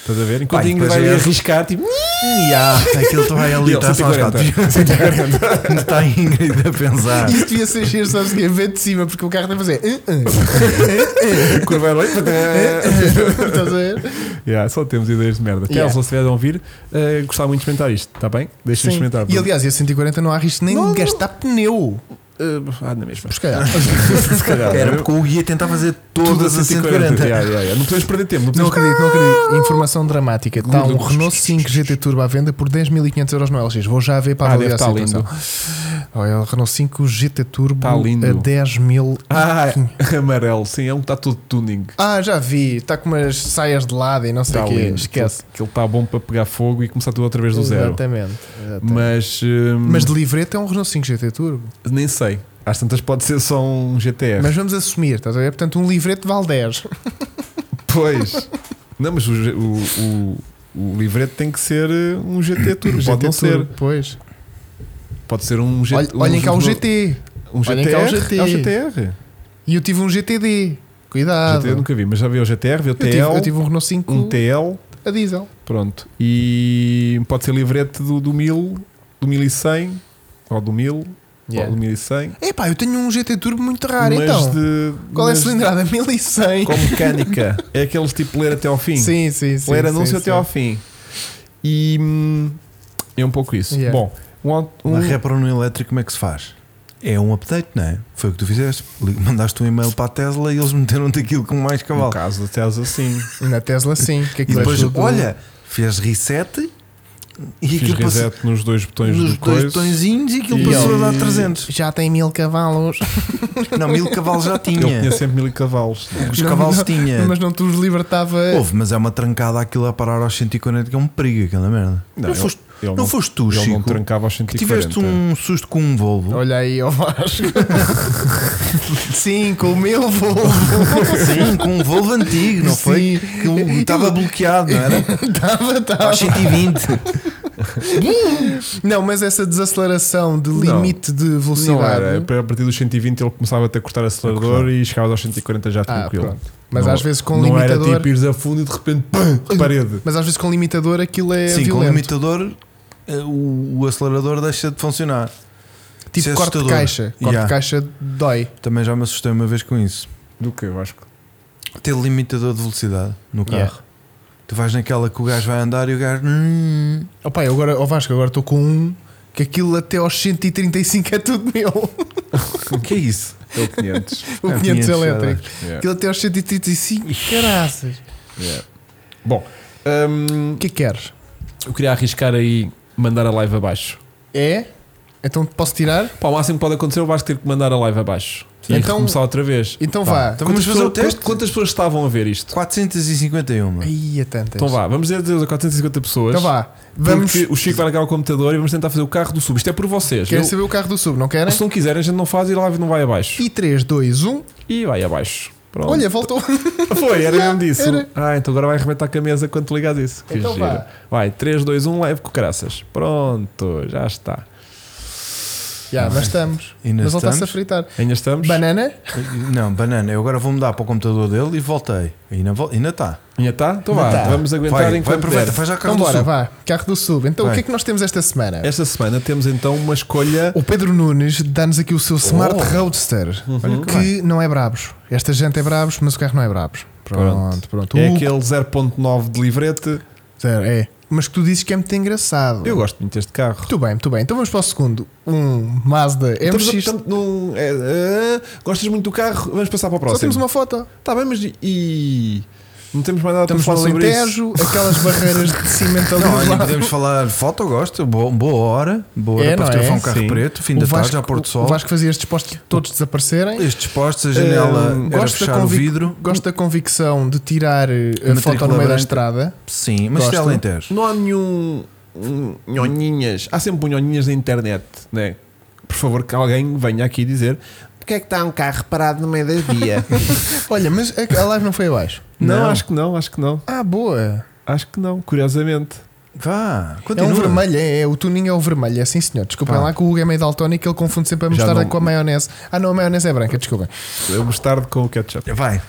A: Estás a ver? Enquanto
B: Pá,
A: a Ingrid
B: depois
A: vai
B: é-
A: arriscar,
C: *laughs*
A: tipo, *laughs*
B: Yeah, aquele tu vai ali,
A: Ele,
B: está só aos
A: 140.
B: 4. Ainda está a Tá Ingrid a pensar.
C: *laughs* Isso devia ser giro, sabes o quê? Ver de cima, porque o carro tem a fazer. "Ah,
A: a curva era
C: ah."
A: oito.
C: *laughs* Estás a ver?
A: Yeah, só temos ideias de merda.
C: Yeah.
A: Tesla, se estiver a ouvir, eh, gostava muito de experimentar isto, está bem? Deixem-me
C: Sim.
A: experimentar.
C: E aliás, e a 140 não há risco nem
A: Não,
C: de gastar pneu.
A: Eh, ah, na mesma.
C: Por *laughs* se um calhar.
A: Se calhar.
B: Era porque o guia tentava fazer todas a 140.
A: Yeah, yeah, yeah. Não podemos perder tempo. Não
C: Não
A: podemos...
C: acredito, não acredito. Informação dramática. Está um
A: Google.
C: Renault 5 GT Turbo à venda por 10.500 euros no LX. Vou já ver
A: Ah,
C: para avaliar a
A: deve estar
C: situação. Olha, o Renault 5 GT Turbo
A: Está Tá lindo.
C: a 10 mil.
A: *laughs* Ah, amarelo, sim, é um que está todo tuning.
C: Ah, já vi. Está com umas saias de lado e não sei
A: Está
C: o quê.
A: Tá lindo.
C: Esquece.
A: Que ele está bom para pegar fogo e começar tudo outra vez do zero.
C: Exatamente. exatamente.
A: Mas, hum,
C: Mas de livreto é um Renault 5 GT Turbo.
A: nem sei. Às tantas pode ser só um GTR.
C: Mas vamos assumir, estás a ver? Portanto, um livreto vale 10.
A: Pois. Não, mas o, o, o, o livreto tem que ser uh, um GT Turbo. pode não
C: Turbo,
A: ser.
C: Pois.
A: Pode ser um GT.
C: Olha- olhem cá o GT.
A: Um
C: Olhem
A: GTR.
C: cá o
A: É o
C: GT.
A: GTR.
C: E eu tive um GTD. Cuidado.
A: GT eu nunca vi, mas já vi o GTR, vi o
C: eu, tive, eu tive
A: TL.
C: um Renault 5
A: Um TL.
C: a diesel.
A: Pronto. E pode ser livrete do, do 1000, do 1100, ou do 1000, ou do 1100.
C: Epá, eu tenho um GT Turbo muito raro
A: mas
C: então.
A: de.
C: Qual é a
A: mas
C: cilindrada? *laughs* 1100.
A: Com mecânica. É aqueles tipo ler até ao fim.
C: Sim, sim, sim.
A: ler
C: sim,
A: anúncio
C: sim.
A: até ao fim. E hum, é um pouco isso.
C: Yeah.
A: Bom, um, aut- um,
B: Na repara no elétrico, como é que se faz? É um update, não é? Foi o que tu fizeste. Li- Mandaste um e-mail para a Tesla e eles meteram-te aquilo com mais
A: no
B: cavalo.
A: caso da Tesla, sim.
C: Na Tesla, sim.
B: E
C: Que aquilo é
B: depois,
C: tudo-
B: olha, fez reset *laughs* e
A: Fiz
B: aquilo passou
A: reset nos dois botões
B: nos
A: do
B: dois
A: coisa.
B: botõezinhos e aquilo
A: E
B: passou
A: ele-
B: a dar 300.
C: Já tem mil cavalos.
B: *laughs* Não, mil cavalos já
A: Ele tinha
B: tinha.
A: sempre mil cavalos.
B: Os
C: Não,
B: cavalos
C: não,
A: É.
B: tinha.
C: Mas não tu os libertava.
B: Houve, mas é uma trancada aquilo a parar aos 140 que é um perigo aquela merda. Não,
A: ele-
B: foste,
A: ele
B: não,
A: não-
B: foste tu,
A: Ele não
B: Chico.
A: trancava aos 140.
B: Tiveste um susto com um Volvo.
C: Olha aí, ó
A: *laughs*
C: Vasco. sim, com o meu voo.
B: Sim, com um Volvo antigo, não foi?
C: Sim.
B: Que o- estava bloqueado, não era?
C: Tava, tava.
B: Aos 120.
C: Não, mas essa desaceleração de limite de
A: Não era. é,
C: velocidade.
A: A partir dos 120 ele começava até a cortar acelerador e chegava aos 140 já
C: Ah,
A: tranquilo.
C: pronto. Mas
A: Não-
C: às vezes com
A: Não era
C: limitador.
A: tipo ires a fundo e de repente pum, parede.
C: Mas às vezes com limitador aquilo é
B: Sim, com o
C: violento.
B: limitador, eh, o, o acelerador deixa de funcionar. Isso é
C: Tipo corte de
B: assustador.
C: caixa. Corte
B: Yeah.
C: de caixa dói.
B: Também já me assustei uma vez com isso.
A: Do que eu acho que.
B: Ter limitador de velocidade no carro.
C: Yeah.
B: Tu vais naquela que o gajo vai andar e o gajo. "Hum".
C: Opa, eu agora, ó Vasco, agora estou com um que aquilo até aos 135 é tudo meu. *laughs*
B: O que é isso?
A: É o 500.
C: O
B: É,
C: 500
B: 500
C: elétrico.
A: Yeah,
C: Aquilo até aos 135, caraças.
A: yeah. Bom, *laughs* hum,
C: O que é que queres?
A: eu queria arriscar aí mandar a live abaixo.
C: É? Então posso tirar?
A: Pá, o máximo que pode acontecer é o Vasco ter que mandar a live abaixo. E
C: Então-
A: então, começar outra vez.
C: Então
A: Pá,
C: vá.
B: Então vamos
A: quantas
B: fazer o
A: pessoas-
B: teste?
A: Quantas pessoas estavam a ver isto?
B: 451.
C: Aí é tantas.
A: Então vá, vamos dizer adeus a 450 pessoas.
C: Então vá. Vamos.
A: Vamos. O Chico vai ligar o computador e vamos tentar fazer o carro do sub. Isto é por vocês.
C: Querem
A: Eu-
C: saber o carro do sub, não querem?
A: se não quiserem, a gente não faz e a live não vai abaixo.
C: E 3, 2, 1.
A: E vai abaixo. Pronto.
C: Olha, voltou.
A: *laughs* foi, era mesmo disso.
C: Era.
A: Ah, então agora vai arrebentar com a mesa quando tu ligares isso. Que
C: Então
A: giro.
C: vá.
A: Vai, 3, 2, 1, live com graças. Pronto, já está.
C: Já, mas estamos.
B: Ainda
C: Mas voltaste a
B: estamos?
C: fritar.
A: Ainda estamos?
C: Banana?
B: Não, banana. Eu agora vou mudar para o computador dele e voltei. Ainda vol- ainda está.
A: Ainda está? Então
C: Ainda
A: vá,
C: tá.
A: vamos aguentar
B: Vai, vai
A: enquanto
B: aproveita,
A: der.
B: faz já
C: Então
B: carro do
C: bora,
B: sul.
C: vá. Carro do sub. Então o
B: Vai.
C: que é que nós temos esta semana?
A: Esta semana temos então uma escolha.
C: O Pedro Nunes dá-nos aqui o
B: Oh.
C: seu Smart Roadster,
B: Uhum.
C: que não é brabos. Esta gente é brabos, mas o carro não é brabos. Pronto, pronto.
A: É
C: O-
A: aquele 0.9 de livrete.
C: Zero, é. Mas que tu dizes que é muito engraçado.
A: Eu gosto muito deste carro.
C: Muito bem, muito bem. Então vamos para o segundo. Um Mazda
B: Então
A: Estamos-
C: MX.
A: estamos num- é, é, gostas muito do carro? Vamos passar para o
C: Só
A: próximo.
C: temos uma foto.
A: Está bem, mas e. Não temos mais nada
C: Estamos
A: para
C: no
A: falar sobre isso.
C: Alentejo, aquelas barreiras de cimento ali
B: Não,
C: do
B: olha,
C: lado.
B: podemos falar foto, gosto, boa, boa hora, boa hora
C: É,
B: para
C: não
B: fotografar
C: é?
B: um carro
A: Sim.
B: preto, fim
C: O
B: da
C: Vasco,
B: tarde, já pôr do sol.
C: o Vasco fazia estes postos todos desaparecerem.
B: Estes postos, a janela
A: Hum,
B: era
C: Eh, Gosto da,
B: fechar o
C: convic-
B: vidro.
C: gosto da convicção de tirar eh, a
B: Matrícula
C: foto no meio da
B: branca.
C: estrada.
B: Sim, mas
C: Gosto.
B: isto é Alentejo.
A: Não há nenhum. um, Nhonhinhas. Há sempre um nhonhinhas na internet, né? Por favor, que alguém venha aqui dizer porque é que está um carro parado no meio da
C: *laughs*
A: via.
C: Olha, mas é a a live não foi abaixo.
A: não,
B: Não.
A: acho que não, acho que não.
C: Ah, boa.
A: Acho que não, curiosamente.
B: Vá,
C: É
B: continua.
C: um vermelho, é, é, o tuning é o vermelho, é sim senhor. Desculpem
B: Pá.
C: lá que o Hugo é meio daltónico, ele confunde sempre a
A: Ah. Já
C: mostarda
A: não-
C: com a maionese. Ah não, a maionese é branca, desculpem.
A: Eu mostarde com o ketchup.
B: Vai,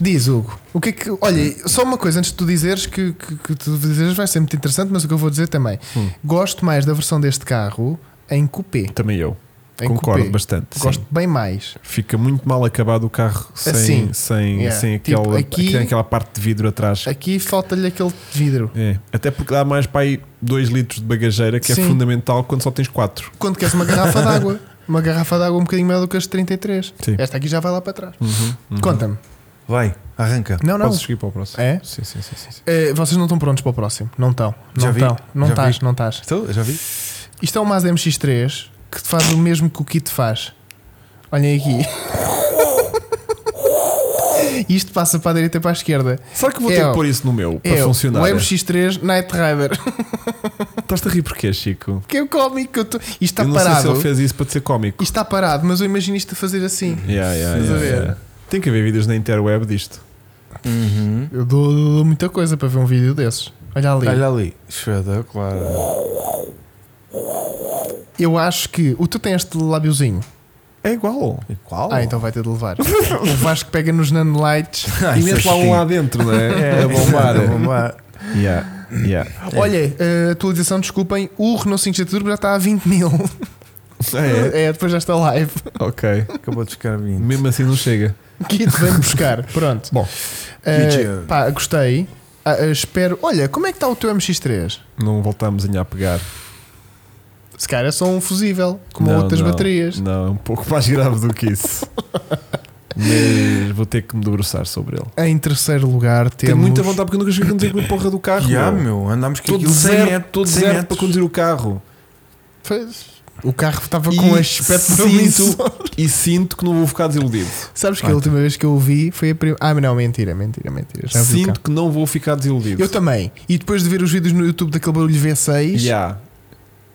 C: Diz Hugo, o que é que. Olha, só uma coisa antes de tu dizeres que, que, que tu dizeres vai ser muito interessante, mas o que eu vou dizer também.
A: Hum.
C: Gosto mais da versão deste carro em coupé.
A: Também eu.
C: Em
A: Concordo
C: coupé.
A: bastante.
C: Gosto
A: sim.
C: bem mais.
A: Fica muito mal acabado o carro sem,
C: Assim.
A: sem,
C: Yeah.
A: sem
C: Tipo,
A: aquela,
C: aqui-
A: aquela parte de vidro atrás.
C: Aqui falta-lhe aquele vidro.
A: É. Até porque dá mais para aí 2 litros de bagageira, que
C: Sim.
A: é fundamental quando só tens 4.
C: Quando queres uma
A: *laughs*
C: garrafa d'água, uma garrafa d'água um bocadinho maior do que as 33.
A: Sim.
C: Esta aqui já vai lá para trás. Conta-me.
B: Vai, arranca.
C: uhum. Não, não.
A: Posso Uhum. seguir para o próximo?
C: É?
A: Sim, sim, sim. sim, sim.
C: Eh, vocês não estão prontos para o próximo. Não estão.
B: Já
C: Não
B: vi,
C: estão. Não
B: já
C: estás, não estás.
B: Estou? Já vi?
C: Isto é um Mazda MX3 que faz o mesmo que o kit faz. Olhem aqui. *laughs* Isto passa para a direita e para a esquerda.
A: Será que vou
C: É
A: ter
C: o-
A: que pôr isso no meu para
C: é o-
A: funcionar?
C: o MX3 Night Rider. *laughs*
A: Estás-te a rir porquê, Chico?
C: Que é o cómico. que eu tô- Isto está
A: eu não sei se
C: Tá parado.
A: ele
C: Isto
A: fez isso para ser cómico.
C: está parado, mas eu imagino isto a fazer assim.
A: Yeah, yeah,
C: Estás a
A: yeah,
C: ver?
A: yeah. Tem que haver vídeos na interweb disto.
B: Uhum.
C: Eu dou, dou muita coisa para ver um vídeo desses. Olha ali.
B: Olha ali. Espetacular.
C: Eu acho que. O tu tem este lábiozinho.
A: É igual.
B: Qual?
C: Ah, então vai ter de levar. *laughs* o Vasco pega nos nanolights.
B: Ah,
A: e mete
B: é
A: lá um lá dentro, não é? a bombar.
B: A bombar.
A: Yeah, yeah.
C: Olha, a atualização, desculpem, o Renault 5G Turbo já está a 20 mil.
A: Ah, é?
C: *laughs* É, depois desta live.
A: Ok.
B: Acabou de ficar 20.
A: Mesmo assim não chega.
C: Kit vem buscar. Pronto.
A: Bom,
C: Eh,
B: Kit.
C: pá, gostei. Ah, ah, espero. Olha, como é que está o teu MX3?
A: Não voltamos ainda a pegar.
C: Se calhar é só um fusível, como
A: Não,
C: outras
A: não.
C: baterias.
A: Não, é um pouco mais grave do que isso. Mas vou ter que me debruçar sobre ele.
C: Em terceiro lugar, temos.
A: Tenho muita vontade porque nunca cheguei a conduzir com a porra do carro.
B: Já,
A: meu.
B: meu, andámos com
A: Estou
B: aquilo 100
A: deserto,
B: metros,
A: estou
B: 100
A: deserto para
B: metros.
A: conduzir o carro.
C: Pois, O carro estava com um
A: E
C: aspecto
A: sinto- *laughs*
C: promissor.
A: E sinto que não vou ficar desiludido.
C: Sabes que
B: Ah,
C: a última vez que eu o vi foi a primeira. Ah, não, mentira, mentira, mentira. Já vi o
A: Sinto
C: carro.
A: que não vou ficar desiludido.
C: Eu também. E depois de ver os vídeos no YouTube daquele barulho V6,
A: Yeah.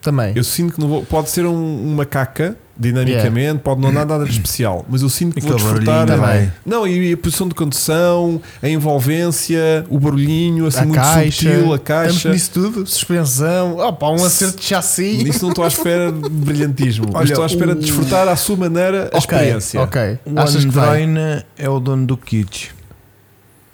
C: também.
A: Eu sinto que não vou. Pode ser um- uma caca, dinamicamente, pode não dar nada de especial, mas eu sinto que vou
B: Aquele
A: desfrutar.
B: barulhinho
C: também.
A: Não, e a posição de condução, a envolvência, o barulhinho, assim
C: a
A: muito
C: caixa,
A: subtil, a
C: Estamos
A: caixa. *laughs*
C: nisso tudo, suspensão, opa, um acerto de *laughs* chassi.
A: Nisso não estou à espera de brilhantismo, mas
B: Olha,
A: estou à espera de
B: o-
A: desfrutar à sua maneira a
C: Ok,
A: experiência.
C: Ok,
B: O
C: achas que vai?
B: Androina é o dono do kit.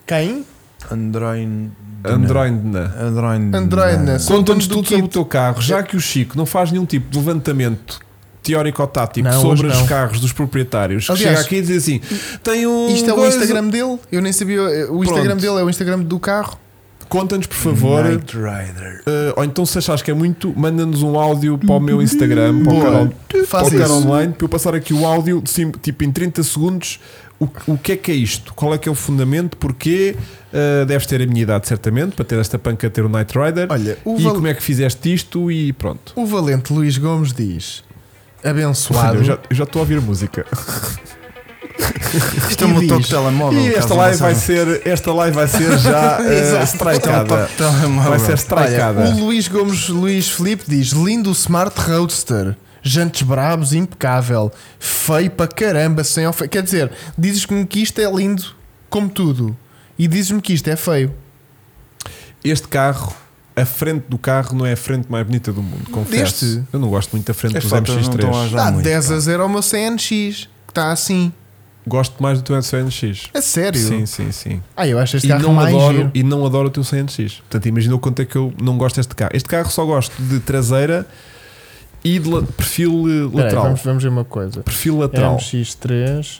C: Quem?
B: Androina.
A: Androidna.
B: Androina.
C: Androina.
A: Conta-nos
C: do
A: tudo
C: kit.
A: sobre o teu carro, já que o Chico não faz nenhum tipo de levantamento teórico ou tático
C: Não,
A: sobre
C: hoje
A: os
C: não.
A: carros dos proprietários. que
C: Aliás,
A: chega aqui e diz assim: tem um.
C: Isto é o
A: coisa-
C: Instagram dele? Eu nem sabia. O Instagram
A: Pronto.
C: dele é o Instagram do carro?
A: Conta-nos, por favor.
B: Knight Rider.
A: eh, ou então, se achas que é muito, manda-nos um áudio para o meu Instagram, para o
C: Boa.
A: canal, para
C: Faz
A: o canal
C: isso.
A: online, para eu passar aqui o áudio, sim, tipo em 30 segundos. O, o que é que é isto? Qual é que é o fundamento? Porquê? Eh, deves ter a minha idade, certamente, para ter esta panca, ter o Night Rider.
C: Olha, o,
A: e
C: val-
A: como é que fizeste isto? E pronto.
C: o valente Luís Gomes diz: abençoado.
A: Eu já- eu já estou a ouvir música.
B: Isto é um
C: E
B: toque
C: diz,
B: de telemóvel.
A: E esta
B: caso
A: live
B: não
A: vai
B: saibam.
A: ser, esta live vai ser já eh,
B: Isto é um toque
A: strikeada.
B: de telemóvel.
A: Vai ser
C: Olha,
A: strikeada.
C: o Luís Gomes Luís Felipe diz: lindo Smart Roadster. Jantes brabos, impecável. Feio para caramba, sem ofe... Quer dizer, dizes-me que isto é lindo, como tudo. E dizes-me que isto é feio.
A: Este carro, a frente do carro não é a frente mais bonita do mundo, confesso.
C: Deste?
A: Eu não gosto muito da frente
B: Estas
A: dos
B: fotos não estão a
A: MX3.
B: ajudar
C: Dá
B: muito.
C: 10 a 0 ao meu CNX, que está assim.
A: Gosto mais do teu 100NX.
C: A sério?
A: Sim, sim, sim.
C: Ah, eu acho este
A: E
C: carro
A: não,
C: mais
A: adoro,
C: giro.
A: e não adoro o teu 100NX. Portanto, imagina o quanto é que eu não gosto deste carro. Este carro só gosto de traseira e de la- perfil eh,
C: Espera aí,
A: lateral.
C: vamos, vamos ver uma coisa.
A: Perfil lateral.
C: MX3.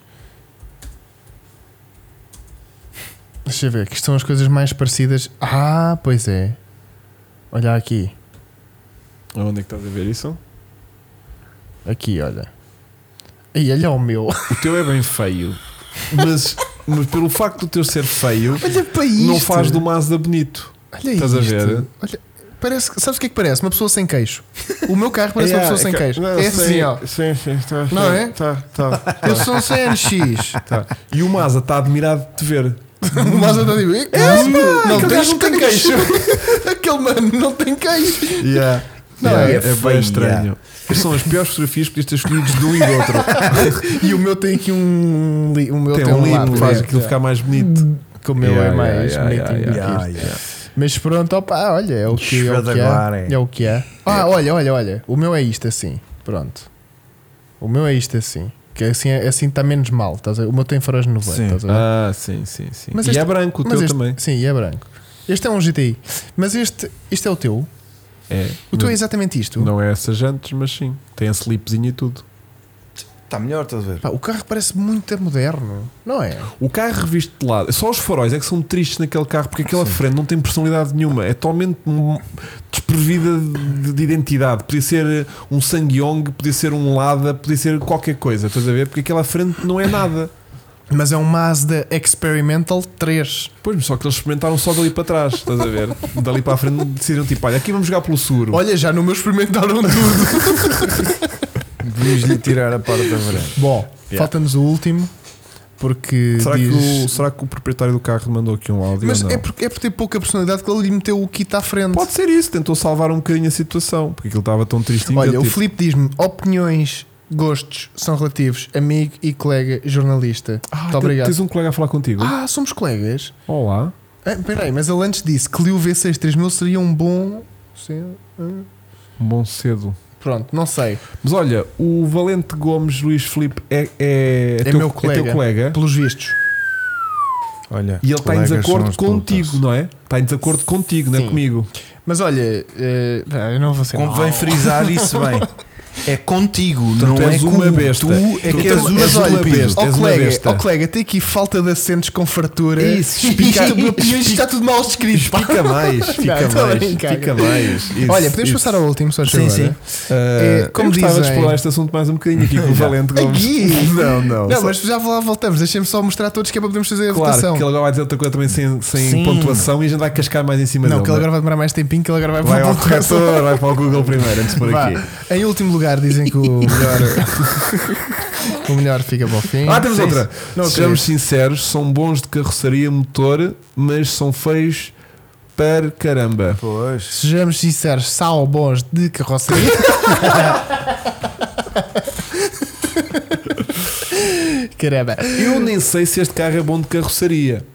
C: Deixa eu ver, que isto são as coisas mais parecidas. Ah, pois é. Olha aqui.
A: Onde é que estás a ver isso?
C: Aqui, olha. E olha o meu.
A: O teu é bem feio, mas, mas pelo facto do teu ser feio,
C: Olha para isto.
A: não faz do Mazda bonito.
C: Olha
A: Estás a
C: isto.
A: ver?
C: Olha, parece, que- sabes o que é que parece? Uma pessoa sem queixo. O meu carro
A: *laughs*
C: parece uma
A: Yeah,
C: pessoa sem
A: ca-
C: queixo.
A: não,
C: é
A: sim,
C: assim, ó.
A: Sim, sim, tá,
C: Não
A: tá,
C: é?
A: Tá, tá, tá,
C: Eu sou um CNX.
A: tá. E o Mazda está admirado de te ver.
C: O Mazda está a dizer, "É, não,
A: aquele gajo
C: tens,
A: não tem
C: queixo. *laughs* Aquele mano não tem queixo. Não,
A: Yeah,
C: é
A: é, bem
B: feia.
A: estranho. São as piores fotografias que podias ter escolhido de um e do outro.
C: *laughs* E o meu tem aqui um. li- O meu tem,
A: tem um
C: lado,
A: limo, faz
C: é.
A: aquilo ficar mais bonito.
C: Que o meu
A: Yeah,
C: é mais
A: yeah,
C: bonitinho
A: yeah,
C: do que
B: Yeah,
C: isto.
B: yeah.
C: Mas pronto, opa, olha, é o que é. O que
B: Espetacular,
C: é.
B: é.
C: é o que é. Ah, olha, olha, olha. O meu é isto assim. Pronto. O meu é isto assim. Que assim, é- assim está menos mal. Estás a ver? O meu tem faróis de
B: Sim.
C: nevoeiro. Estás a ver?
A: Ah, sim, sim, sim.
C: Mas
A: e
C: este-
A: é branco, o
C: Mas
A: teu
C: este-
A: também.
C: Sim, e é branco. Este é um GTI. Mas este, este é o teu.
A: É.
C: O teu é
A: Mas
C: exatamente isto.
A: Não é essas jantes, mas sim. Tem a slipzinho e tudo. Tá
B: Está melhor, estás a ver?
C: Pá, o carro parece muito moderno, não é?
A: O carro revisto de lado, só os faróis é que são tristes naquele carro porque aquela frente não tem personalidade nenhuma, é totalmente hum, desprovida de, de identidade. Podia ser eh, um Sangyong, podia ser um Lada, podia ser qualquer coisa, estás a ver? Porque aquela frente não é nada.
C: Mas é um Mazda Experimental 3.
A: Pois, mas só que eles experimentaram só dali para trás, estás a ver? Dali para a frente decidiram tipo, olha, aqui vamos jogar pelo seguro.
C: Olha, já no meu experimentaram
A: *laughs*
C: tudo.
B: Devias-lhe tirar a parte da varanda.
C: Bom,
A: Yeah.
C: falta-nos o último. Porque
A: será,
C: diz...
A: que o, será que o proprietário do carro mandou aqui um áudio?
C: Mas
A: ou não?
C: é por, é por ter pouca personalidade que ele lhe meteu o kit à frente.
A: Pode ser isso, tentou salvar um bocadinho a situação, porque aquilo estava tão tristinho. que
C: Olha,
A: eu,
C: o
A: tipo,
C: Filipe diz-me: opiniões, gostos são relativos, amigo e colega jornalista.
A: Ah,
C: Muito
A: te-
C: obrigado.
A: Tens um colega a falar contigo?
C: Ah, somos colegas?
A: Olá.
C: Ah, peraí, mas ele antes disse que Clio V6 3000 seria um bom. Sim, ah,
A: Um bom cedo.
C: Pronto, não sei.
A: Mas olha, o Valente Gomes Luís Filipe é, é,
C: É
A: teu,
C: meu colega.
A: teu colega
C: Pelos vistos.
B: Olha,
A: e ele está em
B: colegas são
A: desacordo
B: os putas.
A: contigo, não é? Está em desacordo contigo, não é
C: Sim.
A: comigo.
C: Mas olha, eh, pá, eu não vou ser.
B: Convém
C: mau.
B: frisar isso
A: *laughs*
B: bem. É contigo, não
A: tu
B: é
A: és
B: com
A: uma besta.
B: Tu é
A: Tu
B: que és
A: tens-
B: uma
A: és uma
B: estúpido.
A: besta.
C: Ó
A: És uma
C: colega,
A: besta.
C: ó colega, tem aqui falta de assentos com fartura.
A: Isso, explica-
C: explica. É Isto, opiniões, está tudo mal escrito. pá.
A: Fica mais, fica
C: tô a
A: mais,
C: brincar.
A: fica mais. Isso,
C: Olha, podemos
A: isso.
C: passar ao último, só
B: Sim,
C: agora?
B: sim.
A: Eh,
C: como
A: eu gostava
C: dizem-
A: de explorar este assunto mais um bocadinho aqui
C: *laughs*
A: com o Valente Gomes.
C: Aqui?
A: Não, não.
C: Não,
A: só-
C: mas já lá voltamos. Deixem-me só mostrar a todos que é para podermos fazer a
A: Claro,
C: votação.
A: que ele agora vai dizer outra coisa também sem, sem
B: Sim.
A: pontuação e a gente vai cascar mais em cima
C: Não,
A: dele.
C: que ele agora vai demorar mais tempinho, que ele agora vai,
A: Vai
C: para
A: ao
C: o ponto.
A: corretor, vai para o Google primeiro, antes de por
C: Vá.
A: aqui.
C: Em último lugar, dizem que *laughs* o melhor. o melhor fica para o fim.
A: Ah, temos
C: Sim,
A: outra.
C: Não
A: Sejamos sinceros, são bons de carroceria, motor, mas são feios para caramba.
B: Pois.
C: Sejamos sinceros, sal bons de *laughs* carroceria. Caramba.
A: Eu nem sei se este carro é bom de carroceria,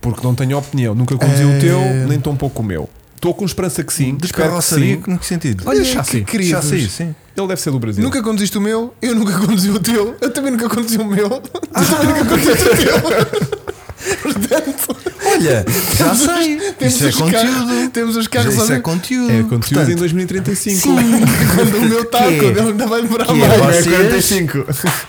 A: porque não tenho opinião. Nunca conduzi
C: É.
A: o teu, nem tão pouco o meu. Estou com esperança que sim.
B: De
A: espero que
B: carroceria,
A: sim.
B: que que sentido?
C: Olha,
A: já
C: que
A: sei.
C: queridos.
B: Já saiu, sim.
A: Ele deve ser do Brasil.
C: Nunca conduziste o meu, eu nunca conduzi o teu, eu também nunca conduzi o meu, *laughs*
A: Ah,
B: *laughs*
C: tu também nunca conduziste o teu. Portanto,
B: Olha, já
C: temos os-
B: sei.
C: temos
B: Isso é
C: os carros-
B: conteúdo.
C: Temos os carros
B: Isso
C: a
B: é conteúdo.
A: É conteúdo
B: Portanto,
A: em 2035.
C: *laughs* quando o meu está,
B: Que é?
C: quando ele ainda vai demorar
B: Que é
C: mais.
B: vocês? 45.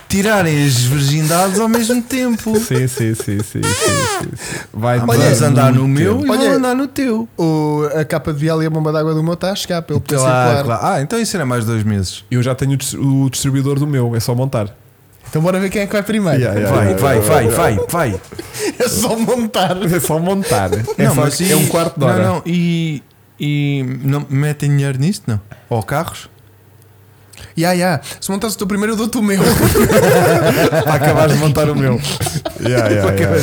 B: Tirarem as virgindades ao mesmo tempo.
A: Sim, sim, sim, sim, sim, sim, sim. Vai
B: Vamos
A: dar
B: andar no
A: muito
B: meu
A: tempo.
B: e vão
C: Olha,
B: andar no teu.
C: O, a capa de vial e a bomba d'água do meu está a chegar pelo poder
B: Claro,
C: circular.
B: claro. Ah, então isso era mais dois meses.
A: Eu já tenho o dis- o distribuidor do meu, é só montar.
C: Então bora ver quem é que vai primeiro.
A: Yeah, yeah.
B: Vai, vai, vai, vai, vai.
C: *laughs* É só montar.
A: *laughs* É só montar. É,
B: Não,
A: só-
B: mas e-
A: é um quarto de hora.
B: Não, não, e, e não metem dinheiro nisto, não? Ou carros?
C: Ya, ya. Se montares o teu primeiro, eu dou-te
B: *laughs*
C: o meu.
A: *laughs* Para acabares de montar o meu. Yeah, yeah, yeah.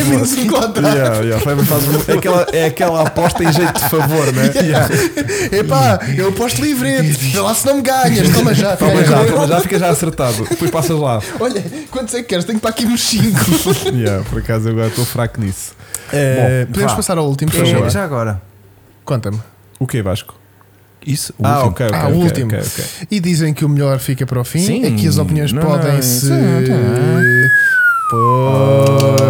C: É menos um contrato.
A: Yeah, yeah. Faz- faz- *laughs* é, aquela, é aquela aposta em jeito de favor, né?
C: Epá, eu aposto livrete. Vê lá se não me ganhas.
B: *laughs*
C: Toma já.
A: Toma já, toma já, fica já acertado. Depois passas lá.
C: *laughs* Olha, quantos é que queres? Tenho para aqui uns 5.
A: Yeah, por acaso eu agora estou fraco nisso.
B: *laughs* Eh,
C: Podemos
B: vá.
C: passar ao último, por
B: É,
C: favor.
B: já agora.
C: Conta-me.
A: O que, Vasco?
B: Isso, o
A: ah,
B: último.
A: ok, ok.
C: Ah,
A: ok,
C: o último.
A: ok, ok.
C: E dizem que o melhor fica para o fim.
B: Sim.
C: Aqui as opiniões
B: Não,
C: podem
B: não,
C: se.
B: sim, tá. não, não.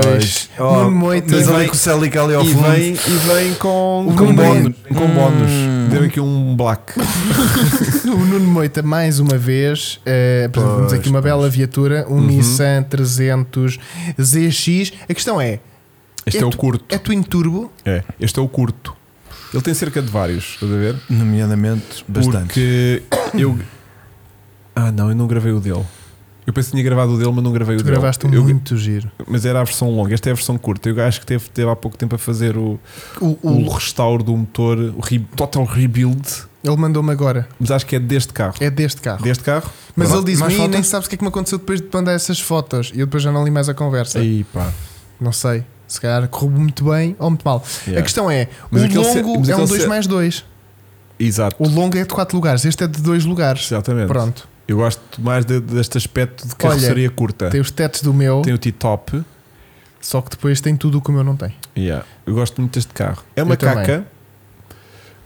C: Pois.
B: Oh,
C: Nuno Moita.
B: Tens
A: E
B: a ver
A: vem-
B: com o Celica ali ao
A: E
B: fundo.
A: vem, Então, e vem com,
B: O
A: com
B: combo.
A: bónus. Com bónus.
B: Hum.
A: Deu aqui um black.
C: O Nuno Moita, mais uma vez, eh, apresenta-nos
B: Pois,
C: aqui uma bela viatura,
A: Uhum.
C: um Nissan 300 ZX. A questão é:
A: Este é o
C: tu-
A: curto.
C: é twin turbo?
A: É, este é o curto. Ele tem cerca de vários, estás a ver?
B: Nomeadamente, bastante.
A: Porque eu. Ah, não, eu não gravei o dele. Eu pensei que tinha gravado o dele, mas não gravei o
C: Tu
A: dele.
C: gravaste um
A: Eu-
C: muito giro.
A: Mas era a versão longa, esta é a versão curta. Eu acho que teve, teve há pouco tempo a fazer o,
C: O-
A: o,
C: o-
A: restauro do motor, o re- total rebuild.
C: ele mandou-me agora.
A: Mas acho que é deste carro.
C: É deste carro.
A: Deste carro?
C: Mas
B: Pronto.
C: ele diz-me
B: Mais
C: "Ih,
B: fotos?
C: nem sabes o que é que me aconteceu depois de te mandar essas fotos. E eu depois já não li mais a conversa.
A: Aí pá.
C: Não sei. Se calhar correu muito bem ou muito mal.
A: Yeah.
C: A questão é:
A: Mas
C: o
A: aquele se-
C: longo
A: mas
C: é um
A: aquele
C: 2
A: se-
C: mais 2.
A: Exato.
C: O longo é de 4 lugares. Este é de 2 lugares.
A: Exatamente.
C: Pronto.
A: Eu gosto mais de- deste aspecto de carroceria é curta.
C: Tem os tetos do meu,
A: Tem o T-top.
C: só que depois tem tudo o que o meu não tem.
A: Yeah. Eu gosto muito deste carro. É uma
C: Eu também.
A: caca,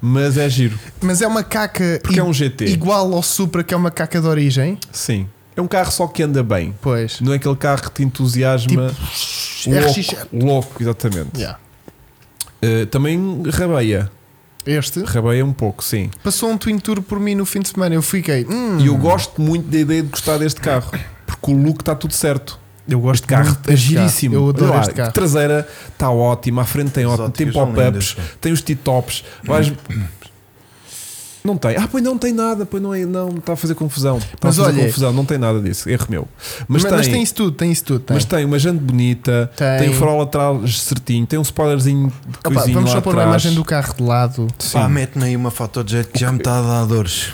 A: mas é giro.
C: Mas é uma caca
A: Porque
C: i-
A: é um GT.
C: igual ao Supra, que é uma caca de origem.
A: Sim. É um carro só que anda bem.
C: Pois.
A: Não é aquele carro que te entusiasma. Um
C: Tipo, RX7.
A: louco, louco, exatamente.
C: Yeah.
A: Uh, também rabeia.
C: Este
A: Rabeia um pouco, sim.
C: passou um Twin Tour por mim no fim de semana. Eu fiquei. Hum,
A: E eu gosto muito da ideia de gostar deste carro. Porque o look está tudo certo. Eu gosto de carro,
C: muito
A: é
C: deste
A: giríssimo.
C: carro. Eu adoro
A: Olha lá,
C: este carro.
A: a Traseira está ótima, a frente tem
B: As
A: ótimo, tem
B: óticas são
A: pop-ups,
C: *coughs*
B: lindas,
A: tem os T-tops. Vais... Não tem. Ah, pois não tem nada, pois não é. Não, está a fazer confusão. Está
C: Mas
A: a fazer
C: olha-
A: confusão, não tem nada disso. Erro meu. Mas,
C: Mas,
A: tem,
C: mas tem isso tudo, tem isso tudo. Tem.
A: mas tem uma jante bonita, tem,
C: Tem.
A: o farol atrás certinho, tem um spoilerzinho de
C: Opa,
A: coisinho
C: vamos
A: lá
C: só pôr uma
A: atrás.
C: imagem do carro de lado.
A: Sim,
B: Pá, mete-me aí uma foto de jeito que já me está a dar dores.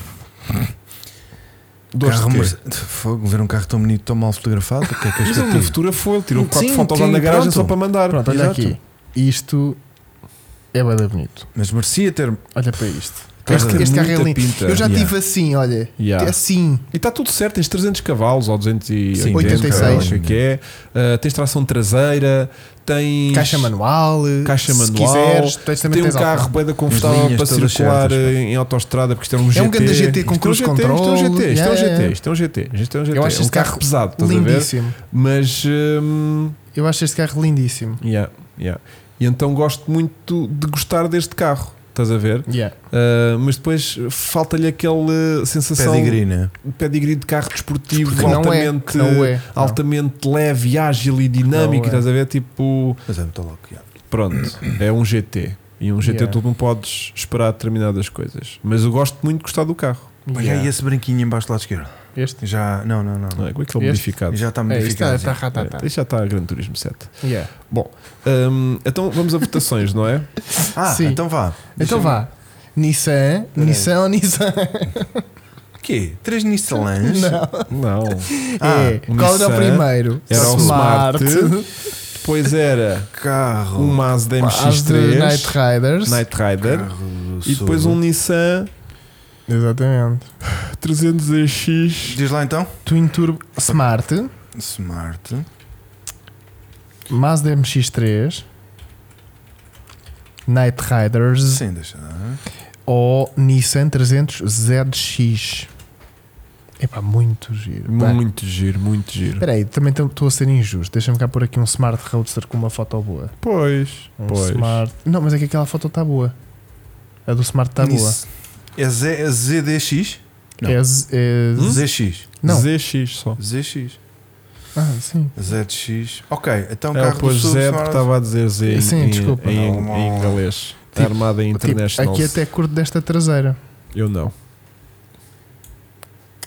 A: dores
B: Carro
A: de quê?
B: Merce- Fogo, ver um carro tão bonito, tão mal fotografado. O que é que
A: Mas
B: este
A: ele no futuro foi, ele tirou quatro
B: Sim,
A: fotos lá
B: sim,
A: na garagem
B: pronto.
A: só para mandar.
C: Pronto, olha
A: Exato.
C: aqui. Isto é bem bonito.
B: Mas merecia ter.
C: Olha para isto.
A: Tens de
B: Cara,
A: ter
C: este carro é
A: muita
C: lindo.
A: pinta.
C: Eu já
B: Yeah.
C: tive assim, olha.
A: Yeah.
C: Assim.
A: é E está tudo certo, tens 300 cavalos ou 286,
B: Sim,
C: 86.
A: acho que é. Ah, tens tração traseira, tens
C: Caixa manual.
A: Caixa
C: se
A: manual,
C: quiseres, tens, também
A: tem um
C: tens
A: carro
C: alfa.
A: bem confortável
B: linhas
A: para
B: todas
A: circular eh,
B: certas, pá.
A: em autoestrada, porque isto é um GT.
C: grande GT
A: Isto é
C: com
A: um
C: cruise
A: GT, Isto é um
C: control.
A: GT, isto é um
C: Yeah,
A: GT,
C: yeah.
A: isto é um GT, isto é um GT.
C: acho
A: é um
C: este
A: carro
C: carro
A: pesado, estás a ver?
C: Lindíssimo.
A: Mas. hum,
C: Eu acho este carro lindíssimo.
A: yeah, yeah. E então gosto muito de gostar deste carro, estás a ver?
C: Yeah.
A: Ah, mas depois falta-lhe aquela sensação
B: Pedigrina.
A: pedigree de carro desportivo
C: Porque não é.
A: altamente,
C: que Não é. Não.
A: altamente leve, ágil e dinâmico.
C: Não é.
A: Estás a ver? Tipo,
B: Mas é muito louco. já.
A: pronto, é um GT. E um GT
C: Yeah.
A: tu não podes esperar determinadas coisas. Mas eu gosto muito de gostar do carro.
B: Olha
C: Yeah.
B: aí é esse branquinho embaixo do lado esquerdo.
C: Este.
B: Já. Não, não, não.
A: Não é? Como é que ele é
C: Este?
A: modificado?
B: Já está
C: É, isto está,
B: modificado.
C: está
B: sim.
C: ratatá.
A: É, isto já está a Gran Turismo 7.
C: Yeah.
A: Hum, então vamos a votações, não
C: *laughs*
A: é?
B: Ah,
C: Sim.
B: então vá.
C: Então vá. Nissan,
B: aí.
C: Nissan *laughs* ou Nissan?
B: O quê? Três
C: *laughs*
B: Nissans?
A: Não.
C: é.
A: Ah, o
C: Qual era o
A: Nissan
C: primeiro?
A: Era o Smart. Depois era
B: Carro.
A: um Mazda
C: As de
A: MX3,
C: Night Riders.
A: Knight Rider.
B: Carro do
A: E depois
B: sul.
A: um Nissan
C: Exatamente.
A: 300EX.
B: Diz lá então.
C: Twin Turbo Smart.
B: Smart.
C: Mazda MX3. Night Riders
B: Sim, deixa lá.
C: ou Nissan 300 ZX. Epá, muito giro. pá.
A: Muito giro, muito giro.
C: Espera aí, também estou a ser injusto. Deixa-me cá pôr aqui um Smart Roadster com uma foto boa.
A: Pois,
C: Um
A: pois.
C: Smart... Não, mas é que aquela foto está boa. A do Smart
A: Tá
C: está boa.
B: Nisso. É, Z, é ZDX? Não. Hum?
C: É, z- é
A: Hum?
C: z-
B: ZX.
C: Não.
A: ZX só.
B: ZX.
C: Ah, sim.
B: ZX. Ok, então
A: É,
B: carro do
A: pois
B: sul.
A: Z porque
B: Smart.
A: estava a dizer Z em,
C: Sim,
A: em-
C: desculpa.
A: em,
B: Não, não.
A: em inglês. Está
C: Tipo,
A: armada em
C: Tipo,
A: International.
C: aqui até curto desta traseira.
A: Eu não.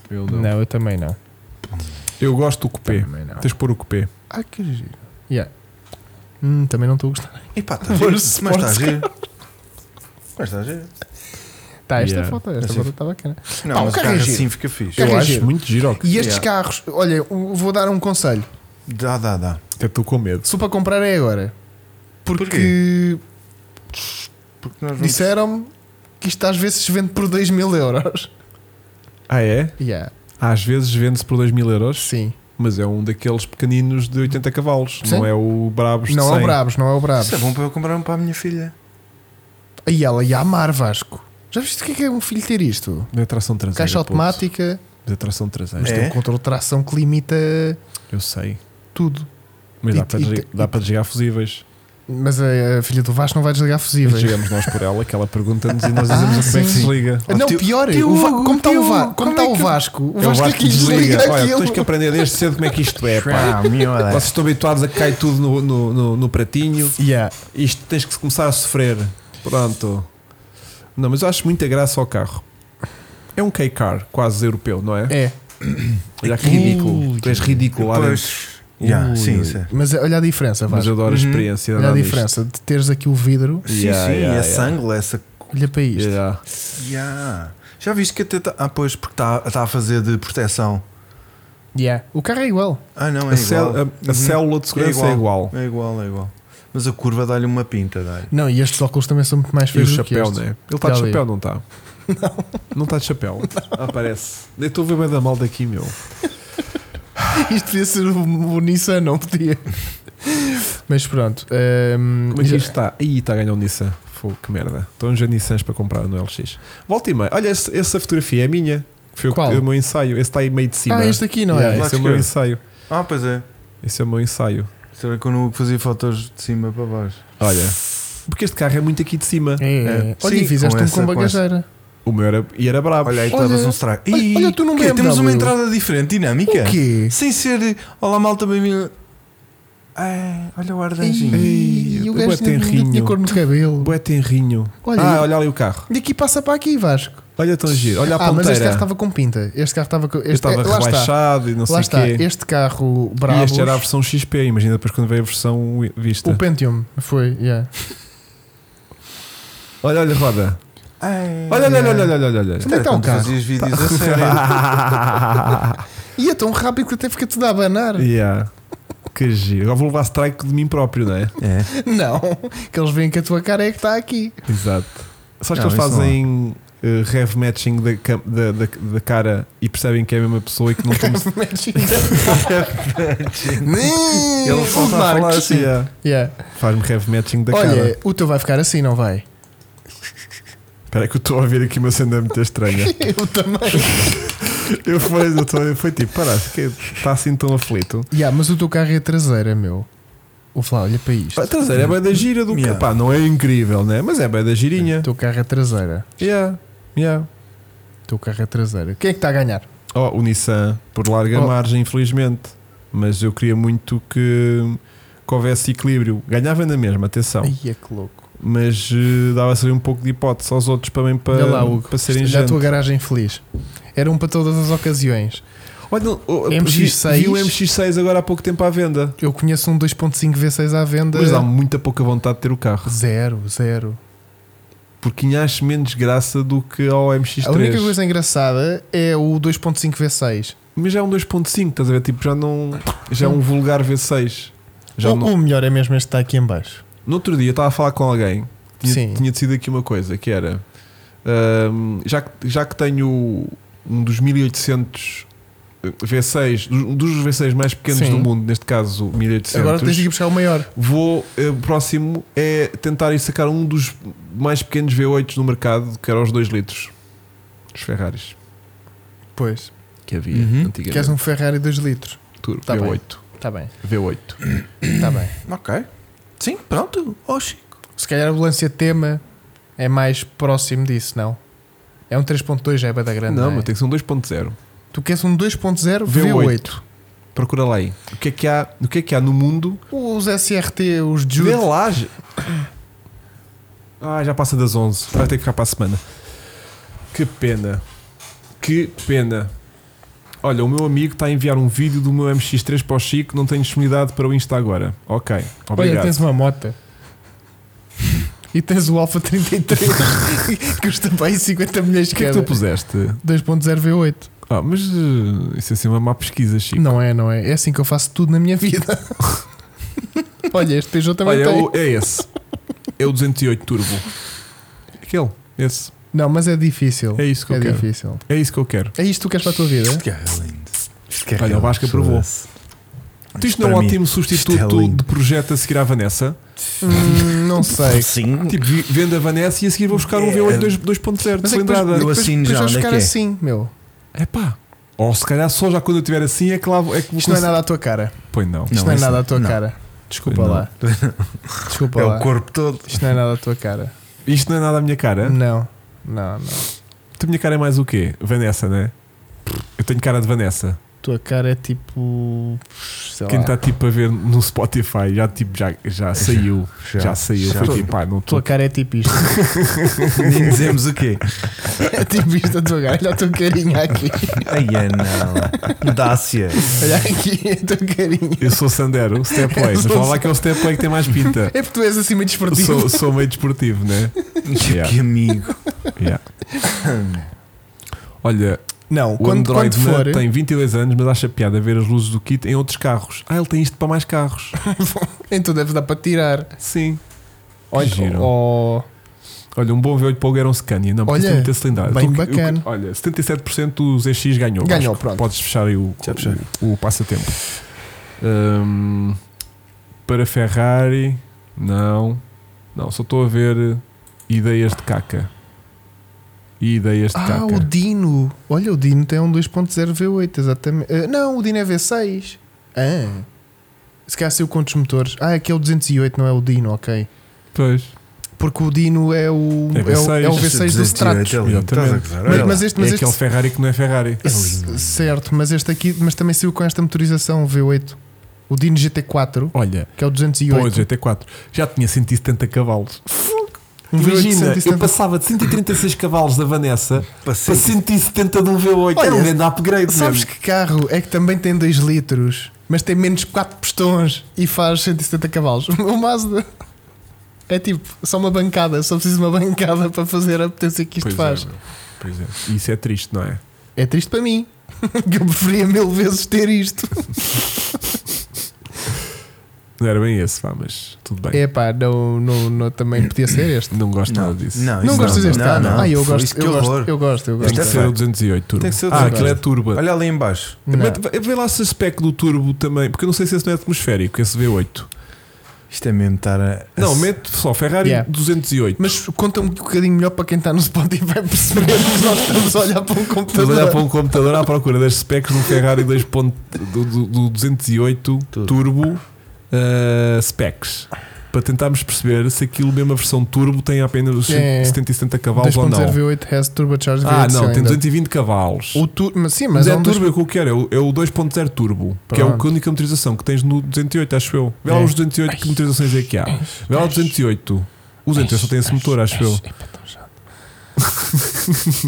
A: Eu não.
C: Não, eu também não.
A: Eu gosto do coupé.
C: Também não.
A: Tens de pôr o coupé.
B: Ah, que giro.
C: Yeah. Hum, também não estou a gostar.
B: E pá, tá
A: *laughs*
C: Vou
B: giro. Mas
C: Sports
B: está a giro. Mas está a giro.
C: Tá, esta
A: Yeah.
C: foto, esta
B: Mas
C: foto está bacana.
B: Não,
C: Pá, o
B: mas o
C: carro é
B: carro
C: giro.
B: assim fica fixe.
C: Carro
A: eu
C: é
A: acho
C: giro.
A: muito giro. ok.
C: E estes
B: Yeah.
C: carros, olha, eu vou dar um conselho.
B: Dá, dá, dá.
A: Até estou com medo.
C: Se for para comprar é agora. Porque
B: Porquê? Porque nós vamos...
C: disseram-me que isto às vezes se vende por 2 mil euros.
A: Ah, é?
C: Yeah,
A: Às vezes vende-se por 2 mil euros,
C: sim.
A: mas é um daqueles pequeninos de 80 cavalos.
C: Sim.
A: Não é o Brabos de
C: Não é
A: 100.
C: o Brabos, não é o Brabos.
B: Isso é bom para eu comprar um para a minha filha.
C: E ela ia amar Vasco. Já viste o que é, que é um filho ter isto?
A: De tração traseira.
C: Caixa
A: puto.
C: automática,
A: De tração traseira.
B: É.
C: tem um controle de tração que limita
A: Eu sei.
C: tudo.
A: Mas
C: É. E-
A: dá para
C: e-
A: desligar- dá
C: e-
A: para desligar fusíveis.
C: Mas a, a filha do Vasco não vai desligar
A: E
C: fusíveis.
A: chegamos nós por ela, que ela pergunta-nos e
C: *laughs*
A: nós dizemos
C: Ah,
A: a como é que
C: sim.
A: se liga.
C: Ah, Não,
B: Tio-
C: pior,
B: Tio
C: o Va-
B: Hugo,
C: como está
B: tio
C: o, Va-
B: Hugo,
C: como
B: como
C: está
B: é
C: o
B: que-
C: Vasco? O
A: É o
C: Vasco é
A: Vasco
C: que lhe desliga
A: Olha,
C: aquilo.
A: tens que aprender desde cedo como é que isto é. Pá.
B: Ah, miúda.
A: Vocês estão habituados a que cai tudo no, no, no- no pratinho.
C: Yeah.
A: Isto tens que começar a sofrer. Pronto. Não, mas eu acho muita graça ao carro. É um K-car quase europeu, não é?
C: É,
A: Olha que é ridículo. Tu és ridículo lá dentro.
B: Pois. Yeah,
A: Ui,
B: sim, é-
A: ui.
B: sim.
C: mas olha a diferença,
A: Mas eu
C: Vasco.
A: adoro a
B: Uhum.
A: experiência. de
C: Olha É a
A: andar nisto.
C: diferença de teres aqui o vidro.
B: Sim,
A: Yeah,
B: sim,
A: yeah,
B: essa
A: yeah.
B: ângulo, essa.
C: Olha para isto.
A: Yeah.
B: Yeah. Já viste que até. Tá... Ah, pois, porque está tá a fazer de proteção.
C: Yeah. O carro é igual.
B: Ah, não, é
A: A, cél-
B: igual.
A: a- a
B: Uhum.
A: célula de segurança é igual.
B: É igual, é igual. Mas a curva dá-lhe uma pinta, dá-lhe.
C: Não, e estes óculos também são muito mais
A: E o
C: feios do que é
A: chapéu,
C: estes.
A: né? Ele está de
C: Está ali.
A: chapéu, não está? Não. Não está de chapéu. Ah, parece. Eu estou a ver bem da mal daqui, meu.
C: *laughs* Isto devia ser o, o Nissan,
A: *laughs*
C: não podia. Mas pronto. hum,
A: Como é que
C: já-
A: isto está? Ih, está a ganhar um Nissan. Fogo, que merda. Estão já Nissans para comprar no LX. Volta e meia. Olha, esse- essa fotografia é minha. Foi o, que-
C: Qual?
A: o meu ensaio. Esse está aí meio de cima.
C: Ah, este aqui, não
A: Yeah,
C: é?
A: Esse é o
B: Lá
A: meu
B: esquerdo.
A: ensaio.
B: Ah, pois é.
A: Esse é o meu ensaio.
B: Será que eu não fazia fotos de cima para baixo?
A: Olha. Porque este carro é muito aqui de cima.
C: É.
B: É.
C: Olha,
B: Sim,
C: e fizeste
B: com
C: um
B: essa-
C: com
B: com
C: bagageira.
A: O meu era. E era brabo.
B: Olha aí,
C: Olha,
B: estavas um strike.
C: olha-
B: Ih,
C: olha tu num
B: quê? Temos
C: BMW.
B: uma entrada diferente, dinâmica.
C: O quê?
B: Sem ser. Olá, malta, bem-vindo. Ah, olha o ar de anjinho.
C: Ei, E o
A: Bué
C: gajo tinha-
A: tenrinho.
C: tinha cor no cabelo.
A: Bué tenrinho.
C: Olha,
A: ah,
C: e-
A: olha ali o carro.
C: Daqui passa para aqui, Vasco.
A: Olha tão giro, olha a
C: Ah, mas
A: ponteira.
C: este carro estava com pinta. Este carro estava com. Este,
A: Eu estava
C: é, lá está.
A: rebaixado e não
C: Lá
A: sei
C: está.
A: o quê.
C: Este carro
A: E
C: bravo.
A: este era a versão XP, imagina depois quando veio a versão vista.
C: O Pentium foi, yeah.
A: Olha, olha, roda.
B: É.
C: então,
A: Olha, olha, olha, olha, olha, olha.
C: Onde é que está o
B: quando
C: carro?
B: então, fazias vídeos
C: *laughs*
B: a sério.
A: *laughs* olha.
C: E é tão rápido que até fica tudo a abanar.
A: yeah. Que giro. Agora vou levar strike de mim próprio, não é?
B: É.
C: Não, que eles veem que a tua cara é que está aqui.
A: Exato. Sabes
B: Não,
A: que eles
B: isso não
A: fazem eh, rev matching da, cam- da, da, da cara e percebem que é a mesma pessoa e que não
C: *laughs*
A: estamos.
C: Nem
B: Ele
C: o
B: só está a
C: Marcos.
B: falar assim.
A: Yeah.
C: Yeah.
A: Faz-me rev matching é. da cara.
C: Olha, o teu vai ficar assim, não vai?
A: Espera aí que eu estou a ouvir aqui uma cena muito estranha.
C: *laughs* Eu também.
A: Eu foi, eu tô- foi tipo, paraste, que está assim tão aflito.
C: yeah, mas o teu carro é traseira, meu. O Flá, olha para isto.
A: A traseira é bem da gira do
B: Yeah.
A: yeah. pá, não é incrível, né? Mas é bem da girinha.
C: O teu carro é traseira.
A: Yeah, yeah.
C: O teu carro é traseira. Quem é que está a ganhar?
A: Oh, o Nissan, por larga
C: Oh.
A: margem, infelizmente. Mas eu queria muito que, que houvesse equilíbrio. Ganhava na mesma, atenção.
C: Ai, é que louco.
A: Mas eh, dava-se ali um pouco de hipótese aos outros também para,
C: olha lá, Hugo.
A: para serem
C: Isto é a
A: gente.
C: tua garagem feliz. Era um para todas as ocasiões.
A: Olha, o-
C: MX-6.
A: vi, vi o MX6 agora há pouco tempo à venda.
C: Eu conheço um 2.5 V6 à venda.
A: Mas um- dá muita pouca vontade de ter o carro.
C: Zero, zero.
A: Porque acho menos graça do que ao MX3.
C: A única coisa engraçada é o 2.5 V6.
A: Mas já é um 2.5, estás a ver? Tipo, já não. Já é um vulgar V6. Já
C: o,
A: não-
C: o melhor é mesmo este que está aqui em baixo.
A: No outro dia estava a falar com alguém,
C: Sim.
A: tinha, tinha decidido aqui uma coisa, que era. hum, já, que, já que tenho um dos 1800 V6, eh, dos, um dos V6 mais pequenos
C: Sim.
A: do mundo, neste caso 1800,
C: Agora tens de ir buscar o maior.
A: vou. eh, O próximo é tentar ir sacar um dos mais pequenos V8s no mercado, que era os 2 litros. Os Ferraris
C: Pois.
A: que havia
B: Uhum.
A: antigamente.
C: Queres um Ferrari 2 litros?
A: Turbo,
C: Tá bem.
A: V8.
C: Está bem,
A: V8.
C: está bem.
B: Ok. Sim, pronto. Oxi.
C: Se calhar o Lancia Tema é mais próximo disso, não? É um 3.2, já é bada grande.
A: Não,
C: é?
A: mas tem que ser um 2.0.
C: Tu queres um
A: V8.
C: 2.0 V8.
A: Procura lá aí. O que é que há, o que é que há no mundo?
C: Os SRT, os Jude.
A: Vê um lá. já- Ah, já passa das 11. Vai ter que ficar para a semana. Que pena. Que pena. Olha, o meu amigo está a enviar um vídeo do meu MX3 para o Chico. Não tenho disponibilidade para o Insta agora. Ok,
C: Olha,
A: obrigado.
C: tens um uma moto. *laughs* E tens o Alfa 33 *laughs* que custa bem 50 milhões
A: O que é que
C: cada.
A: tu puseste?
C: 2.0 V8.
A: Ah, mas eh, isso é assim uma má pesquisa, Chico.
C: Não é, não é. É assim que eu faço tudo na minha vida.
A: *laughs*
C: Olha, este Peugeot também
A: Olha, é
C: tem.
A: o- é esse. É o 208 Turbo. Aquele, esse.
C: Não, mas é difícil.
A: É isso que eu
C: É
A: quero.
C: difícil.
A: É isso que eu quero.
C: É isto que tu queres para a tua vida?
B: Isto é lindo. Isto que é
A: Olha,
B: lindo.
A: o Vasco aprovou. Isto não é um
B: Para mim,
A: ótimo
B: isto
A: substituto
B: é lindo.
A: de projeto a seguir à Vanessa.
C: Hum, não sei.
B: Sim.
A: Tipo, vi- vendo a Vanessa e a seguir vou buscar um
B: É.
A: V8 dois- 2.0 de
C: Mas é que
A: cilindrada.
B: Eu assino
C: depois
B: já,
C: vais
B: onde é
C: ficar
B: que é?
C: assim, meu.
A: É pá. Ou se calhar só já quando eu estiver assim é que lá vou- é que vou
C: Isto não é
A: conseguir-
C: nada à tua cara.
A: Pois não.
C: Isto
B: Não,
C: não, é
B: isso
C: nada
B: não.
C: à tua
B: Não.
C: cara. Desculpa
A: Pois não.
C: lá. Desculpa
B: É
C: lá.
B: o corpo todo.
C: Isto não é nada à tua cara.
A: Isto não é nada a minha cara.
C: Não. Não, não.
A: A minha cara é mais o quê? Vanessa, né? Eu tenho cara de Vanessa.
C: Tua cara é tipo. Sei
A: Quem
C: lá.
A: está
B: tá-
A: tipo a ver no Spotify já, tipo, já, já saiu. Já, saiu.
B: já.
A: Foi tipo, pá, não estou.
C: Tua cara é tipo isto. *laughs*
B: Nem dizemos o quê?
C: é tipo isto a tua cara. Olha a tua carinha aqui.
B: Ai, é, não. Dácia.
C: Olha aqui a tua carinha.
A: Eu sou Sandero,
C: *laughs*
A: Stepway. Mas vamos lá que é o Stepway que tem mais pinta.
C: É porque tu és assim meio desportivo.
A: Sou, sou meio desportivo, né? Yeah.
B: Que amigo.
A: Yeah. Olha,
C: Não,
A: o
C: quando, quando
A: Android
C: for.
A: Man tem 22 anos, mas acha piada ver as luzes do kit em outros carros. Ah, ele tem isto para mais
C: *laughs*
A: carros.
C: Então deve dar para tirar.
A: Sim.
C: Ou-
A: giro.
C: ou-
A: Olha, um bom V8 para o Guerra é um Scania. Não, porque
C: Olha,
A: tem muita cilindrada.
C: bem
A: Tu- eu-
C: bacana.
A: olha, 77% dos EX ganhou.
C: Ganhou,
A: Vasco.
C: pronto.
A: Podes fechar aí o,
B: Já fechei.
A: o, o passatempo. Hum, para Ferrari, não. Não, só estou a ver ideias de caca. Ideias de
C: Ah,
A: caca.
C: o Dino. Olha, o Dino tem um 2.0 V8, exatamente. Ah, não, o Dino é V6. Ah. Se calhar saiu quantos motores? Ah, aqui é o 208, não é o Dino, ok.
A: Pois.
C: Porque o Dino é o
A: É
C: é, o, é o V6 do
B: 208,
C: Stratos.
B: é lindo. Estás a
A: Exatamente.
B: gozar.
C: Mas,
B: Olha
C: mas
B: lá.
C: este, mas
A: é
C: este
A: aquele Ferrari que não é Ferrari.
C: S- certo, mas este aqui, mas também saiu com esta motorização o V8. O Dino GT4,
A: Olha,
C: que é o
A: pô,
C: 208.
A: GT4 já tinha 170 cavalos.
C: Um V8
D: Imagina, eu
C: 170.
D: passava de 136 cavalos da Vanessa para
B: Para
D: 170 de um V8. Era um
C: Olha,
D: grande upgrade,
C: Sabes
D: mesmo.
C: que carro é que também tem 2 litros, mas tem menos 4 pistões e faz 170 cavalos? *laughs* O Mazda é tipo, só uma bancada, só preciso de uma bancada para fazer a potência que isto
A: Pois é,
C: faz.
A: meu. Pois é. Isso é triste, não é?
C: É triste para mim, *laughs* que eu preferia mil vezes ter isto.
A: Não era bem esse, pá, mas tudo bem.
C: É pá, não, não, não, também podia ser este.
A: Não gosto
B: Não.
A: nada disso.
B: Não,
C: Não
B: isso
C: gostas
B: não,
C: deste
B: não,
C: carro?
B: não.
C: Ah, eu
B: Foi
C: gosto,
B: isto que
C: eu
B: horror.
C: gosto, eu gosto, eu
A: Tem que
C: gosto.
B: Isto
A: ser
B: é
A: o 208 turbo.
B: Tem que ser o
A: ah,
B: 208.
A: aquilo é turbo.
B: Olha ali em baixo.
C: Não.
A: Mete- vê- Vê lá se o spec do turbo também, porque eu não sei se esse não é atmosférico, esse V8.
B: Isto é mesmo estar a. a-
A: Não, mete só Ferrari
C: Yeah.
A: 208.
C: Mas conta-me um bocadinho melhor para quem está no Spotify *laughs* vai perceber que nós estamos a olhar para um
A: Estás a olhar para
C: computador.
A: um computador à procura das specs do Ferrari 2. ponto- do, do- do 208
B: Tudo.
A: Turbo uh, specs para tentarmos perceber se aquilo mesmo a versão turbo tem apenas os
C: É.
A: 70 e 70 cavalos ou não.
C: 2.0 V8 has turbocharged V8
A: Ah, não, tem
C: cylinder.
A: 220 cavalos.
C: O tu... mas, sim,
A: Mas
C: mas
A: é,
C: é um
A: turbo,
C: dos-
A: é o que eu quero, é o, é o 2.0 turbo, que é o-
C: Pronto.
A: a única motorização que tens no 208, acho eu. Vê lá
C: É.
A: os 208, que motorizações é que há. Vê lá o 208. O 208 só tem esse motor, acho eu.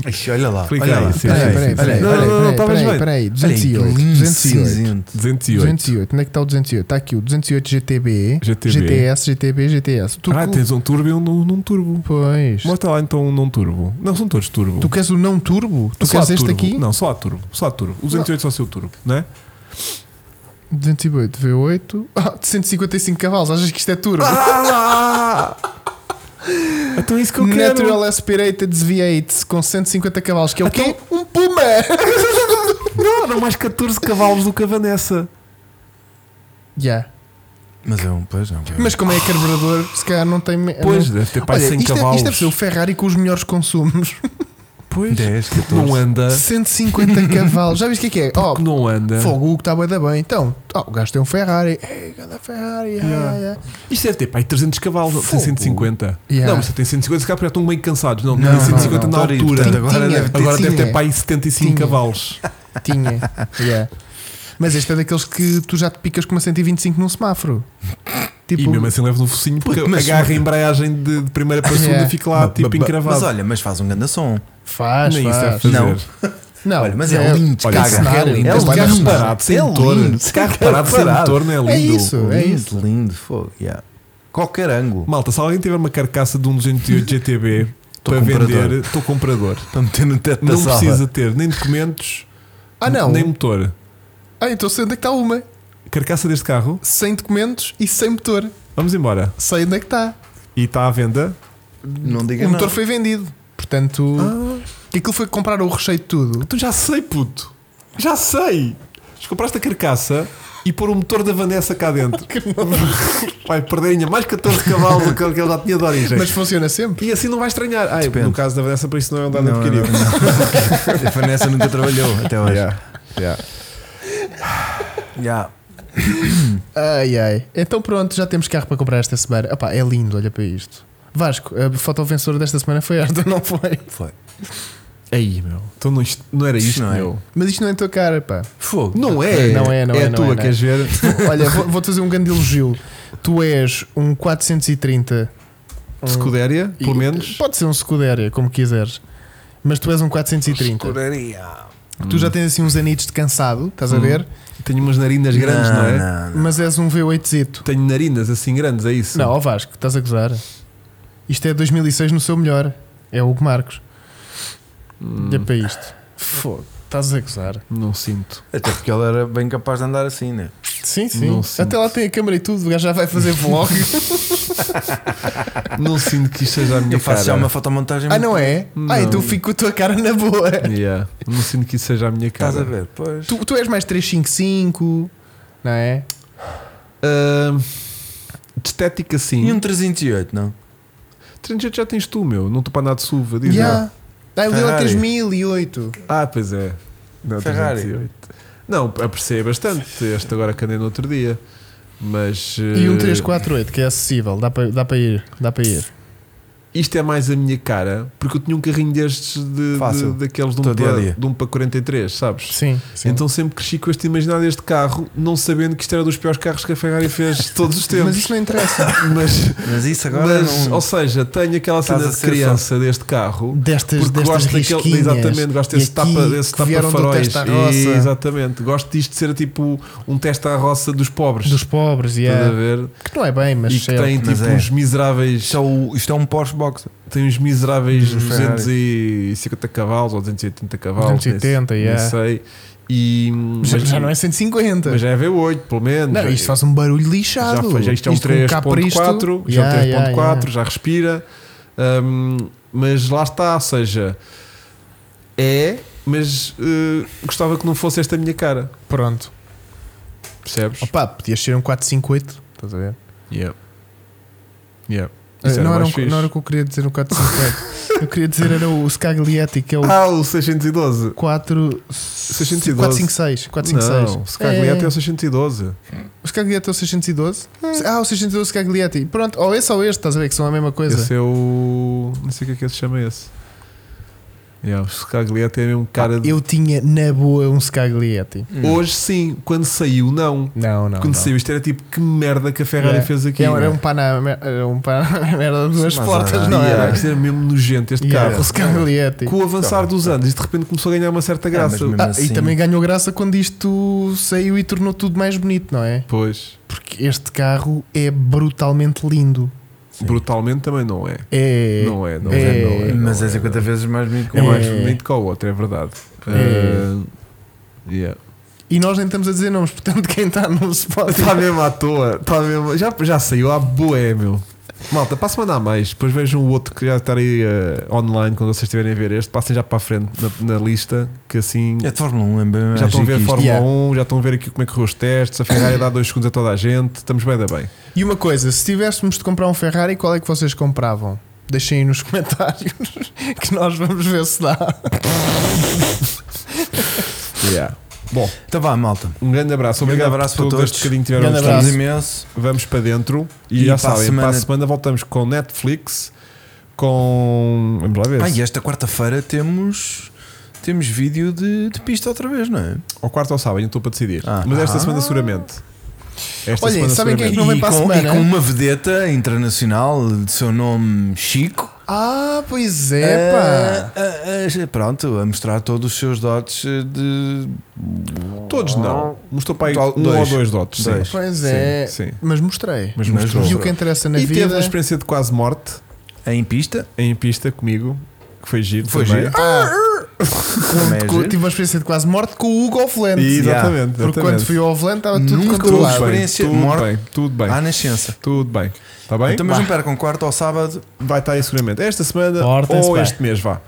B: Ixi, olha lá.
A: Clica
B: olha
A: aí,
B: lá.
A: sim,
B: Olha
A: sim,
B: aí,
A: sim,
C: Peraí, peraí,
A: sim.
B: olha aí.
C: peraí,
A: Não, não, não,
C: peraí,
A: estavas
C: peraí,
A: bem.
B: Olha
C: peraí,
B: aí, que
C: 208,
B: lindo
C: 208,
B: cinzento.
A: 208.
C: 208, onde é que está o 208? Está aqui o 208 GTB,
A: GTB.
C: GTS, GTB, GTS. Tu,
A: Ah, tens um turbo e um não não turbo.
C: Pois.
A: Mostra lá então um não turbo. Não, são todos turbo.
C: Tu queres o não turbo? Tu
A: Só
C: queres
A: há
C: este
A: turbo.
C: aqui?
A: Não, só há turbo. Só há turbo. O 208 só seu turbo, não é?
C: 208 V8, *laughs* ah, 155 cavalos, achas que isto é turbo?
A: Ah, Então é isso que eu quero.
C: Natural Aspirated V8 com 150 cavalos, que é o
A: Então-
C: quê? Um puma!
A: *laughs* Não, eram mais 14 cavalos do que a Vanessa.
C: Yeah.
B: Mas é um. Pois não.
C: Mas como é carburador, se calhar não tem. me-
A: Pois,
C: não...
A: deve ter para
C: É Olha,
A: 100
C: isto, é,
A: cavalos.
C: isto deve ser o Ferrari com os melhores consumos.
A: Pois.
B: 10, 14.
A: Não
C: *laughs*
A: anda.
C: 150 cavalos. Já viste o que é que é? Oh,
A: que não anda.
C: fogo, o que está bué da bem. Então, oh, o gajo tem um Ferrari. Ei, ganda Ferrari. ah,
A: Yeah. Isto deve ter pá, aí 300 cavalos, não, tem
B: Fogo.
A: 150.
C: Yeah.
A: Não, mas tem 150, se calhar já estão meio cansados. Não,
B: Não,
A: tem 150
B: não, não.
A: na
B: Tori,
A: altura.
B: portanto, agora
C: Tinha.
B: deve ter-
A: Agora deve ter
C: Tinha.
A: para aí 75
C: Tinha.
A: cavalos.
C: ah. Tinha.
A: *laughs*
C: Yeah. Mas este é daqueles que tu já te picas com uma 125 num semáforo. Tipo,
A: E mesmo assim leva no focinho porque
B: Mas-
A: agarra a embreagem de, de primeira para segunda
C: Yeah.
A: e fica lá tipo
B: Mas
A: encravado.
B: olha, mas faz um grande som.
C: faz,
A: assim, Nem isso deve
C: faz.
A: fazer.
B: Não.
C: Não,
B: Olha, mas é lindo,
A: Olha,
B: caga.
A: esse carro é lindo.
B: É
C: um
A: Esse carro
B: lindo.
A: parado sem
B: É
A: motor.
B: lindo.
A: Esse carro parado sem
B: Parado.
A: motor, não é lindo?
C: É isso. é
B: lindo,
C: isso.
B: lindo, fogo. yeah. Qualquer ângulo.
A: Malta, se alguém tiver uma carcaça de um 208 GTB
B: Tô
A: para
B: comprador.
A: vender, estou comprador.
B: Para meter no teto da
A: Não
B: sala.
A: precisa ter nem documentos,
C: Ah, não.
A: nem motor.
C: Ah, então sei onde é que está uma.
A: Carcaça deste carro,
C: Sem documentos e sem motor.
A: vamos embora.
C: Sei onde é que está.
A: E está à venda.
B: Não diga
C: O motor
B: não.
C: foi vendido. Portanto,
A: Ah.
C: que aquilo foi comprar o recheio de tudo.
A: Então já sei, puto. Já sei. Se compraste a carcaça e pôr o motor da Vanessa cá dentro. Vai perder ainda mais 14 cavalos do que ele já tinha de origem.
C: Mas funciona sempre.
A: E assim não vai estranhar. Ai,
B: Depende.
A: no caso da Vanessa, para isso não é um dado
B: Não,
A: adquirido.
B: não, não. A Vanessa nunca trabalhou até hoje.
A: Yeah, yeah.
B: Yeah.
C: Ai ai. Então pronto, já temos carro para comprar esta semana. Opá, é lindo, olha para isto. Vasco, a foto vencedora desta semana foi esta, *laughs* não foi?
B: Foi.
A: Aí, meu. Então não, isto- não era
B: Isto
A: isto,
B: não é.
A: meu.
C: Mas isto não é em tua cara, pá.
B: Fogo.
A: Não é.
C: Não é, não é,
A: a
C: não
A: tua,
C: é, não é.
A: queres ver?
C: Olha, vou- vou-te fazer um grande elogio. Tu és um 430. um-
A: Scuderia, pelo
C: e-
A: menos.
C: Pode ser um Scuderia, como quiseres. Mas tu és um 430. Tu já tens assim uns anitos de cansado, estás a ver?
A: Tenho umas narinas grandes, não, é?
C: Mas és um V8zito.
A: Tenho narinas assim grandes, é isso?
C: Não, ó Vasco, estás a gozar. Isto é 2006 no seu melhor. É o Hugo Marcos.
A: Hum.
C: Olha para isto. Fogo. Estás a gozar.
A: Não sinto.
B: Até porque ele era bem capaz de andar assim, né?
C: Sim, sim.
A: Não
C: Até
A: sinto.
C: lá tem a câmera e tudo. O gajo já vai fazer
A: *laughs*
C: vlog.
A: Não sinto que isto seja a minha
B: Eu faço
A: cara.
B: já uma fotomontagem.
C: ah, não é? Ah,
A: Não.
C: então fico com a tua cara na boa.
A: Yeah. Não sinto que isso seja a minha cara.
B: Estás a ver? Pois.
C: Tu, tu és mais 355, não é?
A: Ahm, de estética,
B: E
A: sim.
B: um 308, não?
A: 308 já tens tu, meu. Não estou para andar de suva. Diz lá.
C: Yeah. Ah, ele deu a
B: Ferrari.
C: 3008.
A: Ah, pois é. Não,
B: Ferrari.
A: 308. Não, apreciei bastante. Este agora que andei no outro dia. Mas.
C: E um
A: eh,
C: 348, que é acessível. Dá para dá para ir. Dá para ir.
A: isto é mais a minha cara, porque eu tinha um carrinho destes de,
B: Fácil.
A: de- daqueles de um,
B: Todo dia a
A: para,
B: dia.
A: de um para 43, sabes?
C: Sim, sim.
A: Então sempre cresci com este imaginário deste carro, não sabendo que isto era dos piores carros que a Ferrari fez
B: *laughs*
A: de todos os tempos.
C: mas isso não interessa.
A: Mas-
B: Mas isso é agora
A: mas,
B: não.
A: ou seja, tenho aquela
B: Estás
A: cena
B: a
A: de
B: ser
A: criança deste carro
C: Destas,
A: porque
C: destas
A: gosto daquele,
C: risquinhas.
A: exatamente, gosto
C: E
A: desse
C: aqui
A: tapa, desse
C: que
A: tapa
C: vieram do
A: faróis.
C: teste à roça.
A: E, exatamente, gosto disto de ser tipo um teste à roça dos pobres.
C: Dos pobres, e
A: Estás a
C: yeah.
A: ver?
C: que não é bem, mas
A: e que
C: sei lá.
A: tem tipo
B: mas é.
A: uns miseráveis,
B: Isto é, o- isto é um Porsche Boxer.
A: tem uns miseráveis
B: Dos Ferrari.
A: 250 cavalos ou 280 cavalos,
C: 280,
A: nem,
C: yeah.
A: nem sei. E,
C: Mas já não é 150.
A: mas já é V8, pelo menos.
C: não, isto faz um barulho
A: já
C: lixado.
A: foi, já isto é um
C: com cá para
A: 3.4,
C: isto-
A: já é um 3.4,
C: Yeah, yeah, yeah.
A: já respira. Hum, mas lá está, ou seja, é, mas eh, gostava que não fosse esta a minha cara,
C: Pronto.
A: percebes?
C: Opa, podias ser um 458. Estás a ver?
A: Yeah. Yeah.
C: Eh,
A: Isso
C: não, era
A: mais
C: um-
A: fixe.
C: não era o que eu queria dizer,
A: *laughs*
C: o 458. eu queria dizer era o Scaglietti, que é o
A: Ah, o 612.
C: 4.
A: 612.
C: 456. 456.
A: Não, o Scaglietti é,
C: É,
A: o 612.
C: O Scaglietti é o 612? Ah, o 612 Scaglietti. Pronto, ou esse ou este, estás a ver que são a mesma coisa.
A: Esse é o. Não sei o que é que se chama esse. Yeah, o Scaglietti é mesmo cara de.
C: Eu tinha na boa um Scaglietti.
B: Hum.
A: Hoje sim, quando saiu, não.
C: Não, não.
A: quando
C: não.
A: saiu, isto era tipo que merda que a Ferrari
C: Yeah.
A: fez aqui.
C: Era,
A: não é?
C: era um Panamera, *laughs* era um Panamera de duas
B: Mas
C: portas,
B: era-
C: não
A: Yeah,
C: era?
A: Isto era mesmo nojento este
C: Yeah,
A: carro.
C: O Scaglietti.
A: Com o avançar dos anos, isto de repente começou a ganhar uma certa
B: mas
A: graça.
B: mesmo
C: Ah,
B: assim-
C: E também ganhou graça quando isto saiu e tornou tudo mais bonito, não é?
A: Pois,
C: Porque este carro é brutalmente lindo.
A: brutalmente também não é.
C: É.
A: Não é, não é,
C: É.
A: não é. não
B: Mas
A: é,
B: é 50 vezes mais bonito que
A: É
B: um
A: mais
C: É.
A: bonito que o outro, é verdade.
C: É.
A: Ah, yeah.
C: E nós nem estamos a dizer nomes, *laughs* portanto, quem está no Spotify.
A: Está Tá mesmo à toa, está mesmo. Já, já saiu à boé, meu. Malta, para a semana há mais. Depois vejam o outro que já está aí ah, online quando vocês estiverem a ver este. Passem já para a frente na, na lista, que assim
B: É de Fórmula 1, é bem
A: já estão a ver a Fórmula
C: Yeah.
A: 1, já estão a ver aqui como é que correu os testes. A Ferrari dá dois segundos a toda a gente. Estamos bem da bem.
C: E uma coisa, se tivéssemos de comprar um Ferrari, qual é que vocês compravam? Deixem aí nos *laughs* comentários que nós vamos ver se dá.
A: Yeah. Bom,
B: Então vá, malta.
A: um grande abraço.
B: Grande
A: Obrigado
B: abraço
A: por
B: para
A: todo
B: todos.
A: este bocadinho que tiveram
C: Grande
A: a
B: Estamos
A: gostar.
C: abraço.
B: imenso.
A: Vamos para dentro e,
B: E
A: já
B: para a
A: sabem, para a
B: semana-
A: semana voltamos com Netflix, com. Vamos lá ver.
B: Ah,
A: se-
B: e esta quarta-feira temos. Temos vídeo de, de pista outra vez, não é?
A: Ou quarta ou sábado, eu estou para decidir.
B: Ah.
A: Mas esta
B: Ah.
A: semana seguramente. Esta
C: Olhem, sabem quem é
A: seguramente.
C: que não vem
B: e,
C: para a
B: com,
C: semana.
B: e com uma vedeta internacional de seu nome Chico.
C: Ah, pois é, pá.
B: Ah, ah, ah, pronto, a mostrar todos os seus dotes eh, de.
A: Todos não. Mostrou para aí
B: Tal-
A: um ou
B: dois.
A: dois dotes. sim.
B: Dois.
C: Pois é.
A: sim.
C: Mas mostrei.
A: Mas
B: Mas
A: mostrou.
C: E o que interessa na
A: E
C: vida.
A: teve uma experiência de quase morte
B: Em pista.
A: em pista comigo, que foi giro.
B: Foi
A: também. *laughs*
B: giro.
C: Ah,
B: Também é
C: co-
B: giro.
C: tive uma experiência de quase morte com o Hugo Offland.
A: E,
B: Yeah.
A: exatamente,
C: Porque
A: exatamente.
C: quando fui ao Offland estava tudo
B: Nunca
A: tudo
B: houve
C: controlado.
A: bem,
B: experiência Ah,
A: tudo
B: de morte.
A: bem, tudo bem.
B: À nascença.
A: Tudo bem. Está bem?
B: Então, mas não percam, quarta ou sábado.
A: Vai estar aí seguramente. Esta semana
C: Portem-se
A: ou
C: bem.
A: este mês, vá.